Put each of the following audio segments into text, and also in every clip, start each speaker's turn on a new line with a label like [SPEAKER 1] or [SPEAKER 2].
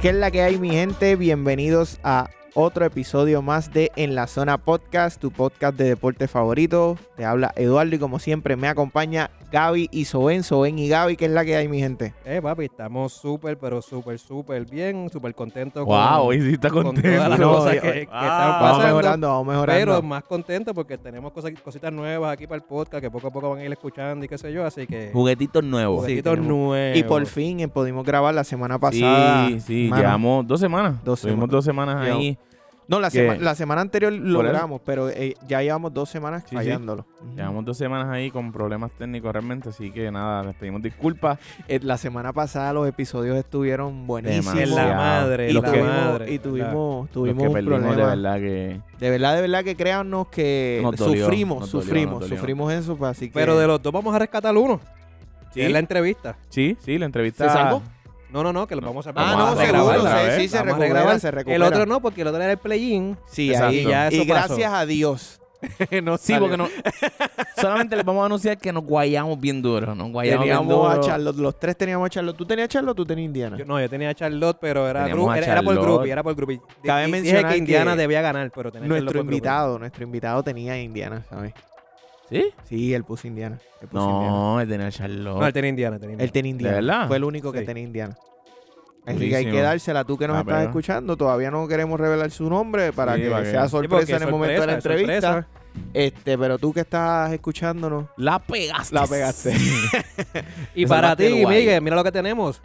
[SPEAKER 1] ¿Qué es la que hay, mi gente? Bienvenidos a otro episodio más de En la Zona Podcast, tu podcast de deporte favorito. Te habla Eduardo y como siempre me acompaña Gaby y Soben, Soben y Gaby. ¿Qué es la que hay, mi gente?
[SPEAKER 2] Eh, papi, estamos súper, pero súper, súper bien, súper contentos.
[SPEAKER 3] Wow, hoy sí está
[SPEAKER 2] con todas las
[SPEAKER 3] contento.
[SPEAKER 2] cosas que, que están
[SPEAKER 3] Ah, vamos
[SPEAKER 1] Vamos
[SPEAKER 2] pasando.
[SPEAKER 1] mejorando, vamos mejorando.
[SPEAKER 2] Pero más contentos porque tenemos cosas, cositas nuevas aquí para el podcast que poco a poco van a ir escuchando y qué sé yo, así que...
[SPEAKER 3] Juguetitos nuevos.
[SPEAKER 2] Juguetitos
[SPEAKER 1] tenemos-
[SPEAKER 2] nuevos.
[SPEAKER 1] y por fin eh, pudimos grabar la semana pasada.
[SPEAKER 3] sí, sí,
[SPEAKER 1] mano.
[SPEAKER 3] llevamos dos semanas.
[SPEAKER 1] Dos
[SPEAKER 3] Dos
[SPEAKER 1] semanas.
[SPEAKER 3] dos semanas
[SPEAKER 1] Llevamos-
[SPEAKER 3] ahí.
[SPEAKER 1] No, la,
[SPEAKER 3] que-
[SPEAKER 1] sema- la semana anterior
[SPEAKER 3] eso.
[SPEAKER 1] logramos, pero eh, ya llevamos dos semanas
[SPEAKER 3] Sí, sí.
[SPEAKER 1] fallándolo.
[SPEAKER 3] Llevamos dos semanas ahí con problemas técnicos realmente, así que nada, les pedimos disculpas.
[SPEAKER 1] Eh, la semana pasada los episodios estuvieron buenísimos.
[SPEAKER 2] En la
[SPEAKER 3] Demasiado.
[SPEAKER 2] madre,
[SPEAKER 1] Y
[SPEAKER 2] en
[SPEAKER 3] Los
[SPEAKER 2] la
[SPEAKER 3] que-
[SPEAKER 1] tuvimos,
[SPEAKER 2] madre.
[SPEAKER 1] y tuvimos,
[SPEAKER 3] Los
[SPEAKER 1] tuvimos
[SPEAKER 3] que
[SPEAKER 1] un
[SPEAKER 3] perdimos de
[SPEAKER 1] problema.
[SPEAKER 3] verdad que
[SPEAKER 1] De verdad, de verdad que créannos que
[SPEAKER 3] Nos dolió,
[SPEAKER 1] sufrimos,
[SPEAKER 3] nos dolió,
[SPEAKER 1] sufrimos,
[SPEAKER 3] nos dolió.
[SPEAKER 1] sufrimos eso, pues, así que...
[SPEAKER 2] Pero de los dos vamos a rescatar uno, que es la entrevista.
[SPEAKER 3] sí, sí, la entrevista
[SPEAKER 1] ¿Se salvó?
[SPEAKER 2] No, no, no, que lo vamos a
[SPEAKER 1] Ah,
[SPEAKER 3] Vamos
[SPEAKER 1] no,
[SPEAKER 3] a regrabar
[SPEAKER 1] seguro,
[SPEAKER 3] otra
[SPEAKER 1] se-
[SPEAKER 3] vez.
[SPEAKER 1] sí, se
[SPEAKER 2] Vamos a
[SPEAKER 1] recupera,
[SPEAKER 2] regrabar.
[SPEAKER 1] se recupera.
[SPEAKER 2] El otro no, porque el otro era el play-in.
[SPEAKER 1] Sí,
[SPEAKER 3] Exacto.
[SPEAKER 1] ahí
[SPEAKER 3] Y
[SPEAKER 2] ya eso
[SPEAKER 1] Y
[SPEAKER 2] pasó.
[SPEAKER 1] gracias a Dios.
[SPEAKER 2] no
[SPEAKER 3] Sí, porque no, solamente les vamos a anunciar que nos guayamos bien duro, nos guayamos bien duro.
[SPEAKER 1] Teníamos a Charlotte, los tres teníamos a Charlotte. ¿Tú tenías Charlotte o tú tenías Indiana?
[SPEAKER 2] Yo, no, yo tenía a Charlotte, pero era,
[SPEAKER 3] Teníamos
[SPEAKER 2] gru-
[SPEAKER 3] a
[SPEAKER 2] era, era por
[SPEAKER 3] Charlotte.
[SPEAKER 2] grupi, era por grupi. Di-
[SPEAKER 1] Cabe
[SPEAKER 2] di- dije
[SPEAKER 1] mencionar
[SPEAKER 2] que Indiana
[SPEAKER 1] que
[SPEAKER 2] debía ganar, pero tenía a Charlotte
[SPEAKER 1] nuestro
[SPEAKER 2] por grupi.
[SPEAKER 1] invitado, nuestro invitado tenía a Indiana, ¿sabes?
[SPEAKER 3] ¿Sí?
[SPEAKER 1] Sí, él puso Indiana. él puso Indiana.
[SPEAKER 3] No, él tenía a
[SPEAKER 2] No, él
[SPEAKER 3] Charlotte.
[SPEAKER 2] tenía Indiana, tenía Indiana.
[SPEAKER 1] Él tenía Indiana.
[SPEAKER 3] verdad?
[SPEAKER 1] Fue el único que
[SPEAKER 2] Sí.
[SPEAKER 1] tenía Indiana. Así que hay que
[SPEAKER 3] Durísimo.
[SPEAKER 1] dársela tú que nos
[SPEAKER 3] Ah,
[SPEAKER 1] estás
[SPEAKER 3] pero-
[SPEAKER 1] escuchando. Todavía no queremos revelar su nombre para
[SPEAKER 3] Sí,
[SPEAKER 1] que
[SPEAKER 3] para que-
[SPEAKER 1] sea
[SPEAKER 3] Sí,
[SPEAKER 2] Sí,
[SPEAKER 1] sorpresa
[SPEAKER 2] porque
[SPEAKER 1] en el momento de la
[SPEAKER 2] sorpresa, es
[SPEAKER 1] entrevista.
[SPEAKER 2] sorpresa.
[SPEAKER 1] Este, pero tú que estás escuchándonos,
[SPEAKER 3] La pegaste.
[SPEAKER 1] la pegaste.
[SPEAKER 2] Y
[SPEAKER 3] Te
[SPEAKER 2] para
[SPEAKER 3] salvaste
[SPEAKER 2] ti,
[SPEAKER 3] el guay.
[SPEAKER 2] Miguel, mira lo que tenemos.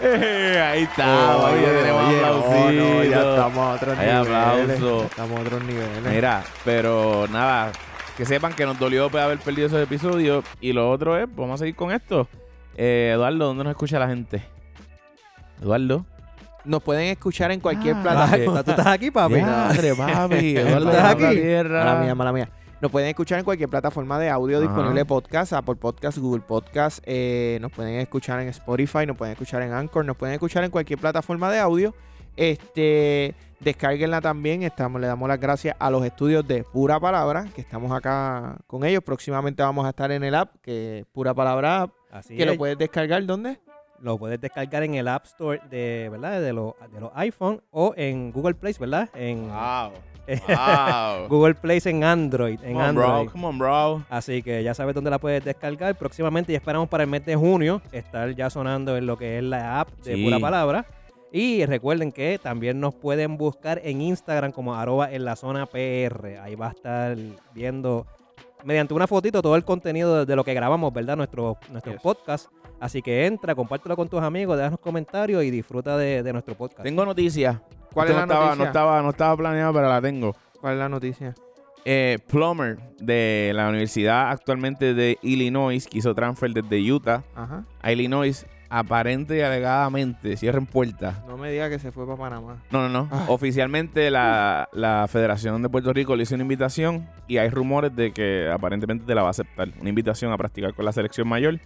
[SPEAKER 3] Eh, ahí está,
[SPEAKER 1] Oh, Oye,
[SPEAKER 3] oye, tenemos
[SPEAKER 1] oye, no, no, ya
[SPEAKER 3] aplausitos.
[SPEAKER 1] estamos a otros
[SPEAKER 3] Hay
[SPEAKER 1] niveles.
[SPEAKER 3] aplauso.
[SPEAKER 1] ya Estamos a otros niveles.
[SPEAKER 3] Mira, pero nada, que sepan que nos dolió pe- haber perdido esos episodios. Y lo otro es, vamos a seguir con esto. Eh, Eduardo, ¿dónde nos escucha la gente? Eduardo.
[SPEAKER 1] Nos pueden escuchar en cualquier
[SPEAKER 3] Ah,
[SPEAKER 1] plataforma.
[SPEAKER 2] ¿Tú estás aquí, papi?
[SPEAKER 3] Diadre, papi.
[SPEAKER 1] Eduardo,
[SPEAKER 3] ¿estás
[SPEAKER 1] habla
[SPEAKER 3] aquí?
[SPEAKER 1] Mala mía, mala mía. Nos pueden escuchar en cualquier plataforma de audio
[SPEAKER 3] Ajá.
[SPEAKER 1] disponible de podcast, Apple Podcast, Google Podcast, eh, nos pueden escuchar en Spotify, nos pueden escuchar en Anchor, nos pueden escuchar en cualquier plataforma de audio. Este, descárguenla también, estamos, le damos las gracias a los estudios de Pura Palabra, que estamos acá con ellos. Próximamente vamos a estar en el app, que es Pura Palabra App,
[SPEAKER 2] Así
[SPEAKER 1] que
[SPEAKER 2] es.
[SPEAKER 1] lo puedes descargar, ¿dónde?
[SPEAKER 2] Lo puedes descargar en el App Store de, ¿verdad? De los, de los iPhone o en Google Play, ¿verdad? En
[SPEAKER 3] Wow. Wow.
[SPEAKER 2] Google Play en Android. En
[SPEAKER 3] come on,
[SPEAKER 2] Android.
[SPEAKER 3] bro. Come on, bro.
[SPEAKER 2] Así que ya sabes dónde la puedes descargar. Próximamente ya esperamos para el mes de junio estar ya sonando en lo que es la app de
[SPEAKER 3] Sí.
[SPEAKER 2] Pura Palabra. Y recuerden que también nos pueden buscar en Instagram como arroba en la zona PR. Ahí va a estar viendo mediante una fotito todo el contenido de, de lo que grabamos, ¿verdad? Nuestro, nuestro
[SPEAKER 1] Yes.
[SPEAKER 2] podcast. Así que entra, compártelo con tus amigos, déjanos comentarios y disfruta de, de nuestro podcast.
[SPEAKER 3] Tengo noticias.
[SPEAKER 1] ¿Cuál
[SPEAKER 3] Esto
[SPEAKER 1] es
[SPEAKER 3] no
[SPEAKER 1] la
[SPEAKER 3] estaba,
[SPEAKER 1] noticia?
[SPEAKER 3] No estaba, no estaba planeado, pero la tengo.
[SPEAKER 1] ¿Cuál es la noticia?
[SPEAKER 3] Eh, Plummer de la Universidad actualmente de Illinois, que hizo transfer desde Utah
[SPEAKER 1] Ajá.
[SPEAKER 3] a Illinois, aparente y alegadamente cierren puertas
[SPEAKER 1] No me diga que se fue para Panamá.
[SPEAKER 3] No, no, no.
[SPEAKER 1] Ah.
[SPEAKER 3] Oficialmente la, la Federación de Puerto Rico le hizo una invitación y hay rumores de que aparentemente te la va a aceptar. Una invitación a practicar con la selección mayor.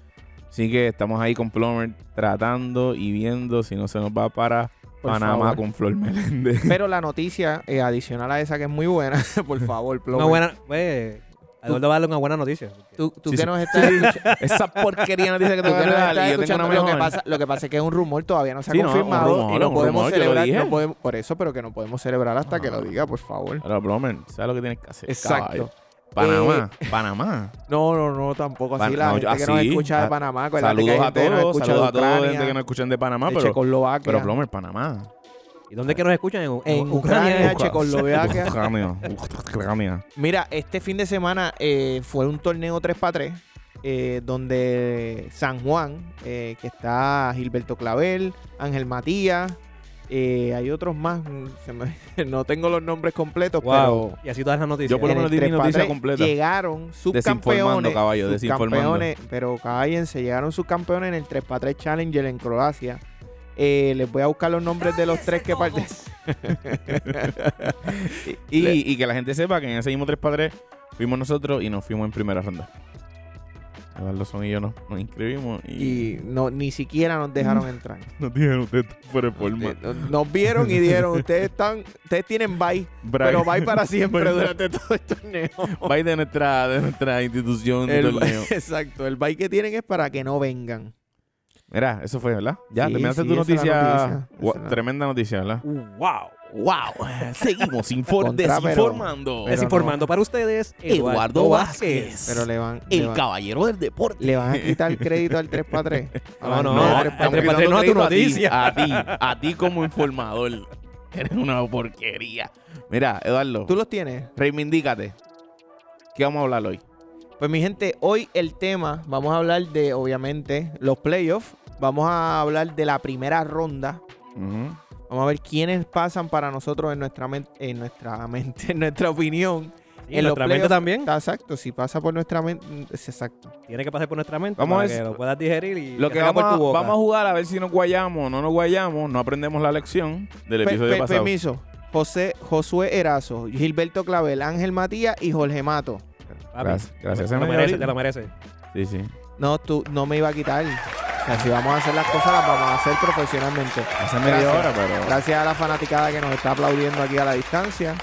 [SPEAKER 3] Así que estamos ahí con Plummer tratando y viendo si no se nos va para
[SPEAKER 1] Por
[SPEAKER 3] Panamá
[SPEAKER 1] favor.
[SPEAKER 3] con Flor Meléndez.
[SPEAKER 1] Pero la noticia eh, adicional a esa que es muy buena, por favor, Plomer.
[SPEAKER 2] Una buena, pues, Eduardo va a darle una buena noticia.
[SPEAKER 1] Tú, tú
[SPEAKER 3] Sí,
[SPEAKER 1] que
[SPEAKER 3] sí.
[SPEAKER 1] nos estás, escuch-
[SPEAKER 3] Esa porquería no dice que
[SPEAKER 1] tú
[SPEAKER 3] te va
[SPEAKER 1] que
[SPEAKER 3] a
[SPEAKER 1] nos
[SPEAKER 3] dar
[SPEAKER 1] estás
[SPEAKER 3] y yo tengo
[SPEAKER 1] escuchando,
[SPEAKER 3] una
[SPEAKER 1] lo, que
[SPEAKER 3] mejor.
[SPEAKER 1] pasa, lo que pasa es que es un rumor, todavía no se ha
[SPEAKER 3] Sí, no, un
[SPEAKER 1] confirmado y
[SPEAKER 3] rumor,
[SPEAKER 1] no
[SPEAKER 3] un
[SPEAKER 1] podemos
[SPEAKER 3] rumor, yo lo
[SPEAKER 1] celebrar,
[SPEAKER 3] dije.
[SPEAKER 1] no podemos- por eso, pero que no podemos celebrar hasta que lo
[SPEAKER 3] Ah.
[SPEAKER 1] diga, por favor.
[SPEAKER 3] Pero Plummer, ¿sabes lo que tienes que hacer?
[SPEAKER 1] Exacto. Eh,
[SPEAKER 3] caballo? Panamá, Panamá.
[SPEAKER 1] No, no, no, tampoco así
[SPEAKER 3] Pan-
[SPEAKER 1] la
[SPEAKER 3] no,
[SPEAKER 1] gente
[SPEAKER 3] yo-
[SPEAKER 1] que nos
[SPEAKER 3] así,
[SPEAKER 1] escucha de
[SPEAKER 3] a-
[SPEAKER 1] Panamá, acuérdate que hay
[SPEAKER 3] Saludos a
[SPEAKER 1] pues gente que nos
[SPEAKER 3] todos,
[SPEAKER 1] escucha
[SPEAKER 3] saludos
[SPEAKER 1] de
[SPEAKER 3] a toda la
[SPEAKER 1] Ucrania,
[SPEAKER 3] gente que nos escuchan de Panamá,
[SPEAKER 1] de
[SPEAKER 3] pero,
[SPEAKER 1] Checoslovaquia,
[SPEAKER 3] pero Plummer, Panamá.
[SPEAKER 2] ¿Y dónde es que nos escuchan? En,
[SPEAKER 1] en Ucrania,
[SPEAKER 3] Ucra-
[SPEAKER 1] Checoslovaquia.
[SPEAKER 3] Ucrania, Ucrania.
[SPEAKER 1] Mira, este fin de semana eh, fue un torneo 3x3 eh, donde San Juan, eh, que está Gilberto Clavel, Ángel Matías, eh, hay otros más, mm, se me- no tengo los nombres completos,
[SPEAKER 2] Wow.
[SPEAKER 1] pero
[SPEAKER 2] Y así todas las noticias.
[SPEAKER 3] Yo por lo
[SPEAKER 1] en
[SPEAKER 3] menos
[SPEAKER 1] el
[SPEAKER 3] di mi
[SPEAKER 1] 3x3
[SPEAKER 3] noticia completa.
[SPEAKER 1] llegaron
[SPEAKER 3] Desinformando,
[SPEAKER 1] subcampeones,
[SPEAKER 3] caballo, desinformando.
[SPEAKER 1] subcampeones, pero cállense, llegaron subcampeones en el 3x3 Challenger en Croacia. Eh, les voy a buscar los nombres de los tres que participaron.
[SPEAKER 3] Y, y que la gente sepa que en ese mismo 3 para 3 fuimos nosotros y nos fuimos en primera ronda. Eduardo Son y yo nos, nos inscribimos y,
[SPEAKER 1] Y no, ni siquiera nos dejaron entrar.
[SPEAKER 3] nos dijeron usted fuera de forma.
[SPEAKER 1] Eh, no- Nos vieron y dijeron, ustedes están, ustedes tienen bye,
[SPEAKER 3] Bra-
[SPEAKER 1] pero bye para siempre
[SPEAKER 3] Bueno.
[SPEAKER 1] durante todo el torneo.
[SPEAKER 3] Bye de nuestra, de nuestra institución de
[SPEAKER 1] El-
[SPEAKER 3] torneo.
[SPEAKER 1] exacto, el bye que tienen es para que no vengan.
[SPEAKER 3] Mira, eso fue, ¿verdad? Ya,
[SPEAKER 1] Sí,
[SPEAKER 3] terminaste
[SPEAKER 1] sí,
[SPEAKER 3] tu
[SPEAKER 1] esa es la
[SPEAKER 3] noticia.
[SPEAKER 1] noticia.
[SPEAKER 3] Gua-
[SPEAKER 1] Esa es la-
[SPEAKER 3] Tremenda noticia, ¿verdad?
[SPEAKER 2] ¡Wow!
[SPEAKER 3] ¡Wow! Seguimos
[SPEAKER 1] Contra, pero- pero-
[SPEAKER 2] Desinformando para ustedes, Eduardo, Vázquez.
[SPEAKER 1] Pero le van, le, van,
[SPEAKER 3] caballero del deporte.
[SPEAKER 1] le van a quitar crédito al 3 para 3.
[SPEAKER 2] No, no,
[SPEAKER 3] No,
[SPEAKER 2] Tres pa'
[SPEAKER 3] estamos
[SPEAKER 2] tres, pa'
[SPEAKER 3] quitando
[SPEAKER 2] tres, no, a tu
[SPEAKER 3] crédito a ti,
[SPEAKER 2] noticia.
[SPEAKER 3] A ti, a ti como informador. Eres una porquería. Mira, Eduardo,
[SPEAKER 1] ¿Tú los tienes?
[SPEAKER 3] reivindícate. ¿Qué vamos a hablar hoy?
[SPEAKER 1] Pues mi gente, hoy el tema, vamos a hablar de, obviamente, los playoffs. Vamos a hablar de la primera ronda. Vamos a ver quiénes pasan para nosotros en nuestra, men- en nuestra mente, en nuestra opinión.
[SPEAKER 2] Y
[SPEAKER 1] en los
[SPEAKER 2] nuestra mente
[SPEAKER 1] playoffs-
[SPEAKER 2] también.
[SPEAKER 1] Está exacto, si pasa por nuestra mente, es exacto.
[SPEAKER 2] Tiene que pasar por nuestra mente
[SPEAKER 3] Vamos a
[SPEAKER 2] para
[SPEAKER 3] ver-
[SPEAKER 2] que lo puedas digerir y
[SPEAKER 3] Lo que
[SPEAKER 2] salga
[SPEAKER 3] vamos,
[SPEAKER 2] por
[SPEAKER 3] a-
[SPEAKER 2] tu boca.
[SPEAKER 3] vamos a jugar a ver si nos guayamos o no nos guayamos. No aprendemos la lección del
[SPEAKER 1] Pe-
[SPEAKER 3] episodio
[SPEAKER 1] pe-
[SPEAKER 3] pasado.
[SPEAKER 1] Permiso. José, Josué Erazo, Gilberto Clavel, Ángel Matías y Jorge Mato.
[SPEAKER 2] Papi,
[SPEAKER 3] Gracias, gracias.
[SPEAKER 2] Te lo
[SPEAKER 3] Ese
[SPEAKER 2] mereces,
[SPEAKER 3] me-
[SPEAKER 2] te lo mereces.
[SPEAKER 3] Sí, sí.
[SPEAKER 1] No, tú no me iba a quitar. O sea, si vamos a hacer las cosas, las vamos a hacer profesionalmente.
[SPEAKER 3] Hace media
[SPEAKER 1] Gracias.
[SPEAKER 3] hora, pero.
[SPEAKER 1] Gracias a la fanaticada que nos está aplaudiendo aquí a la distancia.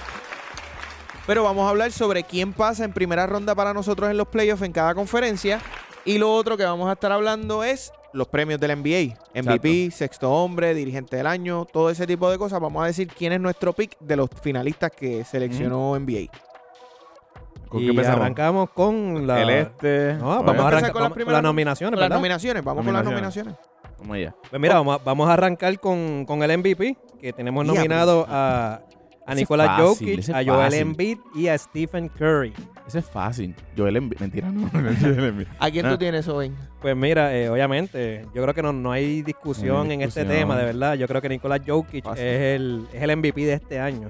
[SPEAKER 1] Pero vamos a hablar sobre quién pasa en primera ronda para nosotros en los playoffs en cada conferencia. Y lo otro que vamos a estar hablando es los premios del NBA. MVP, sexto hombre, dirigente del año, todo ese tipo de cosas. Vamos a decir quién es nuestro pick de los finalistas que seleccionó NBA.
[SPEAKER 3] ¿Con
[SPEAKER 2] y
[SPEAKER 3] qué empezamos?
[SPEAKER 2] arrancamos con la...
[SPEAKER 3] El este.
[SPEAKER 2] No, vamos a
[SPEAKER 1] empezar
[SPEAKER 2] arrancar
[SPEAKER 1] con las
[SPEAKER 2] vamos-
[SPEAKER 1] primeras-
[SPEAKER 2] las nominaciones,
[SPEAKER 1] Las
[SPEAKER 2] ¿verdad?
[SPEAKER 1] nominaciones, vamos con las
[SPEAKER 3] Nominaciones.
[SPEAKER 1] nominaciones.
[SPEAKER 3] Vamos allá.
[SPEAKER 2] Pues mira, vamos a, vamos a arrancar con, con el MVP, que tenemos
[SPEAKER 1] Ya,
[SPEAKER 2] nominado a, a
[SPEAKER 3] Ese
[SPEAKER 2] Nicolás
[SPEAKER 3] es fácil,
[SPEAKER 2] Jokic,
[SPEAKER 3] ese es
[SPEAKER 2] a Joel
[SPEAKER 3] fácil.
[SPEAKER 2] Embiid y a Stephen Curry.
[SPEAKER 3] Ese es fácil. Joel Embi- Mentira, no. Joel Embiid.
[SPEAKER 1] ¿A quién
[SPEAKER 3] Ah.
[SPEAKER 1] tú tienes, Owen?
[SPEAKER 2] Pues mira, eh, obviamente, yo creo que no, no hay discusión
[SPEAKER 3] No hay
[SPEAKER 2] en este
[SPEAKER 3] discusión.
[SPEAKER 2] tema, de verdad. Yo creo que Nicolás Jokic es
[SPEAKER 1] Fácil.
[SPEAKER 2] el, es el MVP de este año.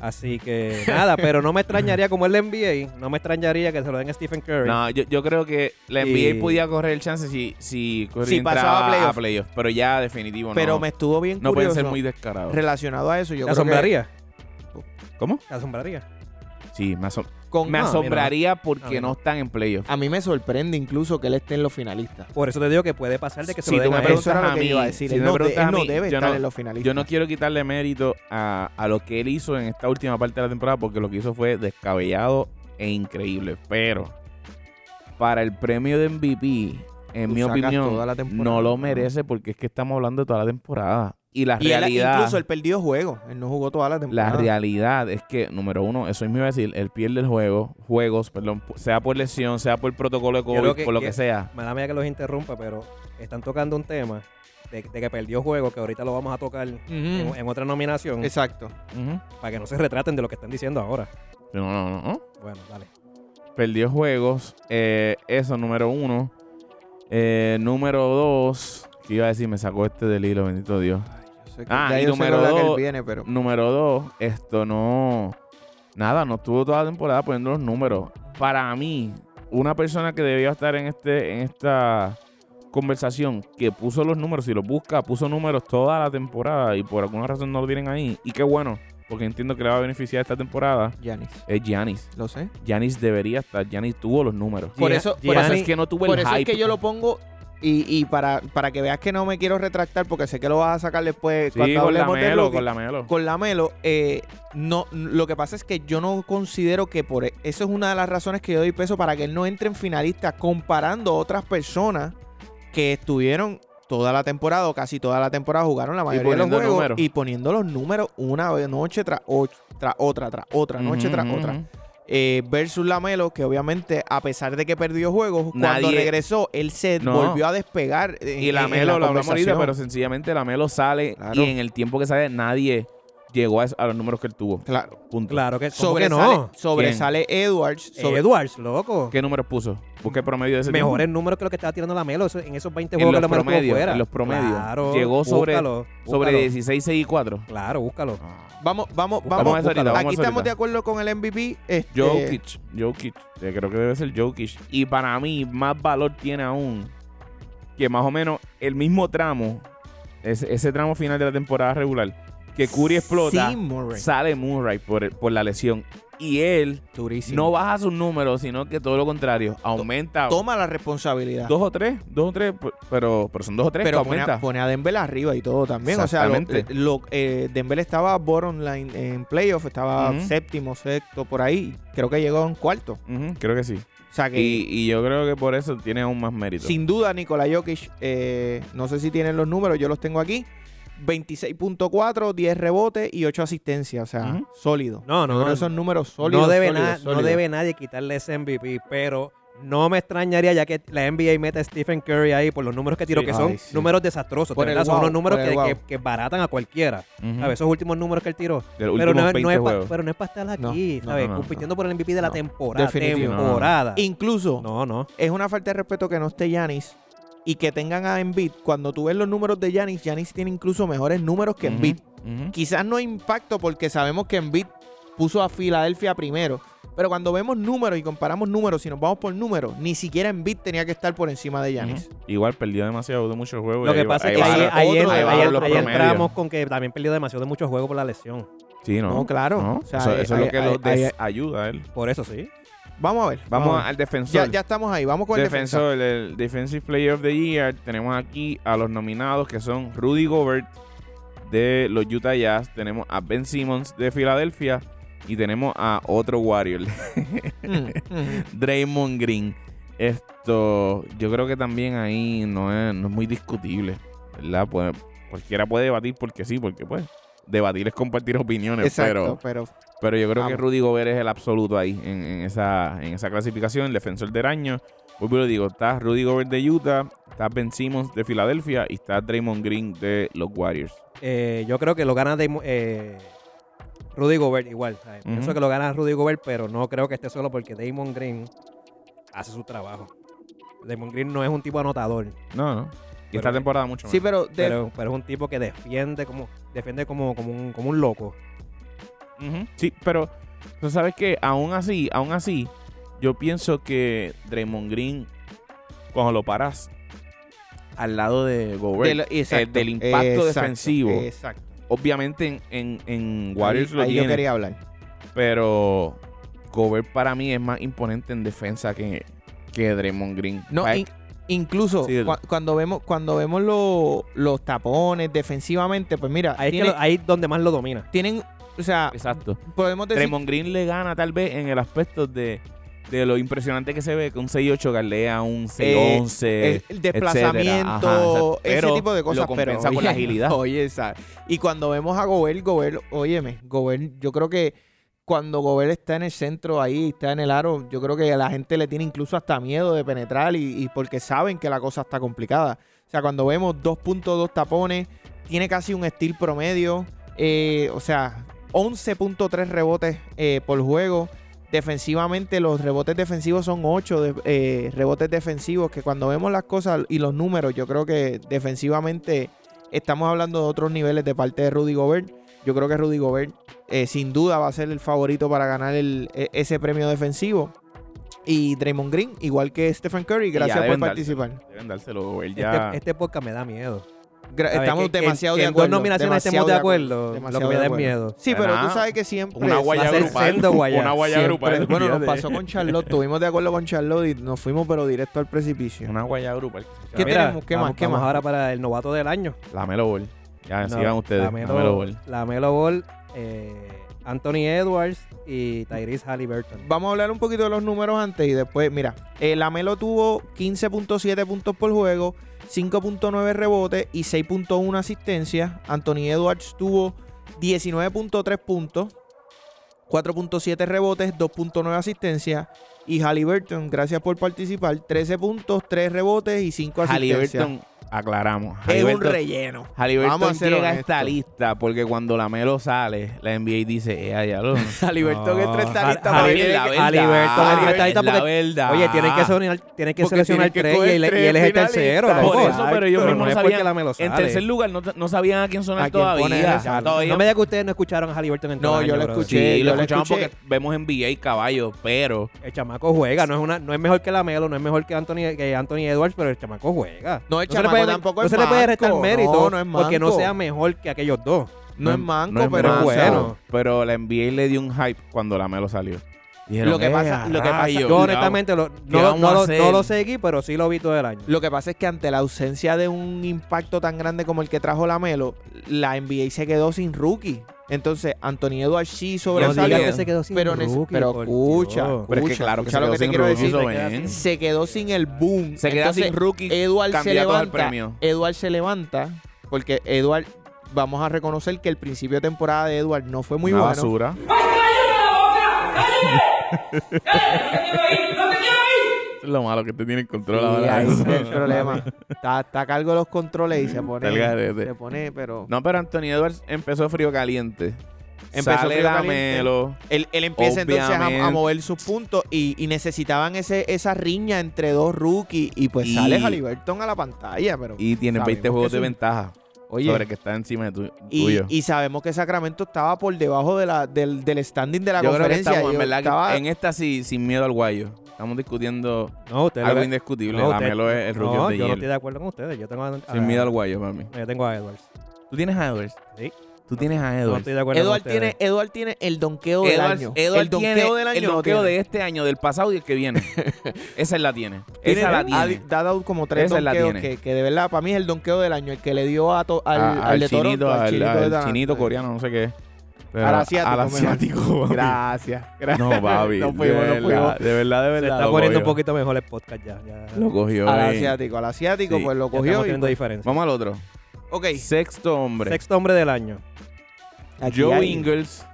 [SPEAKER 2] Así que nada, pero no me extrañaría como es el NBA, no me extrañaría que se lo den a Stephen Curry.
[SPEAKER 3] No, yo, yo creo que la
[SPEAKER 2] Y-
[SPEAKER 3] NBA podía correr el chance si, si, Curry
[SPEAKER 1] Si
[SPEAKER 3] entraba
[SPEAKER 1] pasaba a playoff.
[SPEAKER 3] a playoffs. Pero ya definitivo
[SPEAKER 1] Pero
[SPEAKER 3] no.
[SPEAKER 1] me estuvo bien
[SPEAKER 3] no pueden
[SPEAKER 1] curioso
[SPEAKER 3] ser muy descarados.
[SPEAKER 1] relacionado a eso. Yo
[SPEAKER 2] ¿Te
[SPEAKER 1] creo que
[SPEAKER 2] asombraría?
[SPEAKER 3] ¿Cómo?
[SPEAKER 2] ¿Te asombraría?
[SPEAKER 3] Sí, me, asom-
[SPEAKER 1] con-
[SPEAKER 3] me
[SPEAKER 2] No, a mí no.
[SPEAKER 3] asombraría
[SPEAKER 2] A
[SPEAKER 3] porque
[SPEAKER 1] Ah,
[SPEAKER 2] mí no.
[SPEAKER 3] no. están en playoffs.
[SPEAKER 1] A mí me sorprende incluso que él esté en los finalistas.
[SPEAKER 2] Por eso te digo que puede pasar de que se
[SPEAKER 3] Si
[SPEAKER 2] lo
[SPEAKER 3] tú
[SPEAKER 2] den
[SPEAKER 3] me
[SPEAKER 2] a él.
[SPEAKER 3] preguntas
[SPEAKER 1] Eso era lo
[SPEAKER 3] a
[SPEAKER 1] que
[SPEAKER 3] mí,
[SPEAKER 1] iba a decir.
[SPEAKER 3] si
[SPEAKER 1] él
[SPEAKER 3] me
[SPEAKER 1] no, de-
[SPEAKER 3] preguntas
[SPEAKER 1] él
[SPEAKER 3] a
[SPEAKER 1] no
[SPEAKER 3] mí,
[SPEAKER 1] debe
[SPEAKER 3] yo
[SPEAKER 1] estar
[SPEAKER 3] no-
[SPEAKER 1] en los finalistas.
[SPEAKER 3] Yo no quiero quitarle mérito a, a lo que él hizo en esta última parte de la temporada porque lo que hizo fue descabellado e increíble. Pero para el premio de MVP, en
[SPEAKER 1] Tú
[SPEAKER 3] mi
[SPEAKER 1] sacas
[SPEAKER 3] opinión,
[SPEAKER 1] toda la temporada.
[SPEAKER 3] no lo merece porque es que estamos hablando de toda la temporada. Y la
[SPEAKER 1] Y él-
[SPEAKER 3] realidad...
[SPEAKER 1] incluso él perdió juego. Él no jugó toda la
[SPEAKER 3] La
[SPEAKER 2] Ah.
[SPEAKER 1] temporada.
[SPEAKER 3] realidad es que, número uno, eso mismo iba a decir, él pierde el juego, juegos, perdón, pu- sea por lesión, sea por protocolo de
[SPEAKER 2] Yo creo
[SPEAKER 3] COVID,
[SPEAKER 2] que-
[SPEAKER 3] por lo
[SPEAKER 2] que-
[SPEAKER 3] que sea.
[SPEAKER 2] Me da miedo que los interrumpa, pero están tocando un tema de, de que perdió juego, que ahorita lo vamos a tocar en,
[SPEAKER 1] Ujú.
[SPEAKER 2] en otra nominación,
[SPEAKER 1] Exacto.
[SPEAKER 3] Ujú.
[SPEAKER 2] para que no se retraten de lo que están diciendo ahora.
[SPEAKER 3] No, no, no, no.
[SPEAKER 2] Bueno, dale.
[SPEAKER 3] Perdió juegos, eh, eso, número uno. Eh, número dos, que iba a decir, me sacó este del hilo, bendito Dios.
[SPEAKER 1] Yo sé que-
[SPEAKER 3] Ah,
[SPEAKER 1] ya
[SPEAKER 3] y
[SPEAKER 1] yo sé
[SPEAKER 3] número
[SPEAKER 1] con la que él
[SPEAKER 3] dos-
[SPEAKER 1] viene, pero
[SPEAKER 3] Número dos, esto no. Nada, no estuvo toda la temporada poniendo los números. Para mí, una persona que debió estar en, este, en esta conversación, que puso los números, si los busca, puso números toda la temporada y por alguna razón no lo tienen ahí. Y qué bueno, porque entiendo que le va a beneficiar esta temporada,
[SPEAKER 1] Giannis.
[SPEAKER 3] es Giannis.
[SPEAKER 1] Lo sé.
[SPEAKER 3] Giannis debería estar, Giannis tuvo los números.
[SPEAKER 1] Por
[SPEAKER 2] Gia-
[SPEAKER 1] eso- por
[SPEAKER 3] Lo que pasa
[SPEAKER 2] Gianni-
[SPEAKER 3] es que no tuvo
[SPEAKER 1] Por
[SPEAKER 3] el
[SPEAKER 1] eso
[SPEAKER 3] hype.
[SPEAKER 1] es que yo lo pongo. Y, y para, para que veas que no me quiero retractar, porque sé que lo vas a sacar después
[SPEAKER 3] Sí,
[SPEAKER 1] cuando
[SPEAKER 3] con la
[SPEAKER 1] hablemos de
[SPEAKER 3] melo,
[SPEAKER 1] Luka.
[SPEAKER 3] con la melo.
[SPEAKER 1] con Lamelo, eh, no, n- lo que pasa es que yo no considero que por e- eso es una de las razones que yo doy peso para que él no entre en finalista comparando a otras personas que estuvieron toda la temporada o casi toda la temporada jugaron la mayoría de los
[SPEAKER 3] poniendo
[SPEAKER 1] juegos
[SPEAKER 3] números.
[SPEAKER 1] y poniendo los números una vez- noche tras och- tras otra, tras otra, noche
[SPEAKER 3] Ujú,
[SPEAKER 1] tras
[SPEAKER 3] ujú.
[SPEAKER 1] otra. Eh, versus Lamelo, que obviamente a pesar de que perdió juegos, cuando
[SPEAKER 3] Nadie-
[SPEAKER 1] regresó, él se
[SPEAKER 3] No.
[SPEAKER 1] volvió a despegar. en-
[SPEAKER 3] Y
[SPEAKER 1] en
[SPEAKER 3] la Melo, lo hablamos ahorita,
[SPEAKER 1] conversación.
[SPEAKER 3] pero sencillamente la Melo sale
[SPEAKER 1] Claro.
[SPEAKER 3] y en el tiempo que sale nadie llegó a, eso- a los números que él tuvo.
[SPEAKER 1] Claro.
[SPEAKER 3] Punto.
[SPEAKER 2] Claro que, ¿cómo que
[SPEAKER 1] Sobresale,
[SPEAKER 2] no.
[SPEAKER 1] sobresale Edwards. sobre-
[SPEAKER 2] Edwards, loco.
[SPEAKER 3] ¿Qué números puso? Busqué el promedio de ese
[SPEAKER 2] Mejores
[SPEAKER 3] tiempo.
[SPEAKER 2] números que lo que estaba tirando la Melo eso- en esos 20
[SPEAKER 3] En
[SPEAKER 2] juegos que
[SPEAKER 3] los
[SPEAKER 2] la Melo estuvo
[SPEAKER 3] promedios,
[SPEAKER 2] fuera.
[SPEAKER 3] en los promedios.
[SPEAKER 2] Claro,
[SPEAKER 3] Llegó sobre-
[SPEAKER 2] búscalo,
[SPEAKER 3] Sobre
[SPEAKER 2] búscalo.
[SPEAKER 3] 16, 6 y 4.
[SPEAKER 2] Claro, búscalo.
[SPEAKER 1] Vamos, vamos, vamos.
[SPEAKER 2] Busca-
[SPEAKER 3] vamos a esa ahorita,
[SPEAKER 1] Aquí
[SPEAKER 3] vamos a esa
[SPEAKER 1] estamos de
[SPEAKER 3] ahorita.
[SPEAKER 1] acuerdo con el MVP. Este,
[SPEAKER 3] Jokic, Jokic. Eh, Creo que debe ser Jokic. Y para mí, más valor tiene aún que más o menos el mismo tramo, ese, ese tramo final de la temporada regular, que Curry explota,
[SPEAKER 1] Sin Murray.
[SPEAKER 3] sale Murray por, el- por la lesión. Y él
[SPEAKER 1] Durísimo.
[SPEAKER 3] no baja sus números, sino que todo lo contrario, aumenta
[SPEAKER 1] Toma la responsabilidad.
[SPEAKER 3] dos o tres, dos o tres, p- pero, pero son dos o tres
[SPEAKER 1] pero
[SPEAKER 3] que
[SPEAKER 1] pone a,
[SPEAKER 3] aumenta.
[SPEAKER 1] pone a Denver arriba y todo también. O sea, lo,
[SPEAKER 3] Exactamente.
[SPEAKER 1] lo- eh, Denver estaba bottom line en playoff, estaba
[SPEAKER 3] Ujú.
[SPEAKER 1] séptimo, sexto, por ahí. Creo que llegó en cuarto.
[SPEAKER 3] Ujú, creo que sí.
[SPEAKER 1] O sea que,
[SPEAKER 3] Y, y yo creo que por eso tiene aún más mérito.
[SPEAKER 1] sin duda, Nikola Jokic, eh, no sé si tienen los números, yo los tengo aquí. 26.4, 10 rebotes y 8 asistencias. O sea,
[SPEAKER 3] Ujú.
[SPEAKER 1] sólido.
[SPEAKER 2] No,
[SPEAKER 1] Yo
[SPEAKER 2] no,
[SPEAKER 1] creo que
[SPEAKER 2] no,
[SPEAKER 1] son números sólidos.
[SPEAKER 2] debe
[SPEAKER 1] sólidos,
[SPEAKER 2] na-
[SPEAKER 1] sólidos.
[SPEAKER 2] no debe nadie quitarle ese MVP, pero no me extrañaría ya que la NBA mete a Stephen Curry ahí por los números que tiró,
[SPEAKER 3] Sí.
[SPEAKER 2] que
[SPEAKER 1] Ay,
[SPEAKER 2] son
[SPEAKER 1] sí.
[SPEAKER 2] números desastrosos.
[SPEAKER 1] Por
[SPEAKER 2] de
[SPEAKER 1] el
[SPEAKER 2] verdad, son
[SPEAKER 1] wow,
[SPEAKER 2] unos números
[SPEAKER 1] por
[SPEAKER 2] que,
[SPEAKER 1] el wow.
[SPEAKER 2] que- que baratan a cualquiera.
[SPEAKER 3] Ujú.
[SPEAKER 2] ¿Sabes? Esos últimos números que él tiró.
[SPEAKER 3] De
[SPEAKER 2] Pero
[SPEAKER 3] los Mm. últimos
[SPEAKER 2] no, es-
[SPEAKER 3] 20
[SPEAKER 2] no es pa-
[SPEAKER 3] juegos.
[SPEAKER 2] pero no es para estar
[SPEAKER 1] No,
[SPEAKER 2] aquí,
[SPEAKER 3] no,
[SPEAKER 2] ¿sabes?
[SPEAKER 3] no, no,
[SPEAKER 2] Compitiendo por el MVP de la
[SPEAKER 3] No.
[SPEAKER 2] temporada.
[SPEAKER 1] Definitivo.
[SPEAKER 2] Temporada.
[SPEAKER 1] Incluso,
[SPEAKER 2] No, no.
[SPEAKER 1] es una falta de respeto que no esté Yanis y que tengan a Embiid. Cuando tú ves los números de Yanis, Yanis tiene incluso mejores números que
[SPEAKER 3] Ujú,
[SPEAKER 1] Embiid.
[SPEAKER 3] ujú.
[SPEAKER 1] Quizás no impacto porque sabemos que Embiid puso a Filadelfia primero. Pero cuando vemos números y comparamos números, si nos vamos por números, ni siquiera Embiid tenía que estar por encima de Yanis.
[SPEAKER 3] Ujú. Igual perdió demasiado de muchos juegos.
[SPEAKER 2] Lo
[SPEAKER 3] y
[SPEAKER 2] que
[SPEAKER 3] Pues
[SPEAKER 2] pasa es
[SPEAKER 3] ahí va- ahí
[SPEAKER 2] que
[SPEAKER 3] bajaron-
[SPEAKER 2] ahí, ahí
[SPEAKER 1] otro-
[SPEAKER 2] entra-
[SPEAKER 1] ahí
[SPEAKER 2] ahí
[SPEAKER 1] bajaron los
[SPEAKER 2] ahí
[SPEAKER 3] promedios.
[SPEAKER 2] entramos con que también perdió demasiado de muchos juegos por la lesión.
[SPEAKER 3] Sí, no.
[SPEAKER 1] No, claro.
[SPEAKER 3] No,
[SPEAKER 1] O sea,
[SPEAKER 3] eso,
[SPEAKER 1] eh,
[SPEAKER 3] eso es lo
[SPEAKER 1] ahí-
[SPEAKER 3] que
[SPEAKER 1] ahí-
[SPEAKER 3] lo
[SPEAKER 1] ahí-
[SPEAKER 3] des- ayuda a él.
[SPEAKER 2] Por eso sí.
[SPEAKER 1] Vamos a ver.
[SPEAKER 3] Vamos
[SPEAKER 1] a ver.
[SPEAKER 3] al defensor.
[SPEAKER 1] Ya, ya estamos ahí. Vamos con el defensor.
[SPEAKER 3] defensor, el Defensive Player of the Year. Tenemos aquí a los nominados que son Rudy Gobert de los Utah Jazz. Tenemos a Ben Simmons de Filadelfia. Y tenemos a otro Warrior,
[SPEAKER 1] Mm, mm.
[SPEAKER 3] Draymond Green. Esto, yo creo que también ahí no es, no es muy discutible. ¿Verdad? Pues, cualquiera puede debatir porque sí, porque pues. Debatir es compartir opiniones, pero.
[SPEAKER 1] Exacto, pero,
[SPEAKER 3] Pero yo creo que
[SPEAKER 1] Vamos.
[SPEAKER 3] Rudy Gobert es el absoluto ahí en, en esa, en esa clasificación, el defensor del año. Pues lo digo, está Rudy Gobert de Utah, está Ben Simmons de Filadelfia y está Draymond Green de los Warriors.
[SPEAKER 2] Eh, yo creo que lo gana Damo- eh, Rudy Gobert igual. ¿sabes?
[SPEAKER 3] Ujú.
[SPEAKER 2] Pienso que lo gana Rudy Gobert, pero no creo que esté solo porque Damon Green hace su trabajo. Damon Green no es un tipo anotador,
[SPEAKER 3] No, no. Y
[SPEAKER 2] Pero-
[SPEAKER 3] esta temporada mucho más.
[SPEAKER 1] sí, pero, de-
[SPEAKER 2] pero, pero es un tipo que defiende como defiende como, como, un, como un loco.
[SPEAKER 3] Ujú. Sí, pero tú sabes que aún así, aún así, yo pienso que Draymond Green, cuando lo paras al lado de Gobert,
[SPEAKER 1] de lo- exacto,
[SPEAKER 3] eh, del impacto
[SPEAKER 1] exacto,
[SPEAKER 3] defensivo.
[SPEAKER 1] Exacto.
[SPEAKER 3] obviamente en, en, en Warriors
[SPEAKER 1] Ahí-
[SPEAKER 3] lo
[SPEAKER 1] ahí
[SPEAKER 3] tiene.
[SPEAKER 1] yo quería hablar.
[SPEAKER 3] Pero Gobert para mí es más imponente en defensa que, que Draymond Green.
[SPEAKER 1] No,
[SPEAKER 3] Pa-
[SPEAKER 1] in- incluso
[SPEAKER 3] Sí,
[SPEAKER 1] cua- cuando vemos cuando vemos lo- los tapones defensivamente, pues mira,
[SPEAKER 2] Ahí es, que
[SPEAKER 1] tiene-
[SPEAKER 2] lo- ahí es donde más lo domina.
[SPEAKER 1] tienen, o sea,
[SPEAKER 3] Exacto.
[SPEAKER 1] podemos decir
[SPEAKER 3] Draymond Green le gana tal vez en el aspecto de, de lo impresionante que se ve que un 6-8 galea un 6-11.
[SPEAKER 1] el, el desplazamiento,
[SPEAKER 3] este, exacto.
[SPEAKER 1] ese
[SPEAKER 3] Pero
[SPEAKER 1] tipo de
[SPEAKER 3] lo
[SPEAKER 1] cosas, pero
[SPEAKER 3] compensa con la agilidad.
[SPEAKER 1] Oye, esa- Y cuando vemos a Gobert, Gobert, óyeme, Gobert, yo creo que cuando Gobert está en el centro ahí, está en el aro, yo creo que a la gente le tiene incluso hasta miedo de penetrar y, y porque saben que la cosa está complicada. O sea, cuando vemos 2.2 tapones, tiene casi un estilo promedio, eh, o sea, 11.3 rebotes eh, por juego. Defensivamente, los rebotes defensivos son 8 de- eh, rebotes defensivos, que cuando vemos las cosas y los números, yo creo que defensivamente estamos hablando de otros niveles de parte de Rudy Gobert. Yo creo que Rudy Gobert eh, sin duda va a ser el favorito para ganar el- e- ese premio defensivo. Y Draymond Green, igual que Stephen Curry, gracias por
[SPEAKER 3] deben
[SPEAKER 1] participar.
[SPEAKER 3] Deben dárselo, Gobert. Ya.
[SPEAKER 2] Este, este podcast me da miedo.
[SPEAKER 1] Gra-
[SPEAKER 2] ¿Sabes?
[SPEAKER 1] Estamos
[SPEAKER 2] Que- que-
[SPEAKER 1] demasiado
[SPEAKER 2] que
[SPEAKER 1] de
[SPEAKER 2] en dos
[SPEAKER 1] acuerdo.
[SPEAKER 2] nominaciones
[SPEAKER 1] demasiado
[SPEAKER 2] estemos de acuerdo.
[SPEAKER 1] demasiado
[SPEAKER 2] lo que me
[SPEAKER 1] de
[SPEAKER 2] da es
[SPEAKER 1] acuerdo.
[SPEAKER 2] miedo.
[SPEAKER 1] Sí, pero
[SPEAKER 3] Nada.
[SPEAKER 1] tú sabes que siempre.
[SPEAKER 3] una guaya
[SPEAKER 2] va a ser
[SPEAKER 3] grupal.
[SPEAKER 2] sendo guayá.
[SPEAKER 3] Una guaya
[SPEAKER 1] siempre-
[SPEAKER 3] grupal.
[SPEAKER 1] Bueno, nos
[SPEAKER 3] olvídate.
[SPEAKER 1] pasó con Charlotte. Estuvimos de acuerdo con Charlotte y nos fuimos, pero directo al precipicio.
[SPEAKER 3] Una guaya grupal.
[SPEAKER 1] ¿Qué
[SPEAKER 2] Mira,
[SPEAKER 1] tenemos? ¿Qué
[SPEAKER 2] vamos-
[SPEAKER 1] más? ¿Qué
[SPEAKER 2] vamos
[SPEAKER 1] más?
[SPEAKER 2] ahora para el novato del año.
[SPEAKER 3] La Melo Ball. Ya,
[SPEAKER 2] No,
[SPEAKER 3] sigan ustedes. La
[SPEAKER 2] Lamelo-
[SPEAKER 3] Melo, Ball.
[SPEAKER 2] Lamelo Ball, eh, Anthony Edwards y Tyrese Halliburton.
[SPEAKER 1] Vamos a hablar un poquito de los números antes y después. Mira, eh, Lamelo tuvo 15.7 puntos por juego, 5.9 rebotes y 6.1 asistencia. Anthony Edwards tuvo 19.3 puntos, 4.7 rebotes, 2.9 asistencia. Y Halliburton, gracias por participar, 13 puntos, 3 rebotes y 5 asistencias.
[SPEAKER 3] Halliburton, aclaramos.
[SPEAKER 1] Es un
[SPEAKER 3] Halliburton-
[SPEAKER 1] relleno.
[SPEAKER 3] Halliburton
[SPEAKER 1] Vamos a ser
[SPEAKER 3] llega a esta
[SPEAKER 1] honestos.
[SPEAKER 3] lista porque cuando la Melo sale, la NBA dice, eh, ya lo.
[SPEAKER 1] Halliburton
[SPEAKER 2] No,
[SPEAKER 1] entra en esta
[SPEAKER 2] Har-
[SPEAKER 1] lista para
[SPEAKER 2] Har-
[SPEAKER 1] ver-
[SPEAKER 2] la verdad, Halliburton, la Oye, tienen que, sonar- tienen que
[SPEAKER 3] Porque
[SPEAKER 2] seleccionar
[SPEAKER 3] tienen que
[SPEAKER 2] tres y,
[SPEAKER 3] coger
[SPEAKER 2] él- y
[SPEAKER 3] tres
[SPEAKER 2] él es el tercero.
[SPEAKER 3] finalistas.
[SPEAKER 2] loco.
[SPEAKER 3] Por eso, pero ellos
[SPEAKER 2] Exacto.
[SPEAKER 3] mismos
[SPEAKER 2] no es
[SPEAKER 3] sabían-
[SPEAKER 2] porque la Melo
[SPEAKER 3] En
[SPEAKER 2] sale.
[SPEAKER 3] tercer lugar, no, no sabían a quién sonar
[SPEAKER 1] ¿A quién
[SPEAKER 3] todavía.
[SPEAKER 1] poner? Exacto.
[SPEAKER 3] Todavía-
[SPEAKER 2] No me diga que ustedes no escucharon a Halliburton en todo
[SPEAKER 1] No,
[SPEAKER 2] el
[SPEAKER 1] yo
[SPEAKER 2] año,
[SPEAKER 1] lo
[SPEAKER 2] brother.
[SPEAKER 3] Sí,
[SPEAKER 1] escuché. yo
[SPEAKER 3] lo
[SPEAKER 1] lo
[SPEAKER 3] escuchamos
[SPEAKER 1] escuché.
[SPEAKER 3] porque vemos NBA y caballo, pero
[SPEAKER 2] El chamaco juega, no es una no es mejor que la Melo, no es mejor que Anthony que Anthony Edwards, pero el chamaco juega.
[SPEAKER 1] No, el
[SPEAKER 2] se le
[SPEAKER 1] Tampoco-
[SPEAKER 2] puede puede,
[SPEAKER 1] tampoco
[SPEAKER 2] no
[SPEAKER 1] es
[SPEAKER 2] se le puede restar
[SPEAKER 1] manco,
[SPEAKER 2] mérito
[SPEAKER 1] no, no es
[SPEAKER 2] porque no
[SPEAKER 1] manco.
[SPEAKER 2] sea mejor que aquellos dos.
[SPEAKER 1] No es
[SPEAKER 3] No-
[SPEAKER 1] manco,
[SPEAKER 3] no es
[SPEAKER 1] pero
[SPEAKER 2] manco.
[SPEAKER 1] o sea,
[SPEAKER 2] Bueno.
[SPEAKER 3] Pero la NBA le dio un hype cuando la Melo salió. Dijeron,
[SPEAKER 1] Lo que
[SPEAKER 3] "Eh,
[SPEAKER 1] pasa-
[SPEAKER 3] a
[SPEAKER 1] lo que pasa-
[SPEAKER 3] rayos,
[SPEAKER 1] Yo,
[SPEAKER 2] Yo
[SPEAKER 3] cuidado".
[SPEAKER 2] honestamente lo- no, lo-
[SPEAKER 3] vamos
[SPEAKER 2] no
[SPEAKER 3] a
[SPEAKER 2] lo,
[SPEAKER 3] hacer?
[SPEAKER 2] no lo seguí, pero sí lo vi todo el año.
[SPEAKER 1] Lo que pasa es que ante la ausencia de un impacto tan grande como el que trajo la Melo, la NBA se quedó sin rookie. Entonces, Anthony Edwards sí
[SPEAKER 2] No digas
[SPEAKER 3] sobresale.
[SPEAKER 1] sobresalió.
[SPEAKER 2] que se quedó sin
[SPEAKER 1] pero nec-
[SPEAKER 2] rookie,
[SPEAKER 1] pero
[SPEAKER 2] por
[SPEAKER 1] escucha,
[SPEAKER 2] Dios.
[SPEAKER 3] Pero es que
[SPEAKER 1] Escucha,
[SPEAKER 3] claro que
[SPEAKER 1] escucha
[SPEAKER 3] se
[SPEAKER 1] lo
[SPEAKER 3] quedó
[SPEAKER 1] que te
[SPEAKER 3] sin
[SPEAKER 1] quiero
[SPEAKER 3] rookie,
[SPEAKER 1] decir.
[SPEAKER 3] eso
[SPEAKER 2] Se queda
[SPEAKER 3] ven.
[SPEAKER 2] sin-
[SPEAKER 1] se quedó sin el boom.
[SPEAKER 3] Se queda
[SPEAKER 1] Entonces,
[SPEAKER 3] sin rookie.
[SPEAKER 1] Edward se
[SPEAKER 3] candidatos al
[SPEAKER 1] levanta.
[SPEAKER 3] premio.
[SPEAKER 1] Edward se levanta. Porque Edward, vamos a reconocer que el principio de temporada de Edward no fue muy
[SPEAKER 3] Una
[SPEAKER 1] bueno.
[SPEAKER 3] basura. Lo malo que te tiene el control
[SPEAKER 1] Y
[SPEAKER 3] ahora.
[SPEAKER 1] ahí
[SPEAKER 3] eso.
[SPEAKER 1] está el problema. Está, está a cargo de los controles y se pone.
[SPEAKER 3] Del garete.
[SPEAKER 1] Se pone, pero.
[SPEAKER 3] No, pero Anthony Edwards empezó frío caliente.
[SPEAKER 1] Empezó
[SPEAKER 3] Sale
[SPEAKER 1] frío
[SPEAKER 3] la
[SPEAKER 1] caliente.
[SPEAKER 3] Melo.
[SPEAKER 1] Él, él empieza entonces a- a,
[SPEAKER 3] Obviamente.
[SPEAKER 1] mover sus puntos y, y necesitaban ese, esa riña entre dos rookies. Y pues
[SPEAKER 3] Y-
[SPEAKER 1] sale Halliburton a la pantalla, pero.
[SPEAKER 3] Y tiene
[SPEAKER 1] Sabemos
[SPEAKER 3] 20 juegos
[SPEAKER 1] que
[SPEAKER 3] de
[SPEAKER 1] sí.
[SPEAKER 3] ventaja
[SPEAKER 1] Oye,
[SPEAKER 3] sobre el que está encima de tu-
[SPEAKER 1] y,
[SPEAKER 3] tuyo.
[SPEAKER 1] y sabemos que Sacramento estaba por debajo de la, del, del standing de la
[SPEAKER 3] yo creo que
[SPEAKER 1] conferencia.
[SPEAKER 3] estamos en
[SPEAKER 1] Yo
[SPEAKER 3] verdad que
[SPEAKER 1] estaba-
[SPEAKER 3] en esta sí, sin miedo al guayo. Estamos discutiendo
[SPEAKER 2] No, ustedes
[SPEAKER 3] algo
[SPEAKER 2] lo-
[SPEAKER 3] indiscutible.
[SPEAKER 2] no,
[SPEAKER 3] la
[SPEAKER 2] usted-
[SPEAKER 3] Melo es el rookie
[SPEAKER 2] no,
[SPEAKER 3] de
[SPEAKER 2] yo no estoy
[SPEAKER 3] hielo.
[SPEAKER 2] de acuerdo con ustedes. Yo tengo a, a-
[SPEAKER 3] Sin miedo al guayo para mí.
[SPEAKER 2] yo tengo a Edwards.
[SPEAKER 3] Ah. Tú tienes a Edwards.
[SPEAKER 2] Sí.
[SPEAKER 3] Tú tienes a
[SPEAKER 2] No
[SPEAKER 3] Edwards.
[SPEAKER 2] estoy de acuerdo
[SPEAKER 1] Edward
[SPEAKER 2] con ustedes.
[SPEAKER 1] tiene, Edward tiene el donqueo del
[SPEAKER 3] Edwards-
[SPEAKER 1] año.
[SPEAKER 3] Edwards
[SPEAKER 1] el donqueo
[SPEAKER 3] tiene
[SPEAKER 1] del año.
[SPEAKER 3] el
[SPEAKER 1] lo
[SPEAKER 3] donqueo
[SPEAKER 1] tiene.
[SPEAKER 3] de este año, del pasado y el que viene. Esa él la tiene.
[SPEAKER 1] Tiene-
[SPEAKER 3] Esa la
[SPEAKER 1] ha
[SPEAKER 3] tiene.
[SPEAKER 1] dado como tres
[SPEAKER 3] Esa la
[SPEAKER 1] donqueos que,
[SPEAKER 3] tiene.
[SPEAKER 1] que de verdad para mí es el donqueo del año. El que le dio a to- al,
[SPEAKER 3] A-
[SPEAKER 1] al de
[SPEAKER 3] chinito,
[SPEAKER 1] Toronto,
[SPEAKER 3] al,
[SPEAKER 1] chinito,
[SPEAKER 3] al
[SPEAKER 1] de Dan-
[SPEAKER 3] chinito coreano, no sé qué. Pero
[SPEAKER 1] Al asiático,
[SPEAKER 3] Al
[SPEAKER 1] mejor.
[SPEAKER 3] asiático. papi.
[SPEAKER 1] Gracias. gracias.
[SPEAKER 3] No, papi.
[SPEAKER 1] No fuimos,
[SPEAKER 3] de,
[SPEAKER 1] no fuimos.
[SPEAKER 3] verdad, de verdad, de
[SPEAKER 2] Se
[SPEAKER 3] verdad,
[SPEAKER 2] está
[SPEAKER 3] lo
[SPEAKER 2] poniendo un
[SPEAKER 3] cogió.
[SPEAKER 2] poquito mejor el podcast ya. ya
[SPEAKER 3] Lo cogió.
[SPEAKER 1] Al
[SPEAKER 3] bien.
[SPEAKER 1] asiático, al asiático,
[SPEAKER 3] Sí.
[SPEAKER 1] pues lo
[SPEAKER 2] ya estamos
[SPEAKER 1] cogió. Y, pues,
[SPEAKER 2] teniendo diferencia.
[SPEAKER 3] Vamos al otro.
[SPEAKER 1] ok,
[SPEAKER 3] Sexto hombre.
[SPEAKER 2] Sexto hombre del año.
[SPEAKER 1] aquí
[SPEAKER 3] Joe ah,
[SPEAKER 1] hay
[SPEAKER 3] Ingles.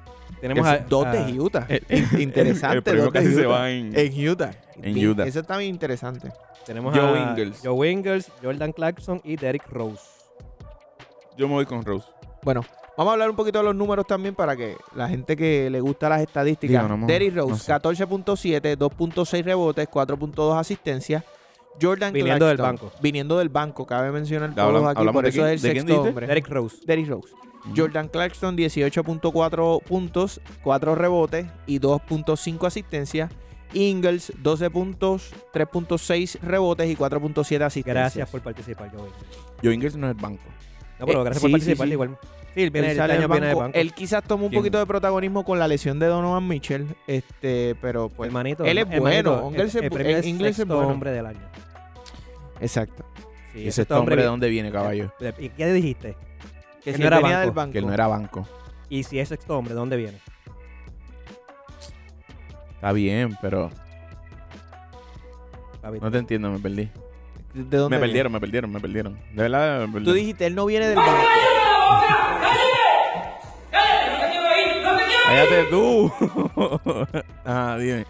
[SPEAKER 2] Tenemos
[SPEAKER 3] Es
[SPEAKER 2] a,
[SPEAKER 1] dos
[SPEAKER 2] a-
[SPEAKER 1] de Utah.
[SPEAKER 3] El-
[SPEAKER 1] interesante,
[SPEAKER 3] El primero
[SPEAKER 1] dos de
[SPEAKER 3] casi se
[SPEAKER 1] Utah.
[SPEAKER 3] va en-
[SPEAKER 1] En Utah.
[SPEAKER 3] En
[SPEAKER 1] Bien,
[SPEAKER 3] Utah.
[SPEAKER 1] Eso está bien interesante.
[SPEAKER 2] tenemos
[SPEAKER 3] Joe
[SPEAKER 2] a
[SPEAKER 3] Ingles.
[SPEAKER 2] Joe Ingles, Jordan Clarkson y Derrick Rose.
[SPEAKER 3] Yo me voy con Rose.
[SPEAKER 1] Bueno, vamos a hablar un poquito de los números también para que la gente que le gusta las estadísticas.
[SPEAKER 3] Digo, no me-
[SPEAKER 1] Derrick Rose,
[SPEAKER 3] no sé.
[SPEAKER 1] 14.7, 2.6 rebotes, 4.2 asistencias. Jordan
[SPEAKER 2] Viniendo del
[SPEAKER 1] Clarkson,
[SPEAKER 2] banco.
[SPEAKER 1] Viniendo del banco, cabe mencionar todos
[SPEAKER 3] Hablam-
[SPEAKER 1] aquí,
[SPEAKER 3] hablamos
[SPEAKER 1] por
[SPEAKER 3] de
[SPEAKER 1] eso
[SPEAKER 3] quién-
[SPEAKER 1] es
[SPEAKER 3] ¿de
[SPEAKER 1] el
[SPEAKER 3] quién
[SPEAKER 1] sexto
[SPEAKER 3] dijiste? Mm.
[SPEAKER 1] hombre.
[SPEAKER 2] Derrick Rose.
[SPEAKER 1] Derrick Rose. Jordan Clarkson 18.4 puntos, 4 rebotes y 2.5 asistencias. Ingles 12 puntos, 3.6 rebotes y 4.7 asistencias.
[SPEAKER 2] Gracias por participar, Joe Ingles.
[SPEAKER 3] Joe Ingles no es banco.
[SPEAKER 2] No, pero
[SPEAKER 1] Eh,
[SPEAKER 2] gracias
[SPEAKER 1] sí,
[SPEAKER 2] por participar
[SPEAKER 1] sí, sí.
[SPEAKER 2] igual. Sí, él viene
[SPEAKER 1] Él
[SPEAKER 2] el este
[SPEAKER 1] sale
[SPEAKER 2] año
[SPEAKER 1] del
[SPEAKER 2] viene del
[SPEAKER 1] banco.
[SPEAKER 2] banco.
[SPEAKER 1] Él quizás tomó un
[SPEAKER 3] ¿Quién?
[SPEAKER 1] poquito de protagonismo con la lesión de Donovan Mitchell, este, pero pues
[SPEAKER 2] hermanito.
[SPEAKER 1] él es
[SPEAKER 2] hermanito,
[SPEAKER 1] bueno, Ingles
[SPEAKER 2] el-
[SPEAKER 1] es
[SPEAKER 2] el
[SPEAKER 1] bu-
[SPEAKER 2] premio
[SPEAKER 1] eh, Ingles es
[SPEAKER 2] sexto
[SPEAKER 1] bueno.
[SPEAKER 2] hombre del año.
[SPEAKER 1] exacto.
[SPEAKER 2] Sí,
[SPEAKER 3] ¿Y
[SPEAKER 2] ese
[SPEAKER 3] sexto este hombre de dónde viene, caballo?
[SPEAKER 2] de- Eh, ¿Y qué dijiste?
[SPEAKER 1] Que,
[SPEAKER 2] él
[SPEAKER 1] si
[SPEAKER 2] no
[SPEAKER 1] él
[SPEAKER 2] era
[SPEAKER 1] venía
[SPEAKER 2] banco,
[SPEAKER 1] del banco.
[SPEAKER 3] Que él no era banco.
[SPEAKER 2] Y si es sexto hombre, ¿de dónde viene?
[SPEAKER 3] Está bien, pero
[SPEAKER 2] Papi,
[SPEAKER 3] no te entiendo, me perdí.
[SPEAKER 1] ¿De dónde
[SPEAKER 3] Me
[SPEAKER 1] viene?
[SPEAKER 3] perdieron, me perdieron, me perdieron. De verdad, me
[SPEAKER 1] Tú
[SPEAKER 3] perdieron.
[SPEAKER 1] dijiste, él no viene del banco.
[SPEAKER 3] Cállate tú. ah, dime.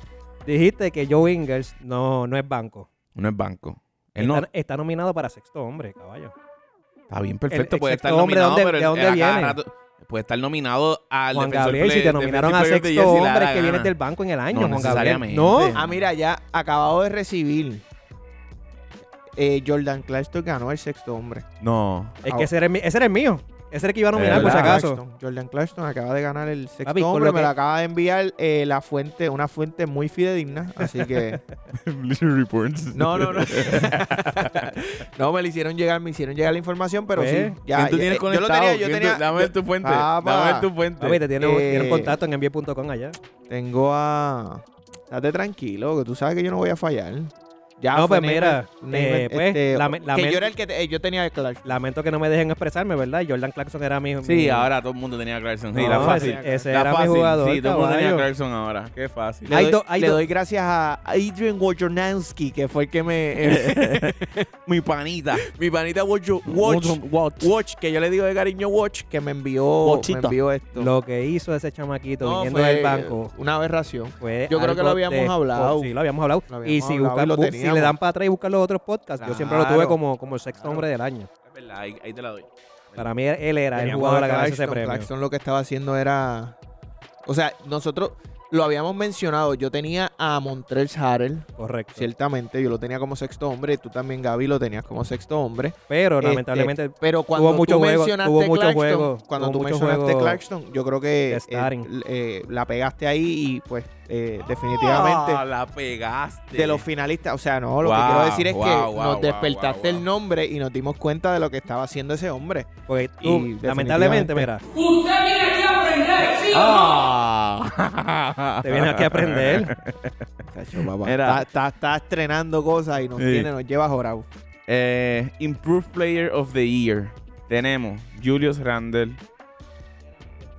[SPEAKER 2] Dijiste que Joe Ingles no, no es banco.
[SPEAKER 3] No es banco. Él no
[SPEAKER 2] Está, está nominado para sexto hombre, caballo.
[SPEAKER 3] Está bien, perfecto.
[SPEAKER 2] El-
[SPEAKER 3] puede
[SPEAKER 2] el
[SPEAKER 3] estar
[SPEAKER 2] sexto hombre,
[SPEAKER 3] nominado,
[SPEAKER 2] ¿dónde-
[SPEAKER 3] pero
[SPEAKER 2] de
[SPEAKER 3] él-
[SPEAKER 2] dónde
[SPEAKER 3] a cada
[SPEAKER 2] viene?
[SPEAKER 3] rato- puede estar nominado al
[SPEAKER 2] Juan
[SPEAKER 3] defensor
[SPEAKER 2] Gabriel, si
[SPEAKER 3] play-
[SPEAKER 2] te nominaron a
[SPEAKER 3] defensive player
[SPEAKER 2] sexto
[SPEAKER 3] de Jesse, le da
[SPEAKER 2] hombre,
[SPEAKER 3] la
[SPEAKER 2] es que vienes
[SPEAKER 3] gana.
[SPEAKER 2] del banco en el año,
[SPEAKER 3] No
[SPEAKER 2] Juan Gabriel.
[SPEAKER 3] necesariamente.
[SPEAKER 2] No,
[SPEAKER 1] Ah, mira, ya acabado de recibir. Eh, Jordan Claxton ganó el sexto hombre.
[SPEAKER 3] No.
[SPEAKER 2] es que ese era, el, mi- ese era el mío. Ese era el que iba a
[SPEAKER 3] Ah,
[SPEAKER 2] nominar,
[SPEAKER 3] Eh,
[SPEAKER 2] por si
[SPEAKER 1] Jordan
[SPEAKER 2] acaso.
[SPEAKER 1] Claxton. Jordan Claxton acaba de ganar el sexto
[SPEAKER 2] Papi, con
[SPEAKER 1] hombre.
[SPEAKER 2] lo
[SPEAKER 1] Me
[SPEAKER 2] que-
[SPEAKER 1] lo acaba de enviar eh, la fuente, una fuente muy fidedigna. Así que.
[SPEAKER 3] Bleacher Reports.
[SPEAKER 1] No, no, no. no, me lo hicieron llegar, me hicieron llegar la información, pero
[SPEAKER 2] Pues,
[SPEAKER 1] sí. Ya,
[SPEAKER 3] ¿Quién tú
[SPEAKER 1] ya-
[SPEAKER 3] tienes
[SPEAKER 1] eh, yo lo tenía, yo
[SPEAKER 3] ¿Quién tú-
[SPEAKER 1] tenía.
[SPEAKER 3] Dame
[SPEAKER 1] yo-
[SPEAKER 3] ver tu fuente.
[SPEAKER 1] Papá.
[SPEAKER 3] Dame ver tu fuente.
[SPEAKER 2] Papi, te tiene,
[SPEAKER 1] Eh,
[SPEAKER 2] tiene un contacto en envía.com allá.
[SPEAKER 1] Tengo a. Estate tranquilo, que tú sabes que yo no voy a fallar. Ya
[SPEAKER 2] No,
[SPEAKER 1] fue
[SPEAKER 2] pues mira,
[SPEAKER 1] Neyman,
[SPEAKER 2] eh, pues,
[SPEAKER 1] este,
[SPEAKER 2] la me- la
[SPEAKER 1] que
[SPEAKER 2] men-
[SPEAKER 1] yo era el que te- eh, yo tenía el Clark.
[SPEAKER 2] Lamento que no me dejen expresarme, ¿verdad? Jordan Clarkson era mi.
[SPEAKER 3] Sí,
[SPEAKER 2] mi-
[SPEAKER 3] ahora todo el mundo tenía a Clarkson. Sí,
[SPEAKER 2] No,
[SPEAKER 3] la
[SPEAKER 2] ese-
[SPEAKER 3] fácil.
[SPEAKER 2] Ese,
[SPEAKER 3] la
[SPEAKER 2] era
[SPEAKER 3] fácil.
[SPEAKER 2] mi jugador.
[SPEAKER 3] Sí, todo el mundo tenía a
[SPEAKER 2] caballo.
[SPEAKER 3] Clarkson ahora. Qué fácil.
[SPEAKER 1] Le,
[SPEAKER 2] Hay
[SPEAKER 1] doy,
[SPEAKER 2] do- hay
[SPEAKER 1] le
[SPEAKER 2] do-
[SPEAKER 1] doy gracias a Adrian Wojnarowski, que fue el que me... eh,
[SPEAKER 3] Mi panita.
[SPEAKER 1] mi panita Watch, Watch, Watch, que yo le digo de cariño Watch, que me envió, me
[SPEAKER 3] Watchita.
[SPEAKER 1] envió esto.
[SPEAKER 2] Lo que hizo ese chamaquito
[SPEAKER 1] No,
[SPEAKER 2] viniendo
[SPEAKER 1] fue
[SPEAKER 2] del banco.
[SPEAKER 1] Una aberración.
[SPEAKER 2] fue
[SPEAKER 1] yo creo que
[SPEAKER 2] algo
[SPEAKER 1] lo habíamos
[SPEAKER 2] de-
[SPEAKER 1] hablado.
[SPEAKER 2] Sí, lo habíamos hablado.
[SPEAKER 1] Lo habíamos
[SPEAKER 2] y si,
[SPEAKER 1] hablado y
[SPEAKER 2] buscan,
[SPEAKER 1] lo
[SPEAKER 2] bu- si
[SPEAKER 1] teníamos.
[SPEAKER 2] le dan para atrás y buscan los otros podcasts, yo siempre lo tuve
[SPEAKER 1] Claro.
[SPEAKER 2] como, como el sexto
[SPEAKER 1] Claro.
[SPEAKER 2] hombre del año.
[SPEAKER 3] Es verdad, ahí, ahí te la doy.
[SPEAKER 2] Para mí él era el
[SPEAKER 1] Teníamos
[SPEAKER 2] jugador a
[SPEAKER 1] a
[SPEAKER 2] ganarse ese
[SPEAKER 1] Claxton.
[SPEAKER 2] premio.
[SPEAKER 1] Claxton lo que estaba haciendo era... O sea, nosotros... Lo habíamos mencionado. Yo tenía a Montrell Harrell,
[SPEAKER 2] Correcto.
[SPEAKER 1] ciertamente. Yo lo tenía como sexto hombre. Tú también, Gaby, lo tenías como sexto hombre.
[SPEAKER 2] Pero
[SPEAKER 1] Este,
[SPEAKER 2] lamentablemente
[SPEAKER 1] Pero cuando
[SPEAKER 2] mucho
[SPEAKER 1] tú
[SPEAKER 2] juego,
[SPEAKER 1] mencionaste
[SPEAKER 2] tuvo mucho
[SPEAKER 1] Claxton,
[SPEAKER 2] juego,
[SPEAKER 1] cuando
[SPEAKER 2] tuvo
[SPEAKER 1] tú
[SPEAKER 2] mucho
[SPEAKER 1] mencionaste
[SPEAKER 2] juego
[SPEAKER 1] Claxton, yo creo que
[SPEAKER 2] de
[SPEAKER 1] eh,
[SPEAKER 2] starring.
[SPEAKER 1] l- eh, la pegaste ahí y pues eh, definitivamente
[SPEAKER 3] Ah, la pegaste.
[SPEAKER 1] de los finalistas, o sea, no, lo que
[SPEAKER 3] Wow,
[SPEAKER 1] quiero decir es
[SPEAKER 3] wow,
[SPEAKER 1] que
[SPEAKER 3] wow,
[SPEAKER 1] nos
[SPEAKER 3] wow,
[SPEAKER 1] despertaste
[SPEAKER 3] wow, wow.
[SPEAKER 1] el nombre y nos dimos cuenta de lo que estaba haciendo ese hombre.
[SPEAKER 2] Porque pues, tú,
[SPEAKER 1] Y
[SPEAKER 2] lamentablemente,
[SPEAKER 1] definitivamente.
[SPEAKER 2] mira,
[SPEAKER 4] Usted viene aquí a aprender, ¿sí o no?
[SPEAKER 3] Ah.
[SPEAKER 2] te vienes aquí a aprender.
[SPEAKER 1] Cacho, papá,
[SPEAKER 3] Era-
[SPEAKER 1] está, está- está estrenando cosas y nos
[SPEAKER 3] Sí.
[SPEAKER 1] tiene, nos lleva jorado.
[SPEAKER 3] Eh, Improved Player of the Year. Tenemos Julius Randle.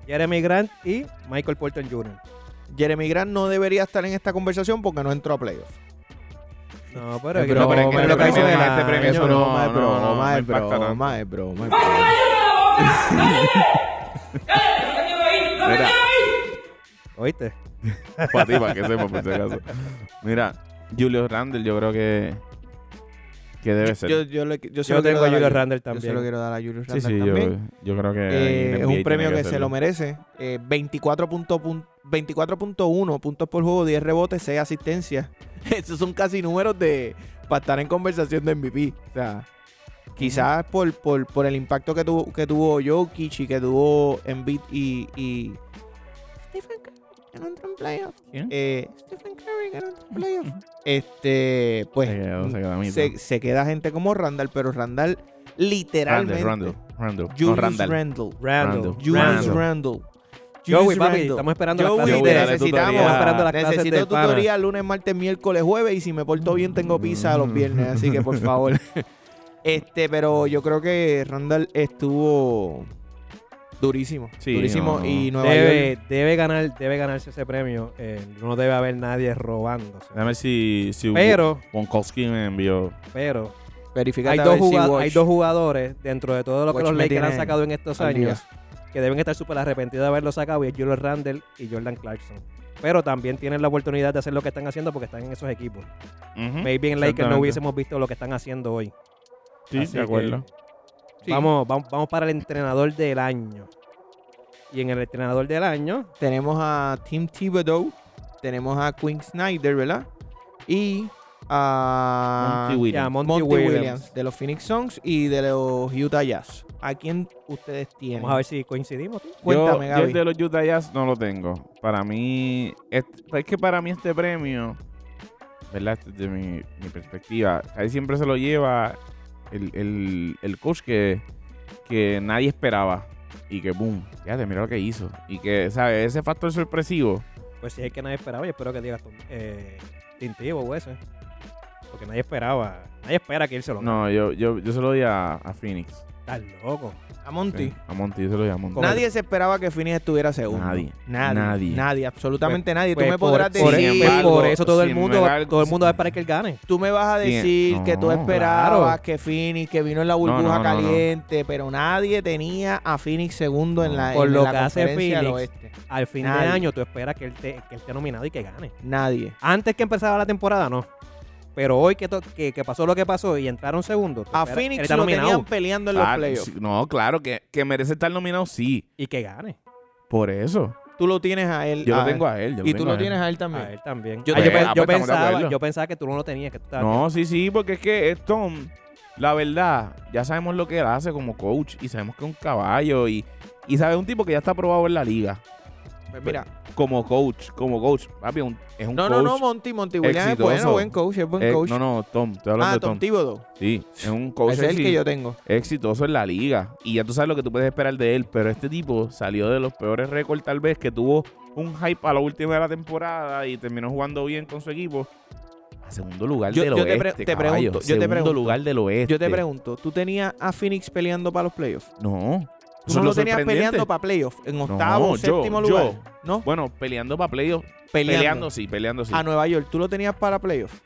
[SPEAKER 2] Jeremy Grant y Michael Porter Jr.
[SPEAKER 1] Jeremy Grant no debería estar en esta conversación porque no entró a playoffs.
[SPEAKER 2] No, pero,
[SPEAKER 1] Es
[SPEAKER 2] que-
[SPEAKER 1] broma,
[SPEAKER 3] pero en
[SPEAKER 2] que
[SPEAKER 1] es
[SPEAKER 2] lo que
[SPEAKER 1] broma,
[SPEAKER 2] hizo
[SPEAKER 1] es
[SPEAKER 2] el
[SPEAKER 1] broma,
[SPEAKER 3] este
[SPEAKER 2] año.
[SPEAKER 3] premio
[SPEAKER 1] es
[SPEAKER 3] eso no-
[SPEAKER 1] broma, es
[SPEAKER 3] no- no
[SPEAKER 1] broma, es
[SPEAKER 3] impacta tanto.
[SPEAKER 1] broma, es broma, es broma.
[SPEAKER 4] ¡Ay, cállate la boca! ¡Cállate! ¡No te quiero ir! ¡No te
[SPEAKER 3] Mira.
[SPEAKER 4] quiero ir!
[SPEAKER 2] ¿Oíste?
[SPEAKER 3] Para ti, para que sepa, por si acaso. Mira, Julius Randle, yo creo que. Que debe ser.
[SPEAKER 1] Yo, yo, le- yo se
[SPEAKER 2] Yo
[SPEAKER 1] lo quiero
[SPEAKER 2] tengo a
[SPEAKER 1] dar
[SPEAKER 2] Julio
[SPEAKER 1] Jul-
[SPEAKER 2] Randle
[SPEAKER 1] Yo se
[SPEAKER 2] también.
[SPEAKER 1] lo quiero dar a Julius
[SPEAKER 3] sí,
[SPEAKER 1] Randle
[SPEAKER 3] sí, yo,
[SPEAKER 1] también.
[SPEAKER 3] yo creo que.
[SPEAKER 1] Eh,
[SPEAKER 3] ahí el
[SPEAKER 1] es
[SPEAKER 3] NBA
[SPEAKER 1] un premio
[SPEAKER 3] tiene
[SPEAKER 1] que, se
[SPEAKER 3] hacerlo.
[SPEAKER 1] lo merece. Eh, 24 punto pun- 24.1 puntos por juego, 10 rebotes, 6 asistencias. Esos son casi números de para estar en conversación de MVP. O sea, quizás por, por, por el impacto que tuvo, que tuvo Jokic y que tuvo Embiid y, y Stephen Curry que no entró en playoffs.
[SPEAKER 3] ¿Quién?
[SPEAKER 1] Eh, Stephen Curry que no entró en playoffs. Este, pues
[SPEAKER 3] Se quedó- se quedó a mitad.
[SPEAKER 1] se- se queda gente como Randall, pero Randall literalmente
[SPEAKER 3] Randle, Randle. Randle.
[SPEAKER 1] Julius
[SPEAKER 3] no, Randle.
[SPEAKER 1] Randle.
[SPEAKER 2] Randall.
[SPEAKER 3] Randall.
[SPEAKER 1] Julius
[SPEAKER 3] Randall.
[SPEAKER 1] Randle.
[SPEAKER 2] Joey,
[SPEAKER 1] Julius
[SPEAKER 2] papi,
[SPEAKER 1] Randle.
[SPEAKER 2] estamos esperando las
[SPEAKER 1] Joey,
[SPEAKER 2] clases.
[SPEAKER 3] Joey,
[SPEAKER 1] te
[SPEAKER 3] dale
[SPEAKER 1] necesitamos.
[SPEAKER 3] tutoría.
[SPEAKER 2] Estamos esperando las clases
[SPEAKER 1] Necesito
[SPEAKER 2] del pana.
[SPEAKER 1] tutoría lunes, martes, miércoles, jueves y si me porto bien tengo pizza
[SPEAKER 3] Mm.
[SPEAKER 1] los viernes, así que por favor. Este, pero yo creo que Randall estuvo durísimo,
[SPEAKER 3] Sí,
[SPEAKER 1] durísimo
[SPEAKER 3] no.
[SPEAKER 1] y Nueva York
[SPEAKER 2] Debe, debe, ganar, debe ganarse ese premio. eh, no debe haber nadie robándose.
[SPEAKER 3] Déjame ver si. si
[SPEAKER 2] Pero,
[SPEAKER 3] Wonkowski me envió.
[SPEAKER 2] pero,
[SPEAKER 1] verifica
[SPEAKER 2] hay dos, jugado- hay dos jugadores dentro de todo lo que
[SPEAKER 1] Watch
[SPEAKER 2] los
[SPEAKER 1] me
[SPEAKER 2] Lakers han
[SPEAKER 1] tiene
[SPEAKER 2] sacado en estos
[SPEAKER 1] al día.
[SPEAKER 2] años que deben estar súper arrepentidos de haberlo sacado y es Julius Randle y Jordan Clarkson. Pero también tienen la oportunidad de hacer lo que están haciendo porque están en esos equipos.
[SPEAKER 3] Ujú.
[SPEAKER 2] Maybe en Lakers no
[SPEAKER 3] Exactamente.
[SPEAKER 2] hubiésemos visto lo que están haciendo hoy.
[SPEAKER 3] Sí,
[SPEAKER 2] Así
[SPEAKER 3] de acuerdo.
[SPEAKER 1] Sí.
[SPEAKER 2] Vamos, vamos, vamos para el entrenador del año. Y en el entrenador del año,
[SPEAKER 1] Tenemos a Tim Thibodeau, tenemos a Quinn Snyder, ¿verdad? Y a
[SPEAKER 3] Monty Williams.
[SPEAKER 2] ya, Monty,
[SPEAKER 1] Monty
[SPEAKER 2] Williams.
[SPEAKER 1] Williams. de los Phoenix Suns y de los Utah Jazz. ¿A quién ustedes tienen?
[SPEAKER 2] Vamos a ver si coincidimos. tío.
[SPEAKER 3] Yo,
[SPEAKER 1] Cuéntame,
[SPEAKER 3] yo
[SPEAKER 1] Gaby.
[SPEAKER 3] el de los Utah Jazz no lo tengo. Para mí, es, es que para mí este premio, ¿verdad? Desde mi, mi perspectiva, ahí siempre se lo lleva el, el- el coach que, que nadie esperaba. Y que boom, fíjate, mira lo que hizo. Y que, ¿sabes? Ese factor sorpresivo.
[SPEAKER 2] Pues si es que nadie esperaba, yo espero que digas eh, Tintivo o ese. Porque nadie esperaba. Nadie espera que él se lo
[SPEAKER 3] No, yo, yo, yo se lo di a, a Phoenix.
[SPEAKER 2] Estás loco.
[SPEAKER 1] A Monty.
[SPEAKER 3] Sí, A Monty, yo se lo di a Monty.
[SPEAKER 1] Nadie se esperaba que Phoenix estuviera segundo.
[SPEAKER 3] Nadie.
[SPEAKER 1] Nadie.
[SPEAKER 3] Nadie.
[SPEAKER 1] Nadie. absolutamente nadie.
[SPEAKER 2] Pues
[SPEAKER 1] tú me podrás
[SPEAKER 2] por, por-
[SPEAKER 1] decir.
[SPEAKER 2] pues por eso todo el
[SPEAKER 3] sin
[SPEAKER 2] mundo, va-
[SPEAKER 3] embargo,
[SPEAKER 2] todo el mundo va a
[SPEAKER 3] sin-
[SPEAKER 2] esperar que él gane.
[SPEAKER 1] Tú me vas a
[SPEAKER 3] Bien.
[SPEAKER 1] decir que tú
[SPEAKER 3] No,
[SPEAKER 1] esperabas
[SPEAKER 2] claro.
[SPEAKER 1] que Phoenix, que vino en la burbuja
[SPEAKER 3] no, no, no.
[SPEAKER 1] caliente, pero nadie tenía a Phoenix segundo en la,
[SPEAKER 2] Por
[SPEAKER 1] en
[SPEAKER 2] lo
[SPEAKER 1] la
[SPEAKER 2] que hace
[SPEAKER 1] conferencia del
[SPEAKER 2] Phoenix.
[SPEAKER 1] oeste.
[SPEAKER 2] Al fin
[SPEAKER 1] Nadie.
[SPEAKER 2] de año tú esperas que él, te, que él esté nominado y que gane.
[SPEAKER 1] Nadie.
[SPEAKER 2] Antes que empezara la temporada, no. Pero hoy que, to- que, que pasó lo que pasó y entraron segundos. tú
[SPEAKER 1] A
[SPEAKER 2] esperas- él
[SPEAKER 1] Phoenix
[SPEAKER 2] está
[SPEAKER 1] lo
[SPEAKER 2] nominado
[SPEAKER 1] tenían peleando en los
[SPEAKER 3] Ah,
[SPEAKER 1] playoffs.
[SPEAKER 3] sí, no, claro, que, que merece estar nominado, sí.
[SPEAKER 2] Y que gane.
[SPEAKER 3] Por eso.
[SPEAKER 1] Tú lo tienes a él.
[SPEAKER 3] Yo
[SPEAKER 1] a
[SPEAKER 3] lo
[SPEAKER 1] él.
[SPEAKER 3] tengo a él. yo lo
[SPEAKER 1] Ah, Y tú
[SPEAKER 3] tengo a
[SPEAKER 1] lo
[SPEAKER 3] él.
[SPEAKER 1] tienes a él también.
[SPEAKER 2] A él también.
[SPEAKER 1] Yo
[SPEAKER 2] Ah,
[SPEAKER 1] te-
[SPEAKER 2] pe-
[SPEAKER 3] Ah, pues, estamos de
[SPEAKER 2] pensaba,
[SPEAKER 3] acuerdo.
[SPEAKER 2] yo pensaba que tú no lo tenías, que tú estabas
[SPEAKER 3] No, sí, sí, porque es que es Tom, la verdad, ya sabemos lo que él hace como coach y sabemos que es un caballo y, y sabe un tipo que ya está aprobado en la liga.
[SPEAKER 1] Pues mira.
[SPEAKER 3] Como coach, como coach. Papi, un- es un
[SPEAKER 1] No,
[SPEAKER 3] coach.
[SPEAKER 1] no, no, Monty. Monty Williams es
[SPEAKER 3] exitoso.
[SPEAKER 1] bueno, buen coach, es buen
[SPEAKER 3] Eh,
[SPEAKER 1] coach.
[SPEAKER 3] No, no, Tom, estoy hablando
[SPEAKER 1] ah,
[SPEAKER 3] de
[SPEAKER 1] Tom
[SPEAKER 3] Tom.
[SPEAKER 1] Thibodeau.
[SPEAKER 3] Sí, es un coach
[SPEAKER 1] Ese es el
[SPEAKER 3] exi-
[SPEAKER 1] que yo tengo.
[SPEAKER 3] exitoso en la liga. Y ya tú sabes lo que tú puedes esperar de él, pero este tipo salió de los peores récords tal vez, que tuvo un hype a la última de la temporada y terminó jugando bien con su equipo. A segundo lugar
[SPEAKER 1] Yo-
[SPEAKER 3] del
[SPEAKER 1] yo te
[SPEAKER 3] oeste,
[SPEAKER 1] pre- te
[SPEAKER 3] caballo.
[SPEAKER 1] pregunto, yo te
[SPEAKER 3] Segundo
[SPEAKER 1] pregunto.
[SPEAKER 3] lugar del oeste.
[SPEAKER 1] Yo te pregunto, ¿tú tenías a Phoenix peleando para los playoffs?
[SPEAKER 3] No.
[SPEAKER 1] ¿Tú
[SPEAKER 3] Eso
[SPEAKER 1] no
[SPEAKER 3] es
[SPEAKER 1] lo tenías
[SPEAKER 3] sorprendente.
[SPEAKER 1] peleando para playoffs? ¿En octavo,
[SPEAKER 3] No, yo-
[SPEAKER 1] séptimo
[SPEAKER 3] yo.
[SPEAKER 1] lugar? ¿No?
[SPEAKER 3] Bueno, peleando para playoffs.
[SPEAKER 1] Peleando. Ah,
[SPEAKER 3] Peleando. sí, peleando sí.
[SPEAKER 1] A Nueva York, ¿tú lo tenías para playoffs?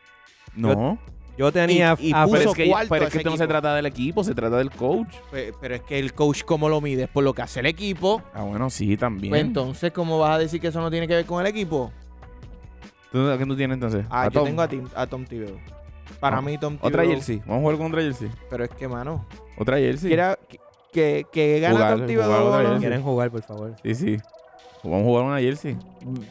[SPEAKER 3] no.
[SPEAKER 2] Yo tenía
[SPEAKER 1] Y- y puso
[SPEAKER 2] a
[SPEAKER 3] Pero es
[SPEAKER 2] Phoenix-
[SPEAKER 3] que,
[SPEAKER 1] cuarto
[SPEAKER 3] pero
[SPEAKER 1] a
[SPEAKER 3] es
[SPEAKER 1] ese
[SPEAKER 3] que esto no
[SPEAKER 1] equipo.
[SPEAKER 3] se trata del equipo, se trata del coach.
[SPEAKER 1] Pe- Pero es que el coach, ¿cómo lo mides? Por lo que hace el equipo.
[SPEAKER 3] Ah, bueno, sí, también.
[SPEAKER 1] Pues entonces, ¿cómo vas a decir que eso no tiene que ver con el equipo?
[SPEAKER 3] ¿Tú- ¿A quién tú tienes entonces?
[SPEAKER 1] Ah, yo
[SPEAKER 3] Tom.
[SPEAKER 1] tengo a, Tim- a Tom Thibodeau. Para
[SPEAKER 3] Ah,
[SPEAKER 1] mí, Tom Thibodeau.
[SPEAKER 3] Otra jersey. Vamos a jugar con otra jersey.
[SPEAKER 1] Pero es que, mano,
[SPEAKER 3] Otra jersey.
[SPEAKER 1] quiera- que, que, que gana
[SPEAKER 3] Jugar-
[SPEAKER 1] Tom
[SPEAKER 3] jugar
[SPEAKER 1] Thibodeau
[SPEAKER 3] otra
[SPEAKER 1] o no.
[SPEAKER 3] vez.
[SPEAKER 2] Quieren jugar, por favor.
[SPEAKER 3] Sí, sí. Vamos a jugar una jersey.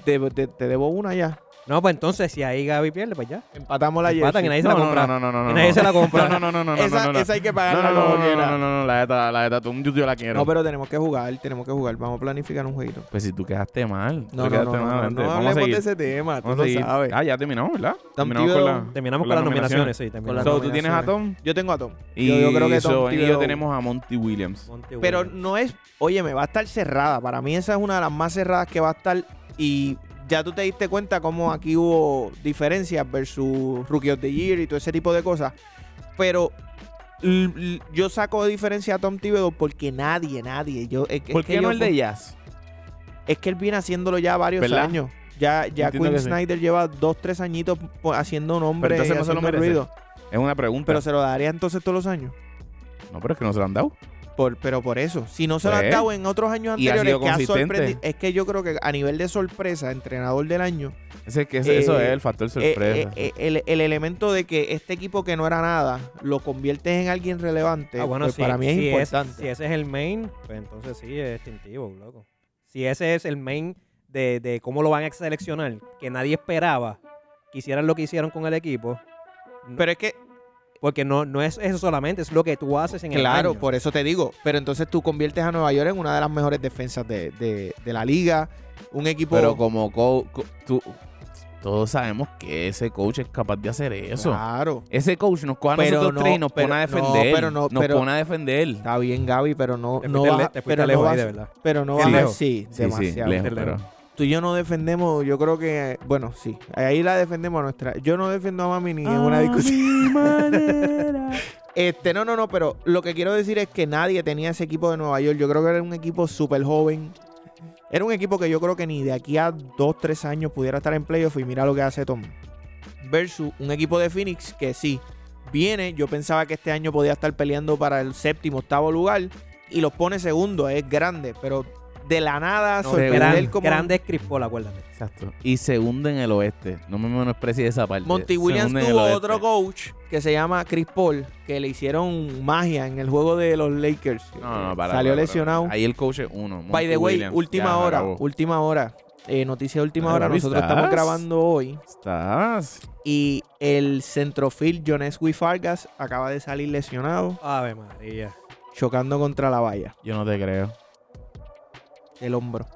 [SPEAKER 1] Te, te- te debo una ya.
[SPEAKER 2] No, pues entonces, si ahí Gaby pierde, pues ya.
[SPEAKER 1] Empatamos la
[SPEAKER 2] Empatan
[SPEAKER 1] jersey.
[SPEAKER 2] y nadie se la
[SPEAKER 3] no,
[SPEAKER 2] compra.
[SPEAKER 3] no, no, no, no,
[SPEAKER 2] y nadie
[SPEAKER 3] no.
[SPEAKER 2] se la compra.
[SPEAKER 3] No, no, no, no, no,
[SPEAKER 1] esa,
[SPEAKER 3] no, no.
[SPEAKER 1] esa hay que
[SPEAKER 3] No,
[SPEAKER 1] pagarla
[SPEAKER 3] no, no,
[SPEAKER 1] como
[SPEAKER 3] no,
[SPEAKER 1] quiera.
[SPEAKER 3] no, no, no, la ETA, la ETA, tú, yo, yo la quiero.
[SPEAKER 1] No, pero tenemos que jugar, tenemos que jugar. Vamos a planificar un jueguito.
[SPEAKER 3] Pues si tú quedaste mal. tú
[SPEAKER 1] No, no, no,
[SPEAKER 3] quedaste
[SPEAKER 1] no,
[SPEAKER 3] mal,
[SPEAKER 1] no,
[SPEAKER 3] gente.
[SPEAKER 1] no
[SPEAKER 3] Vamos a
[SPEAKER 1] hablemos de
[SPEAKER 3] seguir.
[SPEAKER 1] ese tema, tú
[SPEAKER 3] Vamos a
[SPEAKER 1] lo
[SPEAKER 3] seguir.
[SPEAKER 1] sabes.
[SPEAKER 3] Ah, ya terminamos, ¿verdad?
[SPEAKER 1] Tan
[SPEAKER 3] Terminamos con
[SPEAKER 1] tío,
[SPEAKER 3] la.
[SPEAKER 2] Terminamos con,
[SPEAKER 3] Con
[SPEAKER 2] las
[SPEAKER 3] las
[SPEAKER 2] nominaciones, sí. Terminamos.
[SPEAKER 1] Con
[SPEAKER 3] So,
[SPEAKER 1] las
[SPEAKER 3] tú tienes a Tom
[SPEAKER 1] Yo tengo a Tom.
[SPEAKER 3] y
[SPEAKER 1] Yo- yo creo que Tom
[SPEAKER 3] so- y yo
[SPEAKER 1] tiró-
[SPEAKER 3] tenemos a Monty Williams.
[SPEAKER 2] Monty
[SPEAKER 1] Pero
[SPEAKER 2] Williams.
[SPEAKER 1] no es, oye, me va a estar cerrada. Para mí esa es una de las más cerradas que va a estar. Y ya tú te diste cuenta cómo aquí hubo diferencias versus Rookie of the Year y todo ese tipo de cosas. Pero l- l- yo saco de diferencia a Tom Thibodeau porque nadie, nadie. Yo, es, que-
[SPEAKER 3] ¿Por
[SPEAKER 1] es que
[SPEAKER 3] qué no
[SPEAKER 1] yo-
[SPEAKER 3] el de Jazz?
[SPEAKER 1] Es que él viene haciéndolo ya varios
[SPEAKER 3] ¿Verdad?
[SPEAKER 1] años. Ya, ya
[SPEAKER 3] Entiendo
[SPEAKER 1] Quinn
[SPEAKER 3] que sí.
[SPEAKER 1] Snyder lleva dos, tres añitos po- haciendo nombre
[SPEAKER 3] entonces
[SPEAKER 1] y
[SPEAKER 3] no se lo
[SPEAKER 1] haciendo
[SPEAKER 3] merece.
[SPEAKER 1] ruido.
[SPEAKER 3] Es una pregunta.
[SPEAKER 1] Pero se lo daría entonces todos los años.
[SPEAKER 3] no, pero es que no se lo han dado.
[SPEAKER 1] Por, pero por eso, si no se lo han
[SPEAKER 3] Pues,
[SPEAKER 1] dado en otros años
[SPEAKER 3] y ha
[SPEAKER 1] anteriores,
[SPEAKER 3] sido
[SPEAKER 1] que ha
[SPEAKER 3] consistente.
[SPEAKER 1] sorprendido. Es que yo creo que a nivel de sorpresa, entrenador del año,
[SPEAKER 3] Ese, que ese- eso
[SPEAKER 1] Eh,
[SPEAKER 3] es el factor
[SPEAKER 1] eh,
[SPEAKER 3] sorpresa.
[SPEAKER 1] eh, eh, el, el elemento de que este equipo que no era nada lo conviertes en alguien relevante,
[SPEAKER 2] Ah, bueno,
[SPEAKER 1] pues
[SPEAKER 2] sí,
[SPEAKER 1] para mí es
[SPEAKER 2] si
[SPEAKER 1] importante.
[SPEAKER 2] si ese es el main, pues entonces sí, es distintivo, loco. Si ese es el main de, de cómo lo van a seleccionar, que nadie esperaba que hicieran lo que hicieron con el equipo,
[SPEAKER 1] pero es que,
[SPEAKER 2] porque no, no es eso solamente, es lo que tú haces en el
[SPEAKER 1] claro,
[SPEAKER 2] año.
[SPEAKER 1] por eso te digo, pero entonces tú conviertes a Nueva York en una de las mejores defensas de, de- de la liga, un equipo...
[SPEAKER 3] pero como co- co- tú, todos sabemos que ese coach es capaz de hacer eso.
[SPEAKER 1] Claro.
[SPEAKER 3] Ese coach nos coge a
[SPEAKER 1] Pero
[SPEAKER 3] nosotros
[SPEAKER 1] no,
[SPEAKER 3] tres y nos
[SPEAKER 1] pero-
[SPEAKER 3] pone a
[SPEAKER 1] no,
[SPEAKER 3] defender.
[SPEAKER 1] pero no,
[SPEAKER 3] nos
[SPEAKER 1] pero-
[SPEAKER 3] pone a defender.
[SPEAKER 1] Está bien, Gaby, pero no,
[SPEAKER 2] Te
[SPEAKER 1] no
[SPEAKER 2] fuiste le-
[SPEAKER 1] vas
[SPEAKER 2] te fuiste
[SPEAKER 1] pero no
[SPEAKER 2] lejos ahí,
[SPEAKER 1] vas-
[SPEAKER 2] de verdad.
[SPEAKER 1] pero no
[SPEAKER 2] Sí,
[SPEAKER 1] vas-
[SPEAKER 2] lejos.
[SPEAKER 1] sí,
[SPEAKER 3] Sí, sí,
[SPEAKER 1] demasiado.
[SPEAKER 3] lejos,
[SPEAKER 2] Pero-
[SPEAKER 3] pero-
[SPEAKER 1] tú y yo no defendemos, yo creo que, bueno, sí, ahí la defendemos nuestra. Yo no defiendo a mami ni en una discusión. Este, no, no, no, pero lo que quiero decir es que nadie tenía ese equipo de Nueva York. Yo creo que era un equipo súper joven. Era un equipo que yo creo que ni de aquí a dos, tres años pudiera estar en playoff y mira lo que hace Tom. Versus un equipo de Phoenix que sí, viene, yo pensaba que este año podía estar peleando para el séptimo, octavo lugar y los pone segundo, es grande, pero de la nada
[SPEAKER 2] No,
[SPEAKER 1] sorprender
[SPEAKER 2] gran,
[SPEAKER 1] como...
[SPEAKER 2] Grande es Chris Paul, acuérdate.
[SPEAKER 3] Exacto. Y se hunde en el oeste. No me menosprecies esa parte.
[SPEAKER 1] Monty
[SPEAKER 3] Se
[SPEAKER 1] Williams
[SPEAKER 3] hunde en el
[SPEAKER 1] tuvo
[SPEAKER 3] oeste.
[SPEAKER 1] otro coach que se llama Chris Paul, que le hicieron magia en el juego de los Lakers.
[SPEAKER 3] No, no, para.
[SPEAKER 1] Salió
[SPEAKER 3] para, para.
[SPEAKER 1] lesionado.
[SPEAKER 3] Ahí el coach es uno. Monty
[SPEAKER 1] By the way,
[SPEAKER 3] Williams.
[SPEAKER 1] última
[SPEAKER 3] Ya,
[SPEAKER 1] hora,
[SPEAKER 3] acabó.
[SPEAKER 1] última hora. Eh, noticia de última
[SPEAKER 3] Ah,
[SPEAKER 1] hora.
[SPEAKER 3] Gaby,
[SPEAKER 1] Nosotros
[SPEAKER 3] ¿estás?
[SPEAKER 1] estamos grabando hoy
[SPEAKER 3] Estás.
[SPEAKER 1] y el centrofield Joneswi Fargas acaba de salir lesionado
[SPEAKER 2] Ave María.
[SPEAKER 1] chocando contra la valla
[SPEAKER 3] Yo no te creo.
[SPEAKER 1] del hombro.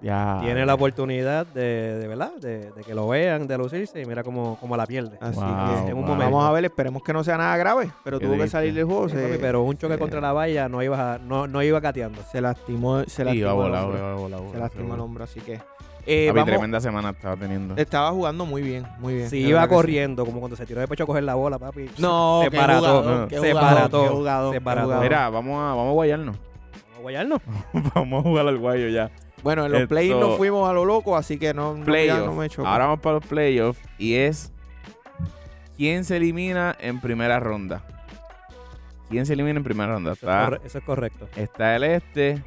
[SPEAKER 3] Ya.
[SPEAKER 2] Tiene la oportunidad de, de verdad, de, de que lo vean, de lucirse y mira cómo, cómo la pierde.
[SPEAKER 1] Así
[SPEAKER 3] Wow,
[SPEAKER 1] que
[SPEAKER 2] En un
[SPEAKER 3] wow.
[SPEAKER 2] momento.
[SPEAKER 1] vamos a ver, esperemos que no sea nada grave, pero
[SPEAKER 3] Qué
[SPEAKER 1] tuvo que
[SPEAKER 3] triste.
[SPEAKER 1] salir del juego.
[SPEAKER 2] Sí, papi,
[SPEAKER 1] Se,
[SPEAKER 2] pero un choque
[SPEAKER 1] eh.
[SPEAKER 2] contra la valla no iba, a- no, no iba gateando.
[SPEAKER 1] se lastimó, se
[SPEAKER 3] Sí,
[SPEAKER 1] lastimó
[SPEAKER 3] va
[SPEAKER 1] el
[SPEAKER 3] volado,
[SPEAKER 1] hombro.
[SPEAKER 3] va volado,
[SPEAKER 1] Se
[SPEAKER 3] volado,
[SPEAKER 1] lastimó el
[SPEAKER 3] seguro.
[SPEAKER 1] hombro, así que eh,
[SPEAKER 3] Papi,
[SPEAKER 1] vamos- Eh,
[SPEAKER 3] tremenda semana estaba teniendo.
[SPEAKER 1] Estaba jugando muy bien, muy bien. de
[SPEAKER 2] Si iba
[SPEAKER 1] verdad que
[SPEAKER 2] corriendo, como cuando se tiró de pecho a coger la bola, papi.
[SPEAKER 1] sí. No,
[SPEAKER 2] Se
[SPEAKER 1] qué
[SPEAKER 2] para
[SPEAKER 1] jugador,
[SPEAKER 3] todo,
[SPEAKER 1] qué
[SPEAKER 2] se
[SPEAKER 1] jugador,
[SPEAKER 2] para
[SPEAKER 1] qué
[SPEAKER 2] todo,
[SPEAKER 1] jugador,
[SPEAKER 2] se
[SPEAKER 1] qué
[SPEAKER 2] para todo.
[SPEAKER 1] jugador.
[SPEAKER 3] Mira, vamos a, vamos a guayarnos.
[SPEAKER 2] ¿Vamos a guayarnos?
[SPEAKER 3] vamos a jugar al guayo ya.
[SPEAKER 1] Bueno, en los
[SPEAKER 3] Esto-
[SPEAKER 1] playoffs nos fuimos a lo loco, así que no, no, ya
[SPEAKER 3] Playoff.
[SPEAKER 1] no me chocó.
[SPEAKER 3] Ahora vamos para los playoffs y es quién se elimina en primera ronda. ¿Quién se elimina en primera ronda?
[SPEAKER 2] Eso, es
[SPEAKER 3] Está,
[SPEAKER 2] Ah. corre- eso es correcto.
[SPEAKER 3] está el este,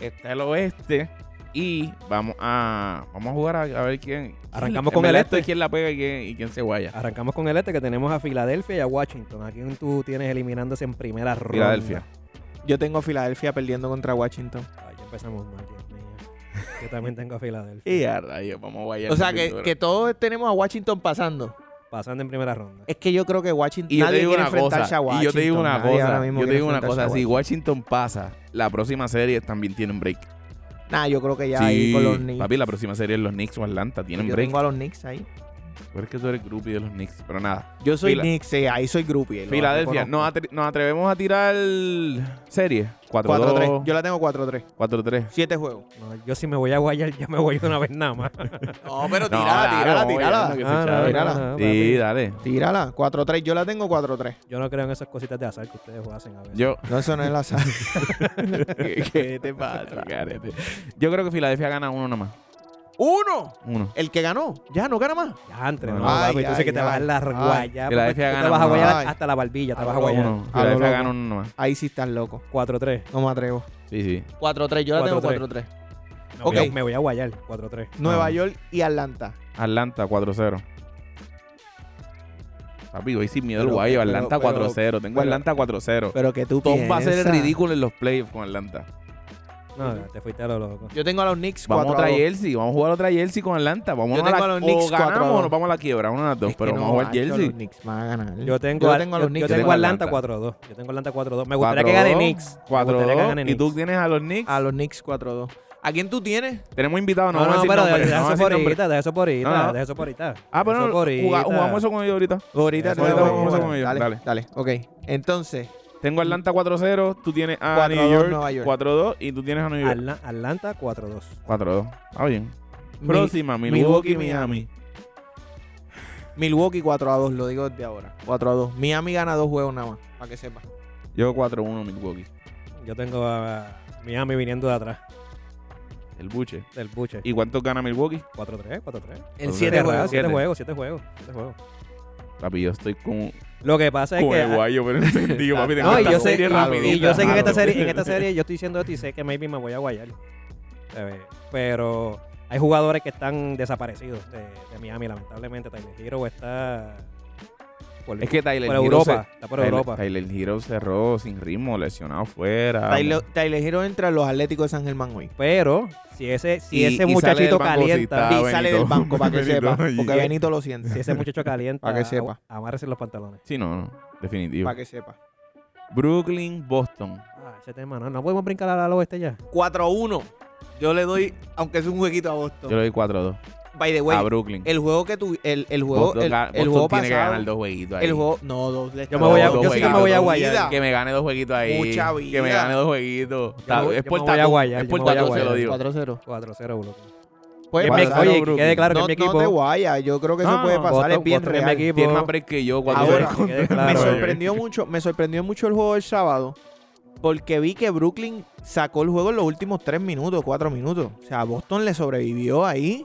[SPEAKER 3] está el oeste y vamos a vamos a jugar a, a ver quién.
[SPEAKER 2] Arrancamos
[SPEAKER 3] en
[SPEAKER 2] con el
[SPEAKER 3] verdad esto
[SPEAKER 2] este.
[SPEAKER 3] es quién la pega y quién, y quién se guaya.
[SPEAKER 2] Arrancamos con el este que tenemos a Filadelfia y a Washington. ¿A quién tú tienes eliminándose en primera ronda?
[SPEAKER 3] Filadelfia.
[SPEAKER 1] Yo tengo a Filadelfia perdiendo contra Washington.
[SPEAKER 2] Ay, ya empezamos mal, Dios mío. Yo también tengo a Filadelfia.
[SPEAKER 3] Y a rayos, vamos a guayar.
[SPEAKER 1] O sea, que, que todos tenemos a Washington pasando.
[SPEAKER 2] Pasando en primera ronda.
[SPEAKER 1] Es que yo creo que Washington.
[SPEAKER 3] y yo te
[SPEAKER 1] nadie
[SPEAKER 3] digo
[SPEAKER 1] quiere
[SPEAKER 3] una
[SPEAKER 1] enfrentarse
[SPEAKER 3] cosa,
[SPEAKER 1] a Washington.
[SPEAKER 3] y yo te digo una
[SPEAKER 1] nadie ahora
[SPEAKER 3] cosa,
[SPEAKER 1] mismo
[SPEAKER 3] yo te
[SPEAKER 1] quiere
[SPEAKER 3] digo una
[SPEAKER 1] enfrentarse
[SPEAKER 3] cosa,
[SPEAKER 1] a
[SPEAKER 3] si Washington pasa, la próxima serie también tienen break.
[SPEAKER 1] Washington. Nah, yo creo que ya ahí
[SPEAKER 3] sí,
[SPEAKER 1] con los Knicks.
[SPEAKER 3] papi, la próxima serie es los Knicks o Atlanta, tienen
[SPEAKER 1] yo
[SPEAKER 3] break.
[SPEAKER 1] tengo a los Knicks ahí.
[SPEAKER 3] Pero es que tú eres groupie de los Knicks, pero nada.
[SPEAKER 1] Yo soy
[SPEAKER 3] Fila-
[SPEAKER 1] Knicks, sí, ahí soy groupie. lo
[SPEAKER 3] Filadelfia,
[SPEAKER 1] reconozco.
[SPEAKER 3] nos, atre- nos atrevemos a tirar serie
[SPEAKER 1] 4-3.
[SPEAKER 3] 4-2,
[SPEAKER 1] Yo la tengo 4-3.
[SPEAKER 3] 4-3.
[SPEAKER 1] Siete juegos.
[SPEAKER 2] No, yo si me voy a guayar, ya me voy de una vez nada más.
[SPEAKER 1] No, pero
[SPEAKER 3] No,
[SPEAKER 1] tirala,
[SPEAKER 3] dale,
[SPEAKER 1] tirala,
[SPEAKER 3] vamos,
[SPEAKER 1] tirala.
[SPEAKER 3] ya, que se
[SPEAKER 2] Ah,
[SPEAKER 3] chave.
[SPEAKER 1] mírala.
[SPEAKER 3] Sí,
[SPEAKER 2] papi.
[SPEAKER 3] dale.
[SPEAKER 1] Tírala. 4-3. Yo la tengo 4-3.
[SPEAKER 2] Yo no creo en esas cositas de azar que ustedes hacen a veces.
[SPEAKER 3] Yo,
[SPEAKER 1] No, eso no es la sal.
[SPEAKER 3] ¿Qué, te pasa? Yo creo que Filadelfia gana uno nomás.
[SPEAKER 1] ¡Uno!
[SPEAKER 3] Uno.
[SPEAKER 1] El que ganó. Ya, no gana más.
[SPEAKER 2] Ya, entre, no,
[SPEAKER 3] No,
[SPEAKER 2] papi.
[SPEAKER 1] ay,
[SPEAKER 2] tú
[SPEAKER 1] ay,
[SPEAKER 2] sé que te
[SPEAKER 1] ay.
[SPEAKER 2] vas a la
[SPEAKER 1] Ay.
[SPEAKER 2] guaya.
[SPEAKER 3] Que la
[SPEAKER 2] papi.
[SPEAKER 3] F gana
[SPEAKER 2] Tú te vas a
[SPEAKER 3] uno.
[SPEAKER 2] guayar
[SPEAKER 1] Ay.
[SPEAKER 2] hasta la barbilla, te
[SPEAKER 1] A
[SPEAKER 2] vas a
[SPEAKER 1] lo
[SPEAKER 2] guayar.
[SPEAKER 3] Uno.
[SPEAKER 1] A lo
[SPEAKER 3] Filadelfia
[SPEAKER 1] loco.
[SPEAKER 3] gana uno nomás.
[SPEAKER 1] Ahí sí estás loco.
[SPEAKER 2] 4-3.
[SPEAKER 1] No me atrevo.
[SPEAKER 3] Sí, sí.
[SPEAKER 1] 4-3. Yo la tengo
[SPEAKER 2] 4-3.
[SPEAKER 1] 4-3.
[SPEAKER 2] Me,
[SPEAKER 1] Ok.
[SPEAKER 2] voy a- me voy a guayar. 4-3.
[SPEAKER 1] Nueva
[SPEAKER 3] Ah.
[SPEAKER 1] York y Atlanta.
[SPEAKER 3] Atlanta 4-0. Papi, voy sin miedo al
[SPEAKER 1] Pero-
[SPEAKER 3] guayo.
[SPEAKER 1] pero-
[SPEAKER 3] Atlanta
[SPEAKER 1] pero-
[SPEAKER 3] 4-0. Tengo
[SPEAKER 1] pero-
[SPEAKER 3] Atlanta 4-0.
[SPEAKER 1] Pero que tú
[SPEAKER 3] Tom va a ser el
[SPEAKER 1] piensas.
[SPEAKER 3] ridículo en los playoffs con Atlanta.
[SPEAKER 2] No, te fuiste a lo loco.
[SPEAKER 1] Yo tengo a los Knicks
[SPEAKER 3] Vamos a
[SPEAKER 1] 4
[SPEAKER 3] otra
[SPEAKER 1] a 2.
[SPEAKER 3] Jersey, vamos a jugar otra Jersey con Atlanta. Vamos
[SPEAKER 1] Yo
[SPEAKER 3] a,
[SPEAKER 1] tengo
[SPEAKER 3] la,
[SPEAKER 1] a los Knicks
[SPEAKER 3] o
[SPEAKER 1] cuatro a
[SPEAKER 3] ganamos
[SPEAKER 1] dos.
[SPEAKER 3] o nos vamos a la quiebra, una de las dos.
[SPEAKER 1] Es que
[SPEAKER 3] pero
[SPEAKER 1] no,
[SPEAKER 3] vamos a jugar
[SPEAKER 1] macho,
[SPEAKER 3] Jersey.
[SPEAKER 1] Los Knicks van a ganar.
[SPEAKER 2] Yo tengo, al-
[SPEAKER 1] a
[SPEAKER 2] yo-
[SPEAKER 1] los Knicks.
[SPEAKER 2] Yo
[SPEAKER 3] Yo
[SPEAKER 2] tengo
[SPEAKER 3] tengo
[SPEAKER 2] a Atlanta
[SPEAKER 3] Atlanta.
[SPEAKER 2] 4-2. Yo tengo a Atlanta 4-2. Me gustaría que
[SPEAKER 3] 4-2,
[SPEAKER 2] gane Knicks. Me gustaría que gane
[SPEAKER 3] 4-2. Y tú
[SPEAKER 2] Knicks.
[SPEAKER 3] tienes a los Knicks.
[SPEAKER 1] A los Knicks 4 a 2. ¿A quién tú tienes?
[SPEAKER 3] Tenemos invitados, no,
[SPEAKER 2] No,
[SPEAKER 3] vamos
[SPEAKER 2] no,
[SPEAKER 3] a decir
[SPEAKER 2] pero
[SPEAKER 3] nombres,
[SPEAKER 2] deja
[SPEAKER 3] no vamos a
[SPEAKER 2] eso
[SPEAKER 3] decir
[SPEAKER 2] por
[SPEAKER 3] nombres.
[SPEAKER 2] ahorita, deja eso por
[SPEAKER 3] No, no.
[SPEAKER 2] ahorita, deja eso por ahorita.
[SPEAKER 3] Ah,
[SPEAKER 2] Deja
[SPEAKER 3] pero
[SPEAKER 2] eso por
[SPEAKER 3] no, juga-
[SPEAKER 2] ahorita.
[SPEAKER 3] jugamos eso con ellos ahorita.
[SPEAKER 1] Ahorita
[SPEAKER 2] Eso
[SPEAKER 1] te
[SPEAKER 2] es
[SPEAKER 1] lo
[SPEAKER 2] lo
[SPEAKER 1] vamos a
[SPEAKER 2] mismo.
[SPEAKER 1] poner. Dale, dale, Ok. Entonces,
[SPEAKER 3] Tengo Atlanta 4-0, tú tienes a
[SPEAKER 1] 4-2
[SPEAKER 3] New York,
[SPEAKER 1] Nueva York.
[SPEAKER 3] 4-2 y tú tienes a New York.
[SPEAKER 2] Atla- Atlanta 4-2.
[SPEAKER 3] 4-2. Ah, bien.
[SPEAKER 1] Mi-
[SPEAKER 3] Próxima, Milwaukee, Miami.
[SPEAKER 1] Milwaukee 4 a 2, lo digo desde ahora. 4 a 2. Miami gana dos juegos nada más, para que sepa.
[SPEAKER 3] Yo 4-1 Milwaukee.
[SPEAKER 2] Yo tengo a Miami viniendo de atrás,
[SPEAKER 3] El buche.
[SPEAKER 2] del buche.
[SPEAKER 3] ¿Y cuántos gana Milwaukee?
[SPEAKER 2] 4-3, 4-3.
[SPEAKER 1] En
[SPEAKER 3] Pues
[SPEAKER 1] siete
[SPEAKER 3] nada,
[SPEAKER 1] juegos.
[SPEAKER 3] siete.
[SPEAKER 2] 7 juegos, 7 juegos, 7 juegos.
[SPEAKER 3] Papi, yo estoy con,
[SPEAKER 2] Lo que pasa es
[SPEAKER 3] con
[SPEAKER 2] que...
[SPEAKER 3] el guayo, pero entendido, papi. Tengo
[SPEAKER 2] No, y
[SPEAKER 3] esta
[SPEAKER 2] yo sé,
[SPEAKER 3] serie
[SPEAKER 2] y-
[SPEAKER 3] rapidita.
[SPEAKER 2] y yo sé que en esta
[SPEAKER 3] Claro.
[SPEAKER 2] serie, en esta serie yo estoy diciendo esto y sé que maybe me voy a guayar. ¿sabes? Pero hay jugadores que están desaparecidos de, de Miami, lamentablemente. Tyler Hero está por,
[SPEAKER 3] Es que Tyler
[SPEAKER 2] por
[SPEAKER 3] Hero
[SPEAKER 2] Europa.
[SPEAKER 3] se-
[SPEAKER 2] Está por
[SPEAKER 3] Tyler-
[SPEAKER 2] Europa.
[SPEAKER 3] Tyler Hero cerró sin ritmo, lesionado fuera.
[SPEAKER 1] Tyler, Tyler Hero entra a los Atléticos de San Germán hoy.
[SPEAKER 2] Pero si ese, si
[SPEAKER 3] Y-
[SPEAKER 2] ese
[SPEAKER 3] y sale
[SPEAKER 2] muchachito
[SPEAKER 3] del banco si
[SPEAKER 2] calienta,
[SPEAKER 3] Ah,
[SPEAKER 1] y sale
[SPEAKER 3] Benito.
[SPEAKER 1] del banco, para que
[SPEAKER 3] Benito,
[SPEAKER 1] sepa.
[SPEAKER 3] oye.
[SPEAKER 1] Porque Benito lo siente.
[SPEAKER 2] si ese muchacho calienta,
[SPEAKER 1] Pa' que sepa.
[SPEAKER 2] a- amárrese los pantalones.
[SPEAKER 3] Sí, no, no. Definitivo.
[SPEAKER 1] Para que sepa.
[SPEAKER 3] Brooklyn, Boston.
[SPEAKER 2] Ah, ese tema, no, no podemos brincar al oeste ya.
[SPEAKER 1] 4 a 1. Yo le doy, aunque es un jueguito a
[SPEAKER 3] Yo
[SPEAKER 1] Boston.
[SPEAKER 3] le doy 4-2
[SPEAKER 1] By the way,
[SPEAKER 3] a Brooklyn.
[SPEAKER 1] el juego que tu el, el juego
[SPEAKER 3] Boston,
[SPEAKER 1] el,
[SPEAKER 3] ga-
[SPEAKER 1] el
[SPEAKER 3] Boston
[SPEAKER 1] juego
[SPEAKER 3] tiene que
[SPEAKER 1] pasado,
[SPEAKER 3] ganar dos jueguitos ahí.
[SPEAKER 1] el juego no dos le
[SPEAKER 2] Yo me voy a-
[SPEAKER 1] dos
[SPEAKER 3] yo sí que me
[SPEAKER 1] juegos.
[SPEAKER 2] voy a guayar.
[SPEAKER 1] Vida.
[SPEAKER 3] Que me gane dos jueguitos ahí.
[SPEAKER 1] Mucha
[SPEAKER 3] Que
[SPEAKER 1] vida.
[SPEAKER 3] me gane dos jueguitos. Está-
[SPEAKER 2] me voy-
[SPEAKER 3] es
[SPEAKER 2] yo
[SPEAKER 3] por
[SPEAKER 2] me voy a
[SPEAKER 3] tatu,
[SPEAKER 2] guayar,
[SPEAKER 3] es
[SPEAKER 2] yo
[SPEAKER 3] por
[SPEAKER 2] me voy a
[SPEAKER 3] tatu, se lo
[SPEAKER 2] guayar.
[SPEAKER 3] digo.
[SPEAKER 1] 4-0.
[SPEAKER 2] 4-0, Brooklyn.
[SPEAKER 1] Puede
[SPEAKER 2] Que me-
[SPEAKER 1] pasar.
[SPEAKER 2] Oye, que
[SPEAKER 3] Brooklyn.
[SPEAKER 2] quede claro
[SPEAKER 1] no,
[SPEAKER 2] que mi
[SPEAKER 1] no
[SPEAKER 2] equipo...
[SPEAKER 1] te guayas, yo creo que eso
[SPEAKER 3] No,
[SPEAKER 1] puede
[SPEAKER 3] no,
[SPEAKER 1] pasar,
[SPEAKER 2] Boston-
[SPEAKER 1] es bien
[SPEAKER 2] Boston es mi
[SPEAKER 1] real.
[SPEAKER 2] equipo.
[SPEAKER 3] Tiene más break que yo. cuatro
[SPEAKER 1] Ahora,
[SPEAKER 3] veces.
[SPEAKER 2] que quede claro.
[SPEAKER 1] me
[SPEAKER 3] ok.
[SPEAKER 1] sorprendió mucho, me sorprendió mucho el juego del sábado porque vi que Brooklyn sacó el juego en los últimos 3 minutos, 4 minutos. O sea, Boston le sobrevivió ahí.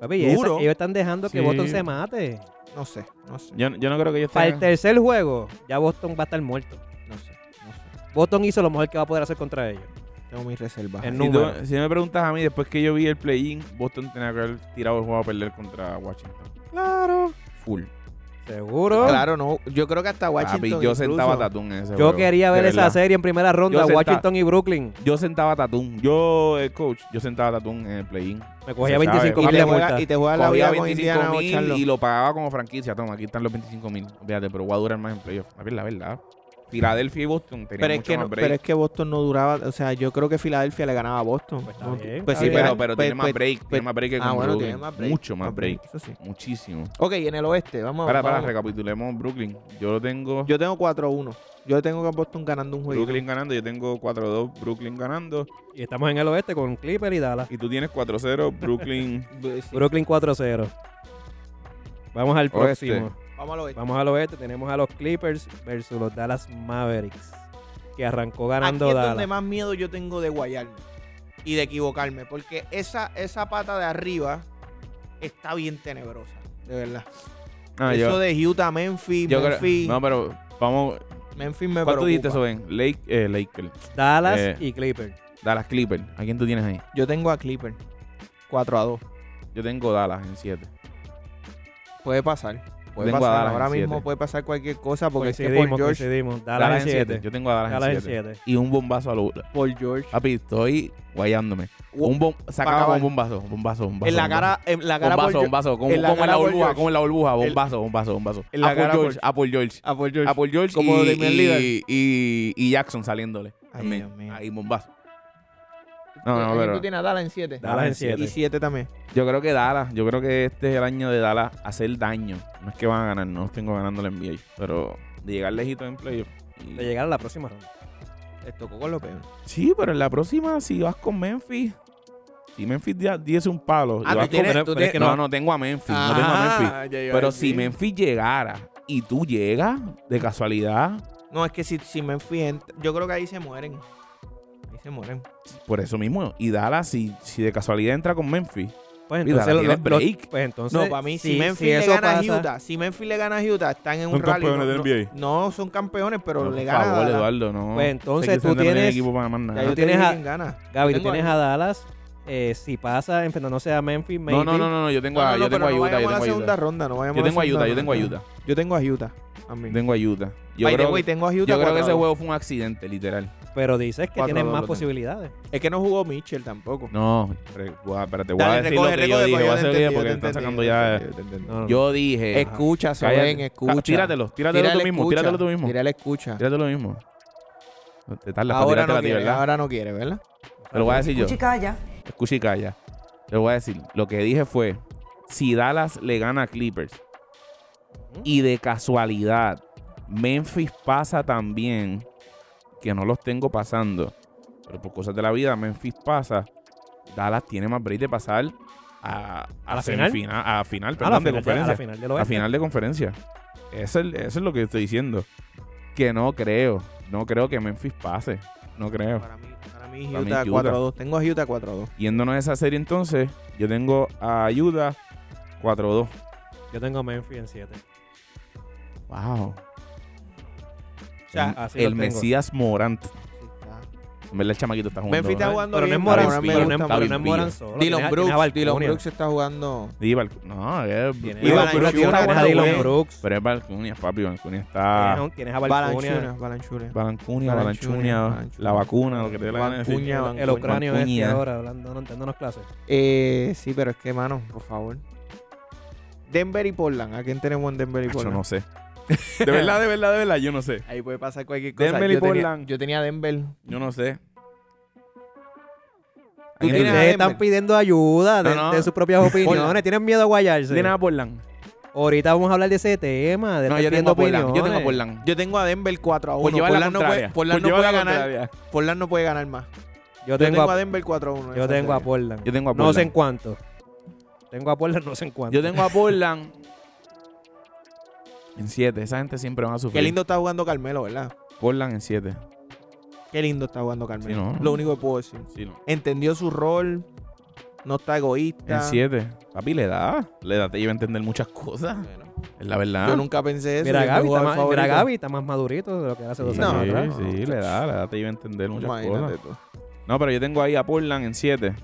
[SPEAKER 2] Papi, ellos,
[SPEAKER 1] Duro.
[SPEAKER 2] ellos están dejando que
[SPEAKER 3] Sí.
[SPEAKER 2] Boston se mate.
[SPEAKER 1] No sé, no sé,
[SPEAKER 3] Yo, yo no creo que ellos
[SPEAKER 2] Para el
[SPEAKER 3] tengan-
[SPEAKER 2] tercer juego, ya Boston va a estar muerto.
[SPEAKER 1] no sé, no sé.
[SPEAKER 2] Boston hizo lo mejor que va a poder hacer contra ellos.
[SPEAKER 1] Tengo mis reservas.
[SPEAKER 2] En
[SPEAKER 1] ahí.
[SPEAKER 2] nu-
[SPEAKER 3] Si, tú-
[SPEAKER 2] número.
[SPEAKER 3] si me preguntas a mí, después que yo vi el play-in, Boston tenía que haber tirado el juego a perder contra Washington. Claro. Full.
[SPEAKER 2] Seguro.
[SPEAKER 1] Claro, no, yo creo que hasta Washington
[SPEAKER 3] Papi, Ah, yo
[SPEAKER 1] incluso.
[SPEAKER 3] sentaba a Tatum en ese
[SPEAKER 2] Yo
[SPEAKER 3] juego,
[SPEAKER 2] quería
[SPEAKER 3] de
[SPEAKER 2] ver esa
[SPEAKER 3] verdad.
[SPEAKER 2] serie en primera ronda,
[SPEAKER 3] Yo senta-
[SPEAKER 2] Washington y Brooklyn.
[SPEAKER 3] Yo sentaba a Tatum. Yo, eh, coach, yo sentaba a Tatum en el play-in.
[SPEAKER 2] Me cogía
[SPEAKER 3] Se sabe.
[SPEAKER 2] 25
[SPEAKER 1] y
[SPEAKER 2] mil
[SPEAKER 1] te,
[SPEAKER 2] de
[SPEAKER 1] juega,
[SPEAKER 2] multa.
[SPEAKER 1] y te juega la
[SPEAKER 3] Cogía
[SPEAKER 1] vida con
[SPEAKER 3] 25
[SPEAKER 1] Indiana o
[SPEAKER 3] mil
[SPEAKER 1] Charlotte.
[SPEAKER 3] y lo pagaba como franquicia. Toma, aquí están los 25 mil. Fíjate, pero va a durar más en playoff. Papi, la verdad. Filadelfia y Boston tenían
[SPEAKER 1] Pero es,
[SPEAKER 3] mucho
[SPEAKER 1] que
[SPEAKER 3] más
[SPEAKER 1] no-
[SPEAKER 3] break.
[SPEAKER 1] pero es que Boston no duraba, o sea, yo creo que Filadelfia le ganaba a Boston.
[SPEAKER 2] Pues está
[SPEAKER 1] No,
[SPEAKER 2] bien,
[SPEAKER 1] pues
[SPEAKER 2] está
[SPEAKER 3] Sí,
[SPEAKER 1] sí,
[SPEAKER 2] bien.
[SPEAKER 3] pero,
[SPEAKER 1] pero,
[SPEAKER 3] pero
[SPEAKER 1] pues-
[SPEAKER 3] tiene más
[SPEAKER 1] pues-
[SPEAKER 3] break.
[SPEAKER 1] pues-
[SPEAKER 3] tiene más break que
[SPEAKER 1] ah,
[SPEAKER 3] con
[SPEAKER 1] bueno,
[SPEAKER 3] Brooklyn.
[SPEAKER 1] tiene más break.
[SPEAKER 3] Mucho más break.
[SPEAKER 1] Eso sí.
[SPEAKER 3] Muchísimo.
[SPEAKER 1] Ok, y en el oeste, vamos
[SPEAKER 3] Para, para,
[SPEAKER 1] vamos.
[SPEAKER 3] recapitulemos Brooklyn. Yo lo tengo.
[SPEAKER 1] Yo tengo 4-1. Yo tengo que a Boston ganando un juego.
[SPEAKER 3] Brooklyn ganando, yo tengo 4-2 Brooklyn ganando
[SPEAKER 2] Y estamos en el oeste con Clipper y Dallas.
[SPEAKER 3] y tú tienes 4-0 Brooklyn.
[SPEAKER 2] Brooklyn 4-0. Vamos al
[SPEAKER 3] Oeste.
[SPEAKER 2] próximo.
[SPEAKER 1] Vamos a lo
[SPEAKER 2] Vamos al oeste. Tenemos a los Clippers versus los Dallas Mavericks. Que arrancó
[SPEAKER 1] Aquí
[SPEAKER 2] ganando
[SPEAKER 1] es
[SPEAKER 2] Dallas.
[SPEAKER 1] donde más miedo yo tengo de guayarme y de equivocarme, porque esa, esa pata de arriba está bien tenebrosa, de verdad.
[SPEAKER 3] Ah,
[SPEAKER 1] Eso
[SPEAKER 3] yo,
[SPEAKER 1] de Utah, Memphis,
[SPEAKER 3] yo creo-
[SPEAKER 1] Memphis,
[SPEAKER 3] No, pero vamos.
[SPEAKER 1] Memphis me
[SPEAKER 3] ¿Cuánto
[SPEAKER 1] preocupa.
[SPEAKER 3] dijiste eso, Ben? Lake, eh, Lakers.
[SPEAKER 2] Dallas
[SPEAKER 3] Eh.
[SPEAKER 2] y Clippers.
[SPEAKER 3] Dallas Clippers. ¿A quién tú tienes ahí?
[SPEAKER 1] Yo tengo a Clipper 4 a 2.
[SPEAKER 3] Yo tengo Dallas en 7.
[SPEAKER 1] Puede pasar. Puede
[SPEAKER 3] Tengo a
[SPEAKER 1] pasar.
[SPEAKER 3] Dallas
[SPEAKER 1] Ahora
[SPEAKER 3] en
[SPEAKER 1] mismo
[SPEAKER 3] siete.
[SPEAKER 1] puede pasar cualquier cosa porque es que Paul
[SPEAKER 2] Coincidimos,
[SPEAKER 1] George,
[SPEAKER 2] coincidimos. Dallas en 7.
[SPEAKER 3] Yo tengo a Dallas,
[SPEAKER 2] Dallas en
[SPEAKER 3] en 7.
[SPEAKER 2] 7.
[SPEAKER 3] Y un bombazo a lo.
[SPEAKER 1] Paul George
[SPEAKER 3] Papi, estoy guayándome.
[SPEAKER 1] Wo-
[SPEAKER 3] Ah, Un bom... Sacaba
[SPEAKER 1] acabar.
[SPEAKER 3] un bombazo, bombazo, bombazo.
[SPEAKER 1] en la
[SPEAKER 3] bombazo.
[SPEAKER 1] cara, en la cara
[SPEAKER 3] bombazo,
[SPEAKER 1] Paul George-
[SPEAKER 3] bombazo. Como
[SPEAKER 1] en la
[SPEAKER 3] como en
[SPEAKER 1] cara
[SPEAKER 3] la
[SPEAKER 1] Paul
[SPEAKER 3] burbuja,
[SPEAKER 1] George.
[SPEAKER 3] como en la burbuja. Bombazo, bombazo, bombazo.
[SPEAKER 1] en la
[SPEAKER 3] a, por
[SPEAKER 1] cara
[SPEAKER 3] George, a por George.
[SPEAKER 1] a Paul George.
[SPEAKER 3] A por George
[SPEAKER 1] Como
[SPEAKER 3] y,
[SPEAKER 1] Damian Lillard.
[SPEAKER 3] y, y, y Jackson saliéndole.
[SPEAKER 1] Ay,
[SPEAKER 3] También.
[SPEAKER 1] Dios mío.
[SPEAKER 3] Ahí, bombazo. Ah, No,
[SPEAKER 1] ¿A
[SPEAKER 3] no,
[SPEAKER 1] quién
[SPEAKER 3] pero
[SPEAKER 1] tú tienes a Dallas en 7?
[SPEAKER 2] Dallas en
[SPEAKER 1] Y
[SPEAKER 2] 7.
[SPEAKER 1] 7 también.
[SPEAKER 3] yo creo que Dallas, yo creo que este es el año de Dallas hacer daño. No es que van a ganar, no los tengo ganando la NBA, pero de llegar lejito en playoff. Y-
[SPEAKER 2] De llegar a la próxima ronda.
[SPEAKER 1] Les eh, tocó con lo peor.
[SPEAKER 3] Sí, pero en la próxima, si vas con Memphis, si Memphis di- diese un palo,
[SPEAKER 1] Ah,
[SPEAKER 3] y
[SPEAKER 1] tú
[SPEAKER 3] vas con-
[SPEAKER 1] tienes-
[SPEAKER 2] pero-
[SPEAKER 1] tú
[SPEAKER 2] pero es
[SPEAKER 1] tienes-
[SPEAKER 2] que
[SPEAKER 3] no, no tengo a Memphis, no tengo
[SPEAKER 1] Ah,
[SPEAKER 3] a Memphis. Pero si Memphis llegara y tú llegas de casualidad,
[SPEAKER 1] No, es que si, si Memphis entra- yo creo que ahí se mueren. Ahí se mueren.
[SPEAKER 3] por eso mismo. Y Dallas, si, si de casualidad entra con Memphis,
[SPEAKER 2] Pues
[SPEAKER 3] Y Dallas
[SPEAKER 2] entonces,
[SPEAKER 3] tiene
[SPEAKER 2] los- los-
[SPEAKER 3] break.
[SPEAKER 2] pues entonces
[SPEAKER 1] No, para mí, si, Memphis le
[SPEAKER 2] eso
[SPEAKER 1] gana
[SPEAKER 2] pasa-
[SPEAKER 1] a Utah, si Memphis le gana a Utah, están en un
[SPEAKER 3] Son
[SPEAKER 1] rally.
[SPEAKER 3] campeones
[SPEAKER 1] no,
[SPEAKER 3] de
[SPEAKER 1] no-
[SPEAKER 3] NBA.
[SPEAKER 1] No, son campeones, pero
[SPEAKER 3] no,
[SPEAKER 1] le
[SPEAKER 3] por
[SPEAKER 1] gana.
[SPEAKER 3] favor,
[SPEAKER 1] a Dallas.
[SPEAKER 3] Eduardo, no.
[SPEAKER 2] Pues
[SPEAKER 3] Sé
[SPEAKER 2] entonces
[SPEAKER 3] que
[SPEAKER 2] tú
[SPEAKER 3] ustedes no tienen
[SPEAKER 2] tienes,
[SPEAKER 3] equipo para más nada.
[SPEAKER 1] Ya yo
[SPEAKER 2] Tú
[SPEAKER 1] te dije
[SPEAKER 2] tienes a-
[SPEAKER 1] quién gana.
[SPEAKER 2] Gaby, tú
[SPEAKER 1] Tengo
[SPEAKER 2] tienes a Dallas. eh, si pasa enfrentándose a Memphis,
[SPEAKER 3] No,
[SPEAKER 2] maybe.
[SPEAKER 3] no, no, no, no, yo tengo
[SPEAKER 1] No,
[SPEAKER 3] a
[SPEAKER 1] no, no,
[SPEAKER 3] yo tengo
[SPEAKER 1] pero
[SPEAKER 3] a
[SPEAKER 1] no
[SPEAKER 3] Utah, yo
[SPEAKER 1] vayamos a la
[SPEAKER 3] tengo a
[SPEAKER 1] segunda
[SPEAKER 3] Utah.
[SPEAKER 1] ronda, no vayamos
[SPEAKER 3] Yo
[SPEAKER 1] a la
[SPEAKER 3] tengo a
[SPEAKER 1] segunda
[SPEAKER 3] Utah, yo tengo a
[SPEAKER 1] ronda.
[SPEAKER 3] Utah.
[SPEAKER 1] Yo tengo a Utah. Amén.
[SPEAKER 3] Tengo a Utah. Yo
[SPEAKER 1] By the
[SPEAKER 3] creo,
[SPEAKER 1] way, tengo a Utah
[SPEAKER 3] yo creo que
[SPEAKER 1] cuatro a
[SPEAKER 3] ese
[SPEAKER 1] dos.
[SPEAKER 3] juego fue un accidente, literal.
[SPEAKER 2] Pero dices que
[SPEAKER 1] Cuatro
[SPEAKER 2] tienen
[SPEAKER 1] dos
[SPEAKER 2] más
[SPEAKER 1] lo tengo.
[SPEAKER 2] posibilidades.
[SPEAKER 1] Es que no jugó Mitchell tampoco.
[SPEAKER 3] No, re- guau, espérate, voy a
[SPEAKER 1] Dale,
[SPEAKER 3] decir lo
[SPEAKER 1] recoge,
[SPEAKER 3] que yo
[SPEAKER 1] recoge,
[SPEAKER 3] dije,
[SPEAKER 1] porque
[SPEAKER 3] voy a
[SPEAKER 1] yo
[SPEAKER 3] hacer
[SPEAKER 1] te
[SPEAKER 3] bien
[SPEAKER 1] entendí,
[SPEAKER 3] porque
[SPEAKER 1] yo te
[SPEAKER 3] están sacando
[SPEAKER 1] entendí, yo te
[SPEAKER 3] ya...
[SPEAKER 1] entendí, yo te entendí.
[SPEAKER 2] No, no, no.
[SPEAKER 3] Yo dije...
[SPEAKER 1] Escucha,
[SPEAKER 3] cállate. Ah,
[SPEAKER 1] Soben,
[SPEAKER 3] Ca-
[SPEAKER 1] escucha.
[SPEAKER 3] Tíratelo, tíratelo
[SPEAKER 1] Tírale
[SPEAKER 3] tú mismo,
[SPEAKER 1] escucha,
[SPEAKER 3] tíratelo tú mismo.
[SPEAKER 1] Tírale escucha.
[SPEAKER 3] Tírate lo mismo. Te tardas para
[SPEAKER 1] Ahora
[SPEAKER 3] tirarte
[SPEAKER 1] no
[SPEAKER 3] a ti,
[SPEAKER 1] quiere,
[SPEAKER 3] ¿verdad?
[SPEAKER 1] ahora no quiere, ¿verdad?
[SPEAKER 3] Te lo voy a decir yo.
[SPEAKER 5] Escucha y calla.
[SPEAKER 3] Escucha y calla. Te lo voy a decir. Lo que dije fue: si Dallas le gana a Clippers y de casualidad Memphis pasa también, que no los tengo pasando, pero por cosas de la vida, Memphis pasa, Dallas tiene más break de pasar a,
[SPEAKER 2] ¿A la
[SPEAKER 3] semifina- A final, perdón, de
[SPEAKER 2] final, a
[SPEAKER 3] conferencia.
[SPEAKER 2] Ah, la final del
[SPEAKER 3] a
[SPEAKER 2] oeste.
[SPEAKER 3] final de conferencia. Eso es, eso es lo que estoy diciendo. Que no creo. No creo que Memphis pase. No creo.
[SPEAKER 1] Para mí, para mí
[SPEAKER 3] Para mí
[SPEAKER 1] Utah
[SPEAKER 3] Utah.
[SPEAKER 1] 4-2. Tengo a Utah 4-2.
[SPEAKER 3] Yéndonos a esa serie entonces, yo tengo a Utah 4-2.
[SPEAKER 2] Yo tengo Memphis en 7.
[SPEAKER 3] Wow.
[SPEAKER 1] O sea,
[SPEAKER 2] así
[SPEAKER 3] el
[SPEAKER 2] lo tengo.
[SPEAKER 3] Mesías Morant. En verdad el chamaquito está jugando.
[SPEAKER 1] Memphis está
[SPEAKER 3] ¿no?
[SPEAKER 1] jugando
[SPEAKER 2] Pero no
[SPEAKER 1] bien.
[SPEAKER 2] es Morán,
[SPEAKER 1] ahora
[SPEAKER 3] Está
[SPEAKER 1] me
[SPEAKER 2] pero no es-
[SPEAKER 1] gusta
[SPEAKER 3] está
[SPEAKER 1] mucho.
[SPEAKER 2] pero no es
[SPEAKER 3] bien.
[SPEAKER 2] Morán solo. tiene a-
[SPEAKER 1] Dylan
[SPEAKER 2] tiene a
[SPEAKER 1] Brooks,
[SPEAKER 2] Balconia.
[SPEAKER 1] Dylan Brooks está jugando.
[SPEAKER 3] Y Bal- No, es...
[SPEAKER 2] Tiene-
[SPEAKER 1] Y
[SPEAKER 3] Bal-
[SPEAKER 1] Valanciunas
[SPEAKER 2] Brooks tiene
[SPEAKER 1] está
[SPEAKER 2] una buena
[SPEAKER 1] jugando
[SPEAKER 2] Dylan
[SPEAKER 1] bien.
[SPEAKER 2] Brooks.
[SPEAKER 3] Pero ah, es Balcunias, papi. Balcunias está...
[SPEAKER 2] Tienes a- Tienes a Balconia.
[SPEAKER 1] Balanchunas, Balanchunas. Valanciunas,
[SPEAKER 3] Balancunia, Balanchunia,
[SPEAKER 1] Valanciunas.
[SPEAKER 3] la vacuna, lo que te dé la gana de decir.
[SPEAKER 1] Bacuña, Bacuña.
[SPEAKER 2] El ucranio este
[SPEAKER 3] Balconia.
[SPEAKER 2] ahora, hablando, no dándonos clases.
[SPEAKER 1] Eh, sí, pero es que, mano, por favor. Denver y Portland. ¿A quién tenemos en Denver y
[SPEAKER 3] Acho,
[SPEAKER 1] Portland?
[SPEAKER 3] no sé. De verdad, de verdad, de verdad, yo no sé.
[SPEAKER 1] Ahí puede pasar cualquier cosa.
[SPEAKER 3] Denver y
[SPEAKER 1] yo tenía-
[SPEAKER 3] Portland.
[SPEAKER 1] yo tenía Denver.
[SPEAKER 3] Yo no sé.
[SPEAKER 1] Tú
[SPEAKER 3] ¿Alguien
[SPEAKER 1] tienes
[SPEAKER 3] "Eh, tiene-
[SPEAKER 2] Ustedes están
[SPEAKER 1] Denver.
[SPEAKER 2] pidiendo ayuda de,
[SPEAKER 3] No, no.
[SPEAKER 2] de sus propias opiniones. Tienen miedo a guayarse.
[SPEAKER 3] ¿Tiene a Portland?
[SPEAKER 2] Ahorita vamos a hablar de ese tema. De
[SPEAKER 3] No,
[SPEAKER 2] estar
[SPEAKER 3] yo tengo
[SPEAKER 2] pidiendo
[SPEAKER 3] a Portland. Yo tengo a
[SPEAKER 2] opiniones.
[SPEAKER 3] Portland.
[SPEAKER 1] Yo tengo a Denver 4 a 1.
[SPEAKER 3] Por llevar la
[SPEAKER 1] Portland no puede,
[SPEAKER 3] contraria.
[SPEAKER 1] Portland
[SPEAKER 3] Por
[SPEAKER 1] no
[SPEAKER 3] llevar
[SPEAKER 1] puede
[SPEAKER 3] la
[SPEAKER 1] ganar.
[SPEAKER 3] contraria.
[SPEAKER 1] Portland no puede ganar más.
[SPEAKER 2] Yo
[SPEAKER 1] Yo tengo
[SPEAKER 2] tengo
[SPEAKER 1] a
[SPEAKER 2] a-
[SPEAKER 1] Denver 4 a 1.
[SPEAKER 2] yo tengo a Portland.
[SPEAKER 3] Yo tengo a
[SPEAKER 2] No sé
[SPEAKER 3] Portland.
[SPEAKER 2] en cuánto. Tengo a Portland, no sé en cuánto.
[SPEAKER 3] Yo tengo a Portland en 7. Esa gente siempre van a sufrir.
[SPEAKER 1] Qué lindo está jugando Carmelo, ¿verdad?
[SPEAKER 3] Portland en 7.
[SPEAKER 1] Qué lindo está jugando Carmelo.
[SPEAKER 3] Sí, ¿no?
[SPEAKER 1] Lo único que puedo decir.
[SPEAKER 3] Sí, no.
[SPEAKER 1] Entendió su rol. No está egoísta.
[SPEAKER 3] En 7. Papi, le da. Le da, te lleva a entender muchas cosas.
[SPEAKER 1] Bueno,
[SPEAKER 3] Es la verdad.
[SPEAKER 1] Yo nunca pensé eso.
[SPEAKER 2] Mira,
[SPEAKER 1] yo
[SPEAKER 2] Gaby
[SPEAKER 1] tengo
[SPEAKER 2] está
[SPEAKER 1] al
[SPEAKER 2] más,
[SPEAKER 1] favorito.
[SPEAKER 2] mira, Gaby está más madurito de lo que hace dos
[SPEAKER 3] Sí,
[SPEAKER 1] No,
[SPEAKER 2] años
[SPEAKER 3] sí,
[SPEAKER 2] atrás.
[SPEAKER 1] atrás, no.
[SPEAKER 3] sí, le da, le da, te lleva a entender muchas
[SPEAKER 1] Imagínate
[SPEAKER 3] cosas.
[SPEAKER 1] tú.
[SPEAKER 3] No, pero yo tengo ahí a Portland en 7.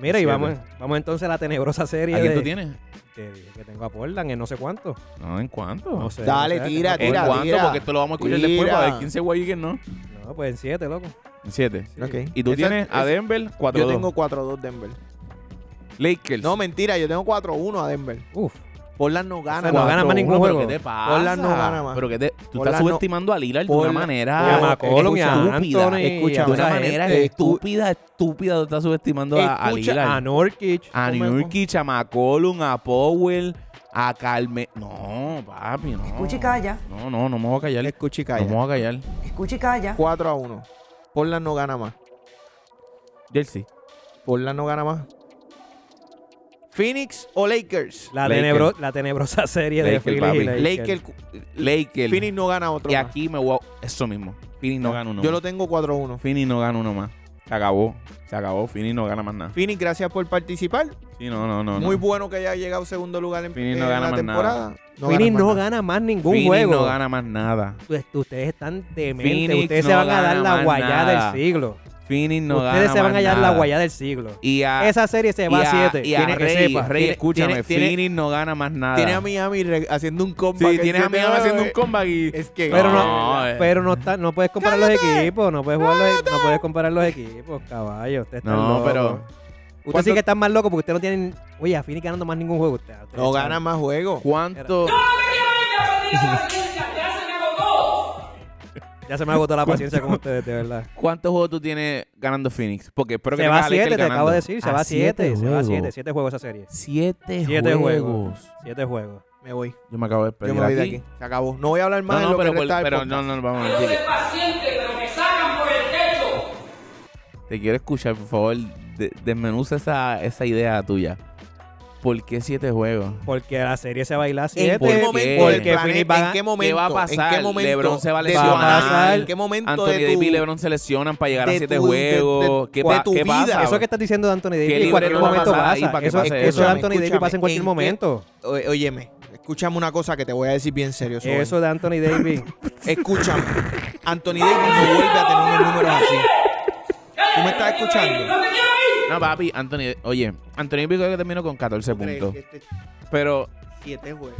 [SPEAKER 2] Mira, y
[SPEAKER 3] Siete.
[SPEAKER 2] vamos, vamos entonces a la tenebrosa serie.
[SPEAKER 3] ¿A quién
[SPEAKER 2] de-
[SPEAKER 3] tú tienes?
[SPEAKER 2] Te dije que tengo a Portland en no sé cuánto.
[SPEAKER 3] No, ¿en cuánto?
[SPEAKER 2] No sé,
[SPEAKER 1] Dale,
[SPEAKER 2] no sé,
[SPEAKER 1] tira, tira,
[SPEAKER 2] tengo a
[SPEAKER 3] ¿En cuánto?
[SPEAKER 2] Portland.
[SPEAKER 1] tira.
[SPEAKER 3] Porque esto lo vamos a escuchar después
[SPEAKER 1] Tira.
[SPEAKER 3] para ver quién se guay y quién no.
[SPEAKER 2] No, pues en siete, loco.
[SPEAKER 3] En 7.
[SPEAKER 1] Ok.
[SPEAKER 3] Y tú
[SPEAKER 1] Esa-
[SPEAKER 3] tienes a
[SPEAKER 1] esa-
[SPEAKER 3] Denver 4-2.
[SPEAKER 1] Yo tengo 4-2 Denver.
[SPEAKER 3] Lakers.
[SPEAKER 1] No, mentira, yo tengo 4-1 a Denver.
[SPEAKER 2] Uf.
[SPEAKER 1] Portland no gana.
[SPEAKER 2] O sea, no
[SPEAKER 1] más.
[SPEAKER 2] gana más ningún
[SPEAKER 3] 4-1, pero
[SPEAKER 2] juego.
[SPEAKER 3] ¿Qué te pasa?
[SPEAKER 1] Portland no gana más.
[SPEAKER 3] Pero que te, tú
[SPEAKER 1] Portland
[SPEAKER 3] estás
[SPEAKER 1] no-
[SPEAKER 3] subestimando a Lillard de una
[SPEAKER 1] Portland-
[SPEAKER 3] manera
[SPEAKER 2] Y a
[SPEAKER 1] Ah,
[SPEAKER 2] McCollum y a
[SPEAKER 3] escucha,
[SPEAKER 1] escucha,
[SPEAKER 2] Anthony.
[SPEAKER 1] ah,
[SPEAKER 2] y a
[SPEAKER 3] de
[SPEAKER 1] o
[SPEAKER 2] toda
[SPEAKER 3] una
[SPEAKER 1] sea,
[SPEAKER 2] esa
[SPEAKER 3] manera
[SPEAKER 2] gente.
[SPEAKER 3] estúpida, estúpida tú estás subestimando a, a
[SPEAKER 2] Escucha a
[SPEAKER 3] Lillard.
[SPEAKER 2] Nurkic.
[SPEAKER 3] A
[SPEAKER 1] Come
[SPEAKER 3] Nurkic, a McCollum, a Powell, a Carmen. No, papi, no.
[SPEAKER 5] Escucha y calla.
[SPEAKER 3] No, no, no me voy a callar.
[SPEAKER 1] Escucha y
[SPEAKER 3] No me
[SPEAKER 1] calla.
[SPEAKER 3] voy a callar.
[SPEAKER 5] Escucha y calla.
[SPEAKER 1] 4 a 1. Portland no gana más.
[SPEAKER 3] Jersey.
[SPEAKER 1] Portland no gana más. Phoenix o Lakers.
[SPEAKER 2] La,
[SPEAKER 3] Lakers.
[SPEAKER 2] tenebro- la tenebrosa serie
[SPEAKER 3] Lakers,
[SPEAKER 2] de
[SPEAKER 3] papi.
[SPEAKER 2] Philly y
[SPEAKER 1] Lakers.
[SPEAKER 3] Lakers.
[SPEAKER 1] Phoenix no gana otro.
[SPEAKER 3] Y
[SPEAKER 1] más.
[SPEAKER 3] aquí me voy a... Eso mismo. Phoenix no gana uno
[SPEAKER 1] Yo
[SPEAKER 3] más.
[SPEAKER 1] lo tengo 4 a 1.
[SPEAKER 3] Phoenix no gana uno más. Se acabó. Se acabó. Phoenix no gana más nada.
[SPEAKER 1] Phoenix, gracias por participar.
[SPEAKER 3] Sí, no, no, no.
[SPEAKER 1] Muy
[SPEAKER 3] no.
[SPEAKER 1] bueno que haya llegado segundo lugar en,
[SPEAKER 3] Phoenix no
[SPEAKER 1] en
[SPEAKER 3] gana
[SPEAKER 1] la
[SPEAKER 3] más
[SPEAKER 1] temporada.
[SPEAKER 2] Phoenix
[SPEAKER 1] más
[SPEAKER 2] no
[SPEAKER 1] nada.
[SPEAKER 2] gana más ningún
[SPEAKER 3] Phoenix
[SPEAKER 2] juego.
[SPEAKER 3] no gana más nada.
[SPEAKER 2] Pues, Ustedes están dementes.
[SPEAKER 3] Phoenix
[SPEAKER 2] Ustedes se
[SPEAKER 3] no
[SPEAKER 2] van a dar
[SPEAKER 3] gana
[SPEAKER 2] la
[SPEAKER 3] más
[SPEAKER 2] guayada
[SPEAKER 3] nada.
[SPEAKER 2] del siglo.
[SPEAKER 3] Phoenix no gana
[SPEAKER 2] Ustedes se van
[SPEAKER 3] más
[SPEAKER 2] a hallar la
[SPEAKER 3] nada.
[SPEAKER 2] guayada del siglo.
[SPEAKER 3] Y a,
[SPEAKER 2] Esa serie se va
[SPEAKER 3] y
[SPEAKER 2] a 7.
[SPEAKER 3] Y a
[SPEAKER 2] Tiene que
[SPEAKER 3] Rey,
[SPEAKER 2] sepa.
[SPEAKER 3] Rey,
[SPEAKER 1] Tiene-
[SPEAKER 3] escúchame,
[SPEAKER 1] tiene- tiene-
[SPEAKER 3] Phoenix no gana más nada.
[SPEAKER 1] Tiene a Miami re- haciendo un comeback.
[SPEAKER 3] Sí, tienes a
[SPEAKER 1] Este-
[SPEAKER 3] Miami haciendo un comeback y...
[SPEAKER 1] Es que
[SPEAKER 2] Pero
[SPEAKER 3] No,
[SPEAKER 2] no,
[SPEAKER 3] eh.
[SPEAKER 2] pero no, está- no puedes comparar los equipos, no puedes, jugar los, e- no puedes comparar los equipos, caballo. Usted está
[SPEAKER 3] No,
[SPEAKER 2] loco.
[SPEAKER 3] pero
[SPEAKER 2] Usted
[SPEAKER 3] ¿cuánto-
[SPEAKER 2] sí que está más loco porque usted no tiene. Oye, a Phoenix ganando más ningún juego. Usted, usted
[SPEAKER 1] No
[SPEAKER 2] sabe.
[SPEAKER 1] gana más juegos.
[SPEAKER 3] ¿cuánto?
[SPEAKER 2] Ya se me agotó la paciencia con ustedes, de verdad.
[SPEAKER 3] ¿Cuántos juegos tú tienes ganando Phoenix? Porque espero que
[SPEAKER 2] se va
[SPEAKER 3] tengas
[SPEAKER 2] a 7, te
[SPEAKER 3] Lakers
[SPEAKER 2] acabo de
[SPEAKER 3] ganando. Ah,
[SPEAKER 2] decir. Se va a 7, se va a 7. 7 Ah, juegos esa serie.
[SPEAKER 3] Siete,
[SPEAKER 2] Siete
[SPEAKER 3] juegos.
[SPEAKER 2] juegos. 7 juegos.
[SPEAKER 1] Me voy.
[SPEAKER 3] Yo me acabo de
[SPEAKER 1] Yo
[SPEAKER 3] despedir
[SPEAKER 1] me voy de aquí. Se acabó. No voy a hablar más
[SPEAKER 3] No,
[SPEAKER 1] de
[SPEAKER 3] no,
[SPEAKER 1] lo
[SPEAKER 3] pero,
[SPEAKER 1] que
[SPEAKER 3] por-
[SPEAKER 1] resta del
[SPEAKER 3] pero
[SPEAKER 1] podcast.
[SPEAKER 3] no, no, no, vamos.
[SPEAKER 4] Yo soy
[SPEAKER 3] Te,
[SPEAKER 4] paciente, pero me sacan por el techo.
[SPEAKER 3] te quiero escuchar, por favor. de- desmenuza esa, esa idea tuya. ¿Por qué siete juegos?
[SPEAKER 2] Porque la serie se baila
[SPEAKER 1] ¿En
[SPEAKER 2] 7.
[SPEAKER 3] ¿Por
[SPEAKER 1] qué
[SPEAKER 3] qué?
[SPEAKER 1] momento del
[SPEAKER 2] Porque
[SPEAKER 1] planeta-
[SPEAKER 2] Phoenix va a-
[SPEAKER 1] ¿En qué momento?
[SPEAKER 3] ¿Qué va a
[SPEAKER 1] ¿En
[SPEAKER 3] pasar?
[SPEAKER 1] qué momento?
[SPEAKER 3] LeBron se va a
[SPEAKER 1] de
[SPEAKER 3] lesionar.
[SPEAKER 1] tu análisis, ¿En qué momento
[SPEAKER 3] Anthony
[SPEAKER 1] de tu-
[SPEAKER 3] Davis y LeBron se lesionan para llegar a
[SPEAKER 1] de
[SPEAKER 3] siete
[SPEAKER 1] tu- de-
[SPEAKER 3] juegos.
[SPEAKER 1] de-
[SPEAKER 3] ¿Qué,
[SPEAKER 1] de
[SPEAKER 3] pa-
[SPEAKER 1] tu
[SPEAKER 3] qué
[SPEAKER 1] vida?
[SPEAKER 3] pasa?
[SPEAKER 2] Eso que estás diciendo de Anthony Davis,
[SPEAKER 3] libre
[SPEAKER 2] en cualquier
[SPEAKER 1] no va a
[SPEAKER 2] momento
[SPEAKER 1] pasar
[SPEAKER 3] ahí
[SPEAKER 2] pasa.
[SPEAKER 3] para que
[SPEAKER 2] Eso,
[SPEAKER 3] pase
[SPEAKER 2] eso de
[SPEAKER 1] eso.
[SPEAKER 2] Anthony Davis pasa en
[SPEAKER 1] Escúchame,
[SPEAKER 2] cualquier
[SPEAKER 1] ¿en qué-
[SPEAKER 2] momento.
[SPEAKER 1] Oye, óyeme, escúchame una cosa que te voy a decir bien serio. Soben.
[SPEAKER 2] Eso de Anthony Davis.
[SPEAKER 1] Escúchame. Anthony Davis no vuelve a tener unos números así. ¿Tú me estás escuchando?
[SPEAKER 3] No, papi, Anthony, oye, Anthony Davis creo que terminó con 14 puntos. Pero
[SPEAKER 1] este, Siete juegos.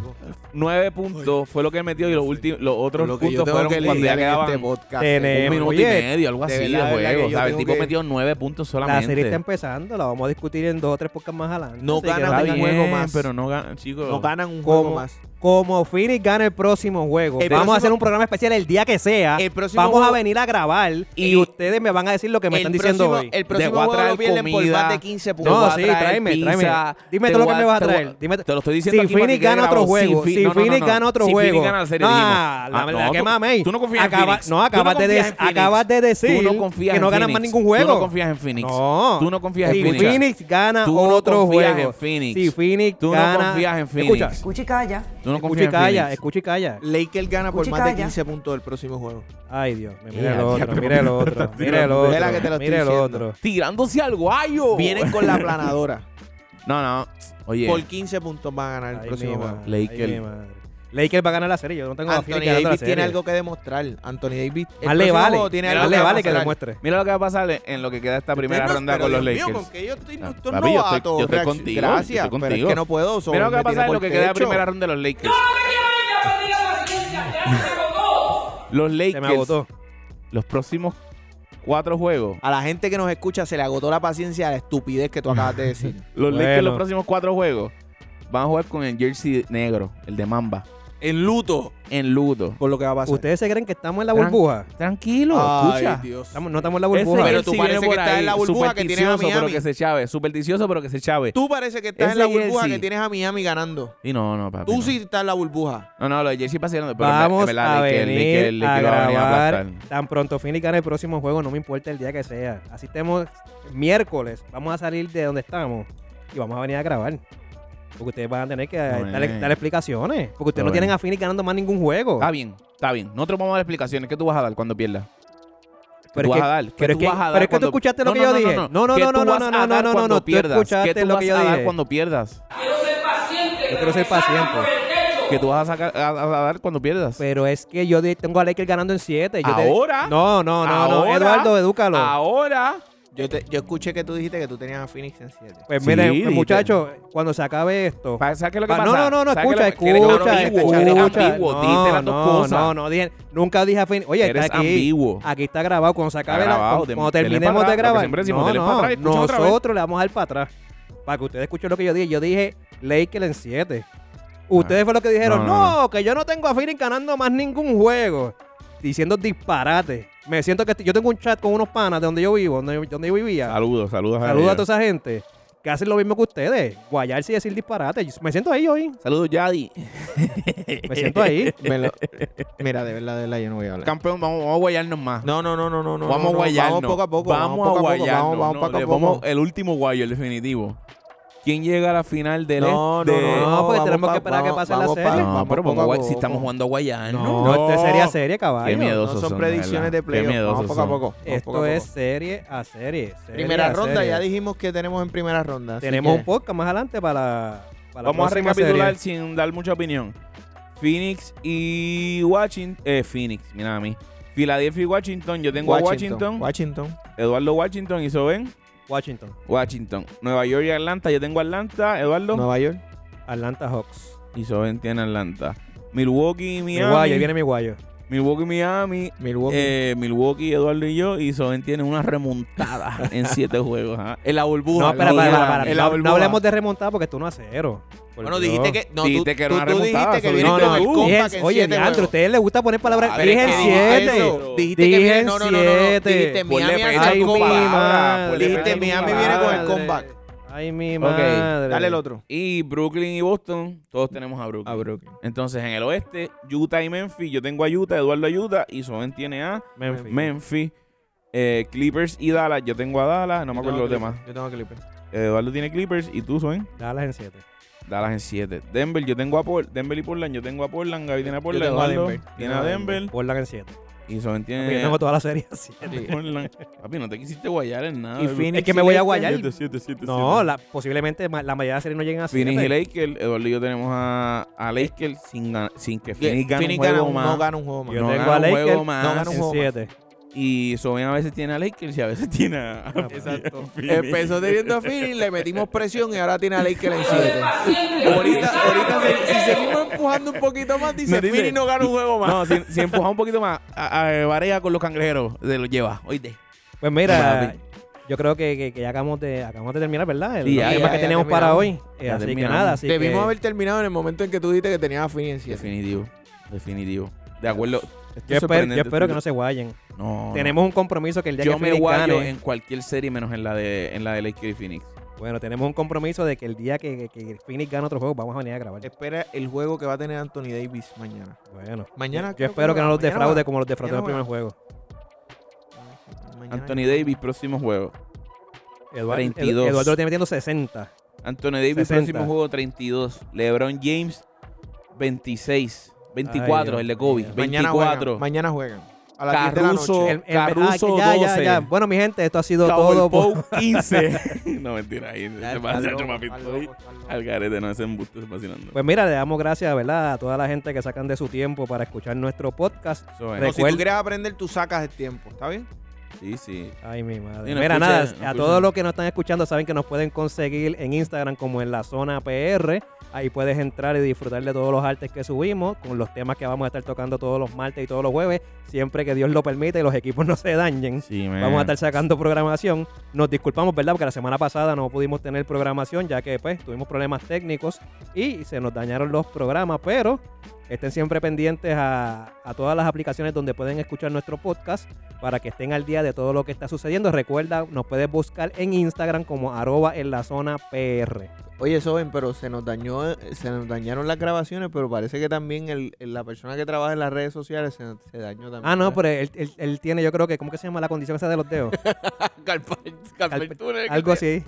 [SPEAKER 3] Nueve puntos fue lo que él metió y los, últimos, los otros
[SPEAKER 1] Lo que yo
[SPEAKER 3] puntos
[SPEAKER 1] tengo
[SPEAKER 3] fueron
[SPEAKER 1] que
[SPEAKER 3] cuando ya
[SPEAKER 1] lidiar en
[SPEAKER 3] quedaban
[SPEAKER 1] este podcast.
[SPEAKER 2] Tenemos-
[SPEAKER 3] un minuto
[SPEAKER 2] Oye,
[SPEAKER 3] y medio, algo
[SPEAKER 1] de
[SPEAKER 3] así de,
[SPEAKER 1] verdad, de verdad que
[SPEAKER 3] juego.
[SPEAKER 1] yo
[SPEAKER 3] ¿sabes? El
[SPEAKER 1] tengo
[SPEAKER 3] tipo
[SPEAKER 1] que-
[SPEAKER 3] metió nueve puntos
[SPEAKER 2] La
[SPEAKER 3] solamente.
[SPEAKER 2] serie está empezando, la vamos a discutir en dos o tres podcasts más adelante.
[SPEAKER 1] No
[SPEAKER 2] así que
[SPEAKER 1] gana
[SPEAKER 3] Está
[SPEAKER 2] no
[SPEAKER 1] de
[SPEAKER 2] tengan-
[SPEAKER 3] bien,
[SPEAKER 1] juego más.
[SPEAKER 3] pero no ganan, chicos.
[SPEAKER 1] Nos ganan un
[SPEAKER 2] ¿Cómo?
[SPEAKER 1] juego más.
[SPEAKER 2] Como Phoenix gana el próximo juego,
[SPEAKER 1] El
[SPEAKER 2] vamos
[SPEAKER 1] próximo-
[SPEAKER 2] a hacer un programa especial el día que sea.
[SPEAKER 1] El próximo
[SPEAKER 2] Vamos a
[SPEAKER 1] juego-
[SPEAKER 2] venir a grabar y,
[SPEAKER 1] Y-
[SPEAKER 2] ustedes me van a decir lo que me
[SPEAKER 1] el
[SPEAKER 2] están diciendo
[SPEAKER 1] próximo-
[SPEAKER 2] hoy.
[SPEAKER 1] El próximo
[SPEAKER 3] Te voy a
[SPEAKER 1] juego lo
[SPEAKER 3] traer
[SPEAKER 1] pierden por
[SPEAKER 3] comida.
[SPEAKER 1] más de 15
[SPEAKER 3] Te voy
[SPEAKER 2] No,
[SPEAKER 1] puntos.
[SPEAKER 3] a
[SPEAKER 2] sí,
[SPEAKER 3] traer
[SPEAKER 2] tráeme,
[SPEAKER 3] pizza,
[SPEAKER 2] tráeme. Dime
[SPEAKER 3] te
[SPEAKER 2] tú lo
[SPEAKER 3] voy
[SPEAKER 2] que me vas a
[SPEAKER 3] te voy
[SPEAKER 2] traer. Dime-
[SPEAKER 3] te lo estoy diciendo
[SPEAKER 2] si
[SPEAKER 3] aquí para
[SPEAKER 2] Phoenix
[SPEAKER 3] que quede
[SPEAKER 2] gana otro
[SPEAKER 3] grabado.
[SPEAKER 2] juego,
[SPEAKER 3] Phi-
[SPEAKER 2] si Phoenix gana otro
[SPEAKER 3] Si
[SPEAKER 2] juego.
[SPEAKER 3] Phoenix gana la serie,
[SPEAKER 2] Ah,
[SPEAKER 3] dijimos.
[SPEAKER 2] la-
[SPEAKER 3] Ah,
[SPEAKER 2] la
[SPEAKER 3] no,
[SPEAKER 2] que
[SPEAKER 3] tú-
[SPEAKER 2] mamey.
[SPEAKER 3] Tú no confías en
[SPEAKER 2] Acaba-
[SPEAKER 3] Phoenix.
[SPEAKER 2] no,
[SPEAKER 3] Tú
[SPEAKER 2] acabas de
[SPEAKER 3] confías
[SPEAKER 2] dec-
[SPEAKER 3] en Phoenix.
[SPEAKER 2] acabas de decir
[SPEAKER 3] Tú no confías
[SPEAKER 2] que no
[SPEAKER 3] en
[SPEAKER 2] ganan
[SPEAKER 3] Phoenix.
[SPEAKER 2] más ningún
[SPEAKER 3] Tú
[SPEAKER 2] juego.
[SPEAKER 3] no confías en Phoenix.
[SPEAKER 2] No.
[SPEAKER 3] Tú no confías
[SPEAKER 2] Si
[SPEAKER 3] en
[SPEAKER 2] Phoenix,
[SPEAKER 3] Phoenix.
[SPEAKER 2] gana
[SPEAKER 3] Tú no
[SPEAKER 2] otro
[SPEAKER 3] confías
[SPEAKER 2] juego.
[SPEAKER 3] en Phoenix.
[SPEAKER 2] Si Phoenix
[SPEAKER 3] Tú no
[SPEAKER 2] gana.
[SPEAKER 3] confías en Phoenix.
[SPEAKER 2] Escucha,
[SPEAKER 5] Escucha y calla.
[SPEAKER 3] Tú
[SPEAKER 2] escucha
[SPEAKER 3] no
[SPEAKER 2] y
[SPEAKER 3] confías en
[SPEAKER 2] calla,
[SPEAKER 3] Phoenix.
[SPEAKER 2] escucha y calla.
[SPEAKER 1] Laker gana por
[SPEAKER 5] Escucha,
[SPEAKER 1] más de
[SPEAKER 5] calla.
[SPEAKER 1] 15 puntos el próximo juego.
[SPEAKER 2] Ay, Dios. me Mira
[SPEAKER 3] Ya,
[SPEAKER 2] el otro,
[SPEAKER 3] diablo,
[SPEAKER 2] mira el otro, mira el otro.
[SPEAKER 1] Vela que te lo estoy
[SPEAKER 2] Mira el
[SPEAKER 1] diciendo.
[SPEAKER 2] otro.
[SPEAKER 3] Tirándose al guayo.
[SPEAKER 1] Vienen con la planadora.
[SPEAKER 3] No, no. Oye.
[SPEAKER 1] Por 15 puntos van a ganar el
[SPEAKER 2] Ay,
[SPEAKER 1] próximo
[SPEAKER 2] mi
[SPEAKER 1] juego.
[SPEAKER 2] madre, ay,
[SPEAKER 3] Lakers.
[SPEAKER 2] mi madre. Lakers va a ganar la serie. Yo no tengo a
[SPEAKER 1] Anthony
[SPEAKER 2] Phoenix ganando la
[SPEAKER 1] Davis
[SPEAKER 2] serie.
[SPEAKER 1] tiene algo que demostrar. Anthony Davis. el
[SPEAKER 2] Más le
[SPEAKER 1] próximo
[SPEAKER 2] vale.
[SPEAKER 1] juego tiene
[SPEAKER 2] Más
[SPEAKER 1] algo
[SPEAKER 2] le vale que
[SPEAKER 1] demostrar.
[SPEAKER 2] lo muestre.
[SPEAKER 3] Mira lo que va a pasar en- en lo que queda esta primera
[SPEAKER 1] Pero,
[SPEAKER 3] ronda
[SPEAKER 1] pero,
[SPEAKER 3] con los
[SPEAKER 1] Dios mío,
[SPEAKER 3] Lakers.
[SPEAKER 1] con que yo estoy,
[SPEAKER 3] Ah,
[SPEAKER 1] tú eres
[SPEAKER 3] papi, yo estoy-
[SPEAKER 1] novato,
[SPEAKER 3] yo estoy
[SPEAKER 1] reacc-
[SPEAKER 3] contigo,
[SPEAKER 1] Gracias,
[SPEAKER 3] yo estoy
[SPEAKER 1] pero es
[SPEAKER 3] contigo.
[SPEAKER 1] que no puedo. so,
[SPEAKER 3] Mira lo que va
[SPEAKER 1] me
[SPEAKER 3] a pasar en
[SPEAKER 1] tiene
[SPEAKER 3] lo
[SPEAKER 1] por
[SPEAKER 3] que queda la
[SPEAKER 1] techo.
[SPEAKER 3] primera ronda de los Lakers. Los
[SPEAKER 2] Se me
[SPEAKER 3] Lakers,
[SPEAKER 2] agotó.
[SPEAKER 3] los próximos cuatro juegos.
[SPEAKER 1] A la gente que nos escucha se le agotó la paciencia de la estupidez que tú acabas de decir.
[SPEAKER 3] Los Lakers,
[SPEAKER 2] Bueno.
[SPEAKER 3] los próximos cuatro juegos. Van a jugar con el jersey negro, el de Mamba.
[SPEAKER 1] en luto.
[SPEAKER 3] En luto.
[SPEAKER 1] Por lo que va a pasar.
[SPEAKER 2] ¿Ustedes se creen que estamos en la burbuja?
[SPEAKER 3] Tranquilo, escucha.
[SPEAKER 1] Dios.
[SPEAKER 2] Estamos- no estamos en la
[SPEAKER 3] Ese
[SPEAKER 2] burbuja.
[SPEAKER 1] Pero
[SPEAKER 3] pero
[SPEAKER 1] tú
[SPEAKER 3] tú
[SPEAKER 1] parece que estás en la burbuja que tienes a
[SPEAKER 3] pero
[SPEAKER 1] Miami.
[SPEAKER 3] que se chave. Supersticioso, pero que se chave.
[SPEAKER 1] Tú parece que estás
[SPEAKER 3] Ese
[SPEAKER 1] en la burbuja
[SPEAKER 3] jersey.
[SPEAKER 1] que tienes a Miami ganando.
[SPEAKER 3] Y no, no, papi.
[SPEAKER 1] Tú
[SPEAKER 3] no.
[SPEAKER 1] sí estás en la burbuja.
[SPEAKER 3] No, no, lo de jersey paseando. Pero en ver- en
[SPEAKER 2] Vamos
[SPEAKER 3] verdad,
[SPEAKER 2] a
[SPEAKER 3] Lakers, Lakers,
[SPEAKER 2] venir a
[SPEAKER 3] Lakers lo van venir a
[SPEAKER 2] grabar
[SPEAKER 3] aplastar.
[SPEAKER 2] tan pronto Phoenix gane el próximo juego, no me importa el día que sea. Así estemos miércoles, vamos a salir de donde estamos y vamos a venir a grabar. Porque ustedes van a tener que
[SPEAKER 3] Bueno.
[SPEAKER 2] darle, darle explicaciones. Porque ustedes
[SPEAKER 3] Bueno.
[SPEAKER 2] no tienen a Phoenix ganando más ningún juego.
[SPEAKER 3] Está bien, está bien. Nosotros vamos a dar explicaciones. ¿Qué tú vas a dar cuando pierdas?
[SPEAKER 2] Pero es
[SPEAKER 3] tú
[SPEAKER 2] que-
[SPEAKER 3] vas a dar? ¿Qué
[SPEAKER 2] pero es
[SPEAKER 3] tú
[SPEAKER 2] que-
[SPEAKER 3] vas a dar
[SPEAKER 2] pero es que tú
[SPEAKER 3] cuando-
[SPEAKER 2] escuchaste lo
[SPEAKER 3] No,
[SPEAKER 2] que
[SPEAKER 3] no,
[SPEAKER 2] yo
[SPEAKER 3] no,
[SPEAKER 2] dije. No, no,
[SPEAKER 3] ¿Qué
[SPEAKER 2] no,
[SPEAKER 3] tú
[SPEAKER 2] no,
[SPEAKER 3] vas
[SPEAKER 2] no,
[SPEAKER 3] a
[SPEAKER 2] no,
[SPEAKER 3] dar
[SPEAKER 2] no, no,
[SPEAKER 3] cuando
[SPEAKER 2] no, tú
[SPEAKER 3] pierdas?
[SPEAKER 2] escuchaste
[SPEAKER 3] ¿Qué tú
[SPEAKER 2] lo que
[SPEAKER 3] vas
[SPEAKER 2] yo
[SPEAKER 3] a dar
[SPEAKER 2] dije?
[SPEAKER 3] cuando pierdas?
[SPEAKER 2] Yo quiero ser paciente.
[SPEAKER 3] ¿Qué tú vas a, sacar, a, a dar cuando pierdas?
[SPEAKER 2] Pero es que yo di- tengo a Lakers ganando en 7.
[SPEAKER 3] ¿Ahora?
[SPEAKER 2] No, no, no, no.
[SPEAKER 3] Ahora, Ah,
[SPEAKER 2] Eduardo, edúcalo.
[SPEAKER 3] Ahora.
[SPEAKER 1] Yo, te- yo escuché que tú dijiste que tú tenías a Phoenix en 7.
[SPEAKER 2] Pues
[SPEAKER 3] Sí,
[SPEAKER 2] miren, pues,
[SPEAKER 3] dijiste.
[SPEAKER 2] muchachos, cuando se acabe esto.
[SPEAKER 3] Pa- ¿Sabes qué es lo que
[SPEAKER 2] pa-
[SPEAKER 3] pasa?
[SPEAKER 2] no, no, no, no,
[SPEAKER 3] ¿Sabes
[SPEAKER 2] escucha,
[SPEAKER 3] qué es lo que- eres
[SPEAKER 2] escucha, este,
[SPEAKER 3] ambiguo,
[SPEAKER 2] escucha.
[SPEAKER 3] eres ambiguo, dite
[SPEAKER 2] no,
[SPEAKER 3] las dos
[SPEAKER 2] no,
[SPEAKER 3] cosas.
[SPEAKER 2] no, no, dije, nunca dije a Phoenix. Oye,
[SPEAKER 3] Eres
[SPEAKER 2] está aquí.
[SPEAKER 3] ambiguo.
[SPEAKER 2] Aquí está grabado. Cuando se acabe
[SPEAKER 3] Está
[SPEAKER 2] la-
[SPEAKER 3] grabado,
[SPEAKER 2] cuando,
[SPEAKER 3] den-
[SPEAKER 2] cuando
[SPEAKER 3] denle
[SPEAKER 2] terminemos
[SPEAKER 3] para
[SPEAKER 2] de
[SPEAKER 3] atrás, lo que
[SPEAKER 2] grabar.
[SPEAKER 3] siempre decimos, denle
[SPEAKER 2] no,
[SPEAKER 3] para
[SPEAKER 2] no,
[SPEAKER 3] atrás y escuchen otra vez.
[SPEAKER 2] nosotros le vamos a dar para atrás. Para que ustedes escuchen lo que yo dije. Yo dije Lakers en 7. Ustedes fue lo que dijeron,
[SPEAKER 3] Ah. No,
[SPEAKER 2] no,
[SPEAKER 3] no,
[SPEAKER 2] que yo no tengo a Phoenix ganando más ningún juego. Diciendo disparates. Me siento que estoy- yo tengo un chat con unos panas de donde yo vivo, donde yo, donde yo vivía.
[SPEAKER 3] Saludos, saludos
[SPEAKER 2] Saludos a toda
[SPEAKER 3] todos.
[SPEAKER 2] esa gente que hacen lo mismo que ustedes. Guayarse y decir disparate. Yo- Me siento ahí hoy.
[SPEAKER 3] Saludos, Yadi.
[SPEAKER 2] Me siento ahí.
[SPEAKER 1] mira, de verdad, de verdad, yo no voy a hablar.
[SPEAKER 3] Campeón, vamos, vamos a guayarnos más.
[SPEAKER 1] No, no, no, no, no. no,
[SPEAKER 3] vamos
[SPEAKER 1] no,
[SPEAKER 3] a
[SPEAKER 1] no,
[SPEAKER 3] guayarnos.
[SPEAKER 1] Vamos poco a poco.
[SPEAKER 3] Vamos,
[SPEAKER 1] poco
[SPEAKER 3] a
[SPEAKER 1] poco,
[SPEAKER 3] guayarnos.
[SPEAKER 1] Vamos, vamos
[SPEAKER 3] no,
[SPEAKER 1] poco a
[SPEAKER 3] le
[SPEAKER 1] poco.
[SPEAKER 3] vamos el último guayo, el definitivo. ¿Quién llega a la final del
[SPEAKER 1] No,
[SPEAKER 3] este?
[SPEAKER 1] no, no,
[SPEAKER 2] No, porque
[SPEAKER 1] vamos
[SPEAKER 2] tenemos
[SPEAKER 1] pa-
[SPEAKER 2] que esperar a que
[SPEAKER 1] vamos-
[SPEAKER 2] pase la
[SPEAKER 1] Ah, vamos
[SPEAKER 2] serie.
[SPEAKER 1] pa-
[SPEAKER 3] No, pero
[SPEAKER 1] poco
[SPEAKER 3] vamos a
[SPEAKER 1] a
[SPEAKER 3] guay-
[SPEAKER 1] poco.
[SPEAKER 3] si estamos jugando a guayarnos.
[SPEAKER 2] No, este esto es serie a serie,
[SPEAKER 3] Qué
[SPEAKER 2] caballo.
[SPEAKER 1] No
[SPEAKER 3] miedosos
[SPEAKER 1] son,
[SPEAKER 3] son,
[SPEAKER 1] predicciones de
[SPEAKER 3] verdad. Qué
[SPEAKER 1] playoff. Vamos
[SPEAKER 3] miedosos
[SPEAKER 1] poco a
[SPEAKER 3] son.
[SPEAKER 1] poco. vamos
[SPEAKER 2] Esto
[SPEAKER 1] poco a poco.
[SPEAKER 2] es serie a serie. serie
[SPEAKER 1] Primera
[SPEAKER 2] a
[SPEAKER 1] ronda,
[SPEAKER 2] serie.
[SPEAKER 1] ya dijimos que tenemos en primera ronda. así
[SPEAKER 2] Tenemos
[SPEAKER 1] que-
[SPEAKER 2] un podcast más adelante para, para la
[SPEAKER 3] Vamos a
[SPEAKER 2] próxima
[SPEAKER 3] recapitular
[SPEAKER 2] serie.
[SPEAKER 3] sin dar mucha opinión. Phoenix y Washington. Eh, Phoenix, mira a mí. Filadelfia y Washington. Yo tengo a Washington.
[SPEAKER 1] Washington.
[SPEAKER 3] Eduardo Washington hizo Ben.
[SPEAKER 2] Washington,
[SPEAKER 3] Washington. Nueva York y Atlanta. Yo tengo Atlanta. Eduardo.
[SPEAKER 1] Nueva York.
[SPEAKER 2] Atlanta Hawks.
[SPEAKER 3] Y Soben tiene Atlanta. Milwaukee y
[SPEAKER 2] Mi
[SPEAKER 3] Miami.
[SPEAKER 2] guayo, ahí viene mi guayo.
[SPEAKER 3] Milwaukee y Miami.
[SPEAKER 1] Milwaukee.
[SPEAKER 3] Eh, Milwaukee, Eduardo y yo. Y Soben tiene una remontada en siete juegos. ajá. En Uh, la burbuja.
[SPEAKER 2] No, espera,
[SPEAKER 3] en la
[SPEAKER 2] para, para,
[SPEAKER 3] burbuja,
[SPEAKER 2] para.
[SPEAKER 3] en la
[SPEAKER 2] No, no
[SPEAKER 3] burbuja.
[SPEAKER 2] hablemos de remontada porque tú no a cero. Por
[SPEAKER 1] bueno,
[SPEAKER 2] Dios.
[SPEAKER 1] dijiste que. No,
[SPEAKER 3] Dijiste
[SPEAKER 1] tú,
[SPEAKER 3] que era
[SPEAKER 1] tú-
[SPEAKER 3] una
[SPEAKER 1] tú dijiste
[SPEAKER 3] remontada,
[SPEAKER 1] que
[SPEAKER 3] solo
[SPEAKER 1] viene
[SPEAKER 2] No,
[SPEAKER 3] dijiste
[SPEAKER 1] con
[SPEAKER 2] no,
[SPEAKER 1] el
[SPEAKER 2] dije-
[SPEAKER 1] compa que en
[SPEAKER 2] oye,
[SPEAKER 1] siete
[SPEAKER 2] Leandro, a
[SPEAKER 1] juegos.
[SPEAKER 2] ustedes les gusta poner palabras.
[SPEAKER 3] Padre,
[SPEAKER 2] Dije
[SPEAKER 3] es
[SPEAKER 2] en
[SPEAKER 3] que
[SPEAKER 1] dijiste
[SPEAKER 2] siete.
[SPEAKER 1] eso. Dijiste que
[SPEAKER 2] Dije
[SPEAKER 1] viene-
[SPEAKER 2] en
[SPEAKER 1] no, no, no, no,
[SPEAKER 2] siete.
[SPEAKER 1] Dijiste
[SPEAKER 3] Ponle
[SPEAKER 1] Miami
[SPEAKER 3] pecho
[SPEAKER 1] al
[SPEAKER 3] al
[SPEAKER 2] Ay, mi
[SPEAKER 3] compa.
[SPEAKER 1] compa.
[SPEAKER 3] Ahora,
[SPEAKER 2] madre.
[SPEAKER 3] ponle
[SPEAKER 1] Dijiste,
[SPEAKER 3] pecho al
[SPEAKER 1] Miami
[SPEAKER 3] compa.
[SPEAKER 1] viene con el comeback.
[SPEAKER 2] Ay, mi
[SPEAKER 3] Ok,
[SPEAKER 2] madre.
[SPEAKER 1] Dale el otro.
[SPEAKER 3] Y Brooklyn y Boston, todos tenemos a
[SPEAKER 1] Ah,
[SPEAKER 3] Brooklyn. Entonces, en el oeste, Utah y Memphis. Yo tengo a Utah, Eduardo a Utah. Y Soben tiene a
[SPEAKER 2] Memphis.
[SPEAKER 3] Memphis. Eh, Clippers y Dallas. Yo tengo a Dallas. No me acuerdo los demás.
[SPEAKER 1] Yo tengo Clippers.
[SPEAKER 3] Eduardo tiene Clippers. ¿Y tú, Soben?
[SPEAKER 2] Dallas en 7.
[SPEAKER 3] Dallas en 7. Denver, yo tengo a Portland. Denver y Portland, yo tengo a Portland. Gaby tiene a Portland.
[SPEAKER 1] tengo a
[SPEAKER 3] Eduardo
[SPEAKER 1] Denver.
[SPEAKER 3] Tiene a Denver. Eh.
[SPEAKER 2] Portland en 7.
[SPEAKER 3] Y Soben
[SPEAKER 2] Yo
[SPEAKER 3] tiene
[SPEAKER 2] tengo
[SPEAKER 3] a
[SPEAKER 2] toda la serie así.
[SPEAKER 3] Portland. Papi, no te quisiste guayar en nada.
[SPEAKER 2] Y
[SPEAKER 3] baby.
[SPEAKER 2] Phoenix Es que me y voy a Lakers. guayar.
[SPEAKER 3] Siete, siete, siete,
[SPEAKER 2] No,
[SPEAKER 3] siete.
[SPEAKER 2] la- posiblemente ma- la mayoría de las series no lleguen a
[SPEAKER 3] Phoenix y
[SPEAKER 2] 7.
[SPEAKER 3] Lakers. Eduardo y yo tenemos a, a Lakers sin, gan- sin que Phoenix gane
[SPEAKER 1] Phoenix
[SPEAKER 3] un
[SPEAKER 1] gana
[SPEAKER 3] juego
[SPEAKER 1] un-
[SPEAKER 3] más.
[SPEAKER 1] no gana un juego más.
[SPEAKER 2] Yo
[SPEAKER 3] No
[SPEAKER 2] tengo
[SPEAKER 3] gana
[SPEAKER 2] a
[SPEAKER 3] un juego
[SPEAKER 2] Lakers
[SPEAKER 3] más.
[SPEAKER 2] en 7.
[SPEAKER 3] Y Soben a veces tiene a Lakers y a veces tiene a, a-
[SPEAKER 2] Exacto.
[SPEAKER 3] a Phoenix.
[SPEAKER 1] Empezó teniendo a Phoenix, le metimos presión y ahora tiene a Lakers en 7.
[SPEAKER 4] Paciente.
[SPEAKER 1] Ahorita, ahorita se- si seguimos empujando un poquito más, dice
[SPEAKER 3] No, dice-
[SPEAKER 1] Phoenix no gana un juego más.
[SPEAKER 3] No, si, si empuja un poquito más, a, a- Varea con los cangrejeros se los lleva. Oíste.
[SPEAKER 2] Pues mira, yo creo que, que- que ya acabamos de, acabamos de terminar, ¿verdad? El
[SPEAKER 3] Sí, ya,
[SPEAKER 2] tema
[SPEAKER 1] ya,
[SPEAKER 2] que
[SPEAKER 1] ya
[SPEAKER 2] tenemos para hoy.
[SPEAKER 1] terminamos.
[SPEAKER 2] Eh,
[SPEAKER 3] Ya
[SPEAKER 2] así que
[SPEAKER 3] terminamos.
[SPEAKER 2] nada, así
[SPEAKER 1] Debimos
[SPEAKER 2] que-
[SPEAKER 1] haber terminado en el momento en que tú dijiste que tenías a Phoenix en 7.
[SPEAKER 3] Definitivo. Definitivo. De acuerdo. Esto
[SPEAKER 2] yo,
[SPEAKER 3] es
[SPEAKER 2] espero, yo
[SPEAKER 3] sorprendente.
[SPEAKER 2] espero que no se guayen.
[SPEAKER 3] No, no.
[SPEAKER 2] Tenemos un compromiso que el día
[SPEAKER 3] Yo
[SPEAKER 2] que
[SPEAKER 3] me
[SPEAKER 2] Phoenix
[SPEAKER 3] guayo
[SPEAKER 2] gane-
[SPEAKER 3] en cualquier serie menos en la de, en la de Lakers y Phoenix.
[SPEAKER 2] Bueno, tenemos un compromiso de que el día que, que- que Phoenix gane otro juego, vamos a venir a grabar.
[SPEAKER 1] Espera el juego que va a tener Anthony Davis mañana.
[SPEAKER 2] Bueno.
[SPEAKER 1] Mañana
[SPEAKER 2] Yo espero que no los defraude como los defraudó en el
[SPEAKER 1] mañana
[SPEAKER 2] primer juego.
[SPEAKER 3] Anthony Davis, próximo juego.
[SPEAKER 2] Eduardo,
[SPEAKER 3] 32.
[SPEAKER 2] Eduardo lo tiene metiendo 60.
[SPEAKER 3] Anthony Davis,
[SPEAKER 2] 60.
[SPEAKER 3] próximo juego 32. LeBron James, 26. 24,
[SPEAKER 2] Dios
[SPEAKER 3] el de Kobe.
[SPEAKER 2] mío.
[SPEAKER 1] Mañana
[SPEAKER 3] 24.
[SPEAKER 1] juegan. Mañana juegan. A las 10 de la
[SPEAKER 3] Caruso,
[SPEAKER 1] noche.
[SPEAKER 3] El- Caruso,
[SPEAKER 2] ah, ya, ya,
[SPEAKER 3] 12.
[SPEAKER 2] ya. Bueno, mi gente, esto ha sido
[SPEAKER 3] Cowboy
[SPEAKER 2] todo. por-
[SPEAKER 3] Pope, 15. no, mentira. Ahí se
[SPEAKER 1] Está
[SPEAKER 3] pasa,
[SPEAKER 1] loco,
[SPEAKER 3] chumapito,
[SPEAKER 1] está
[SPEAKER 3] ahí.
[SPEAKER 1] loco, está loco.
[SPEAKER 3] Al garete, no, ese embuste es fascinante.
[SPEAKER 2] Pues mira, le damos gracias, ¿verdad? A toda la gente que sacan de su tiempo para escuchar nuestro podcast.
[SPEAKER 3] Eso es.
[SPEAKER 1] No, si tú
[SPEAKER 2] recuerda-
[SPEAKER 1] quieres aprender, tú sacas el tiempo, ¿está bien?
[SPEAKER 3] Sí, sí.
[SPEAKER 2] Ay, mi madre.
[SPEAKER 3] Y no
[SPEAKER 2] Mira,
[SPEAKER 3] escucha-
[SPEAKER 2] nada,
[SPEAKER 3] no
[SPEAKER 2] a
[SPEAKER 3] escucha.
[SPEAKER 2] todos los que nos están escuchando saben que nos pueden conseguir en Instagram como en la zona PR. Ahí puedes entrar y disfrutar de todos los artes que subimos, con los temas que vamos a estar tocando todos los martes y todos los jueves, siempre que Dios lo permita y los equipos no se dañen.
[SPEAKER 3] Sí,
[SPEAKER 2] Vamos a estar sacando programación. Nos disculpamos, ¿verdad? Porque la semana pasada no pudimos tener programación, ya que pues tuvimos problemas técnicos y se nos dañaron los programas, pero estén siempre pendientes a, a todas las aplicaciones donde pueden escuchar nuestro podcast para que estén al día de todo lo que está sucediendo. Recuerda, nos puedes buscar en Instagram como arroba en la zona PR.
[SPEAKER 1] Oye, Soben, pero se nos dañó, se nos dañaron las grabaciones, pero parece que también el, el- la persona que trabaja en las redes sociales se, se dañó también.
[SPEAKER 2] Ah, no, pero él, él- él tiene, yo creo que, ¿cómo que se llama la condición esa de los dedos? pues, Calpe- Algo así.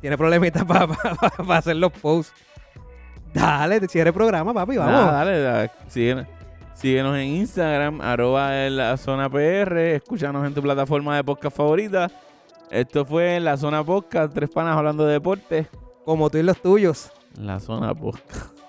[SPEAKER 2] Tiene problemitas para hacer los posts. Dale, te cierre el programa, papi, vamos.
[SPEAKER 3] Nada, dale, dale. Síguenos, síguenos en Instagram, arroba en la zona PR, escúchanos en tu plataforma de podcast favorita. Esto fue La Zona Podcast, tres panas hablando de deporte.
[SPEAKER 2] Como tú y los tuyos.
[SPEAKER 3] La Zona Podcast.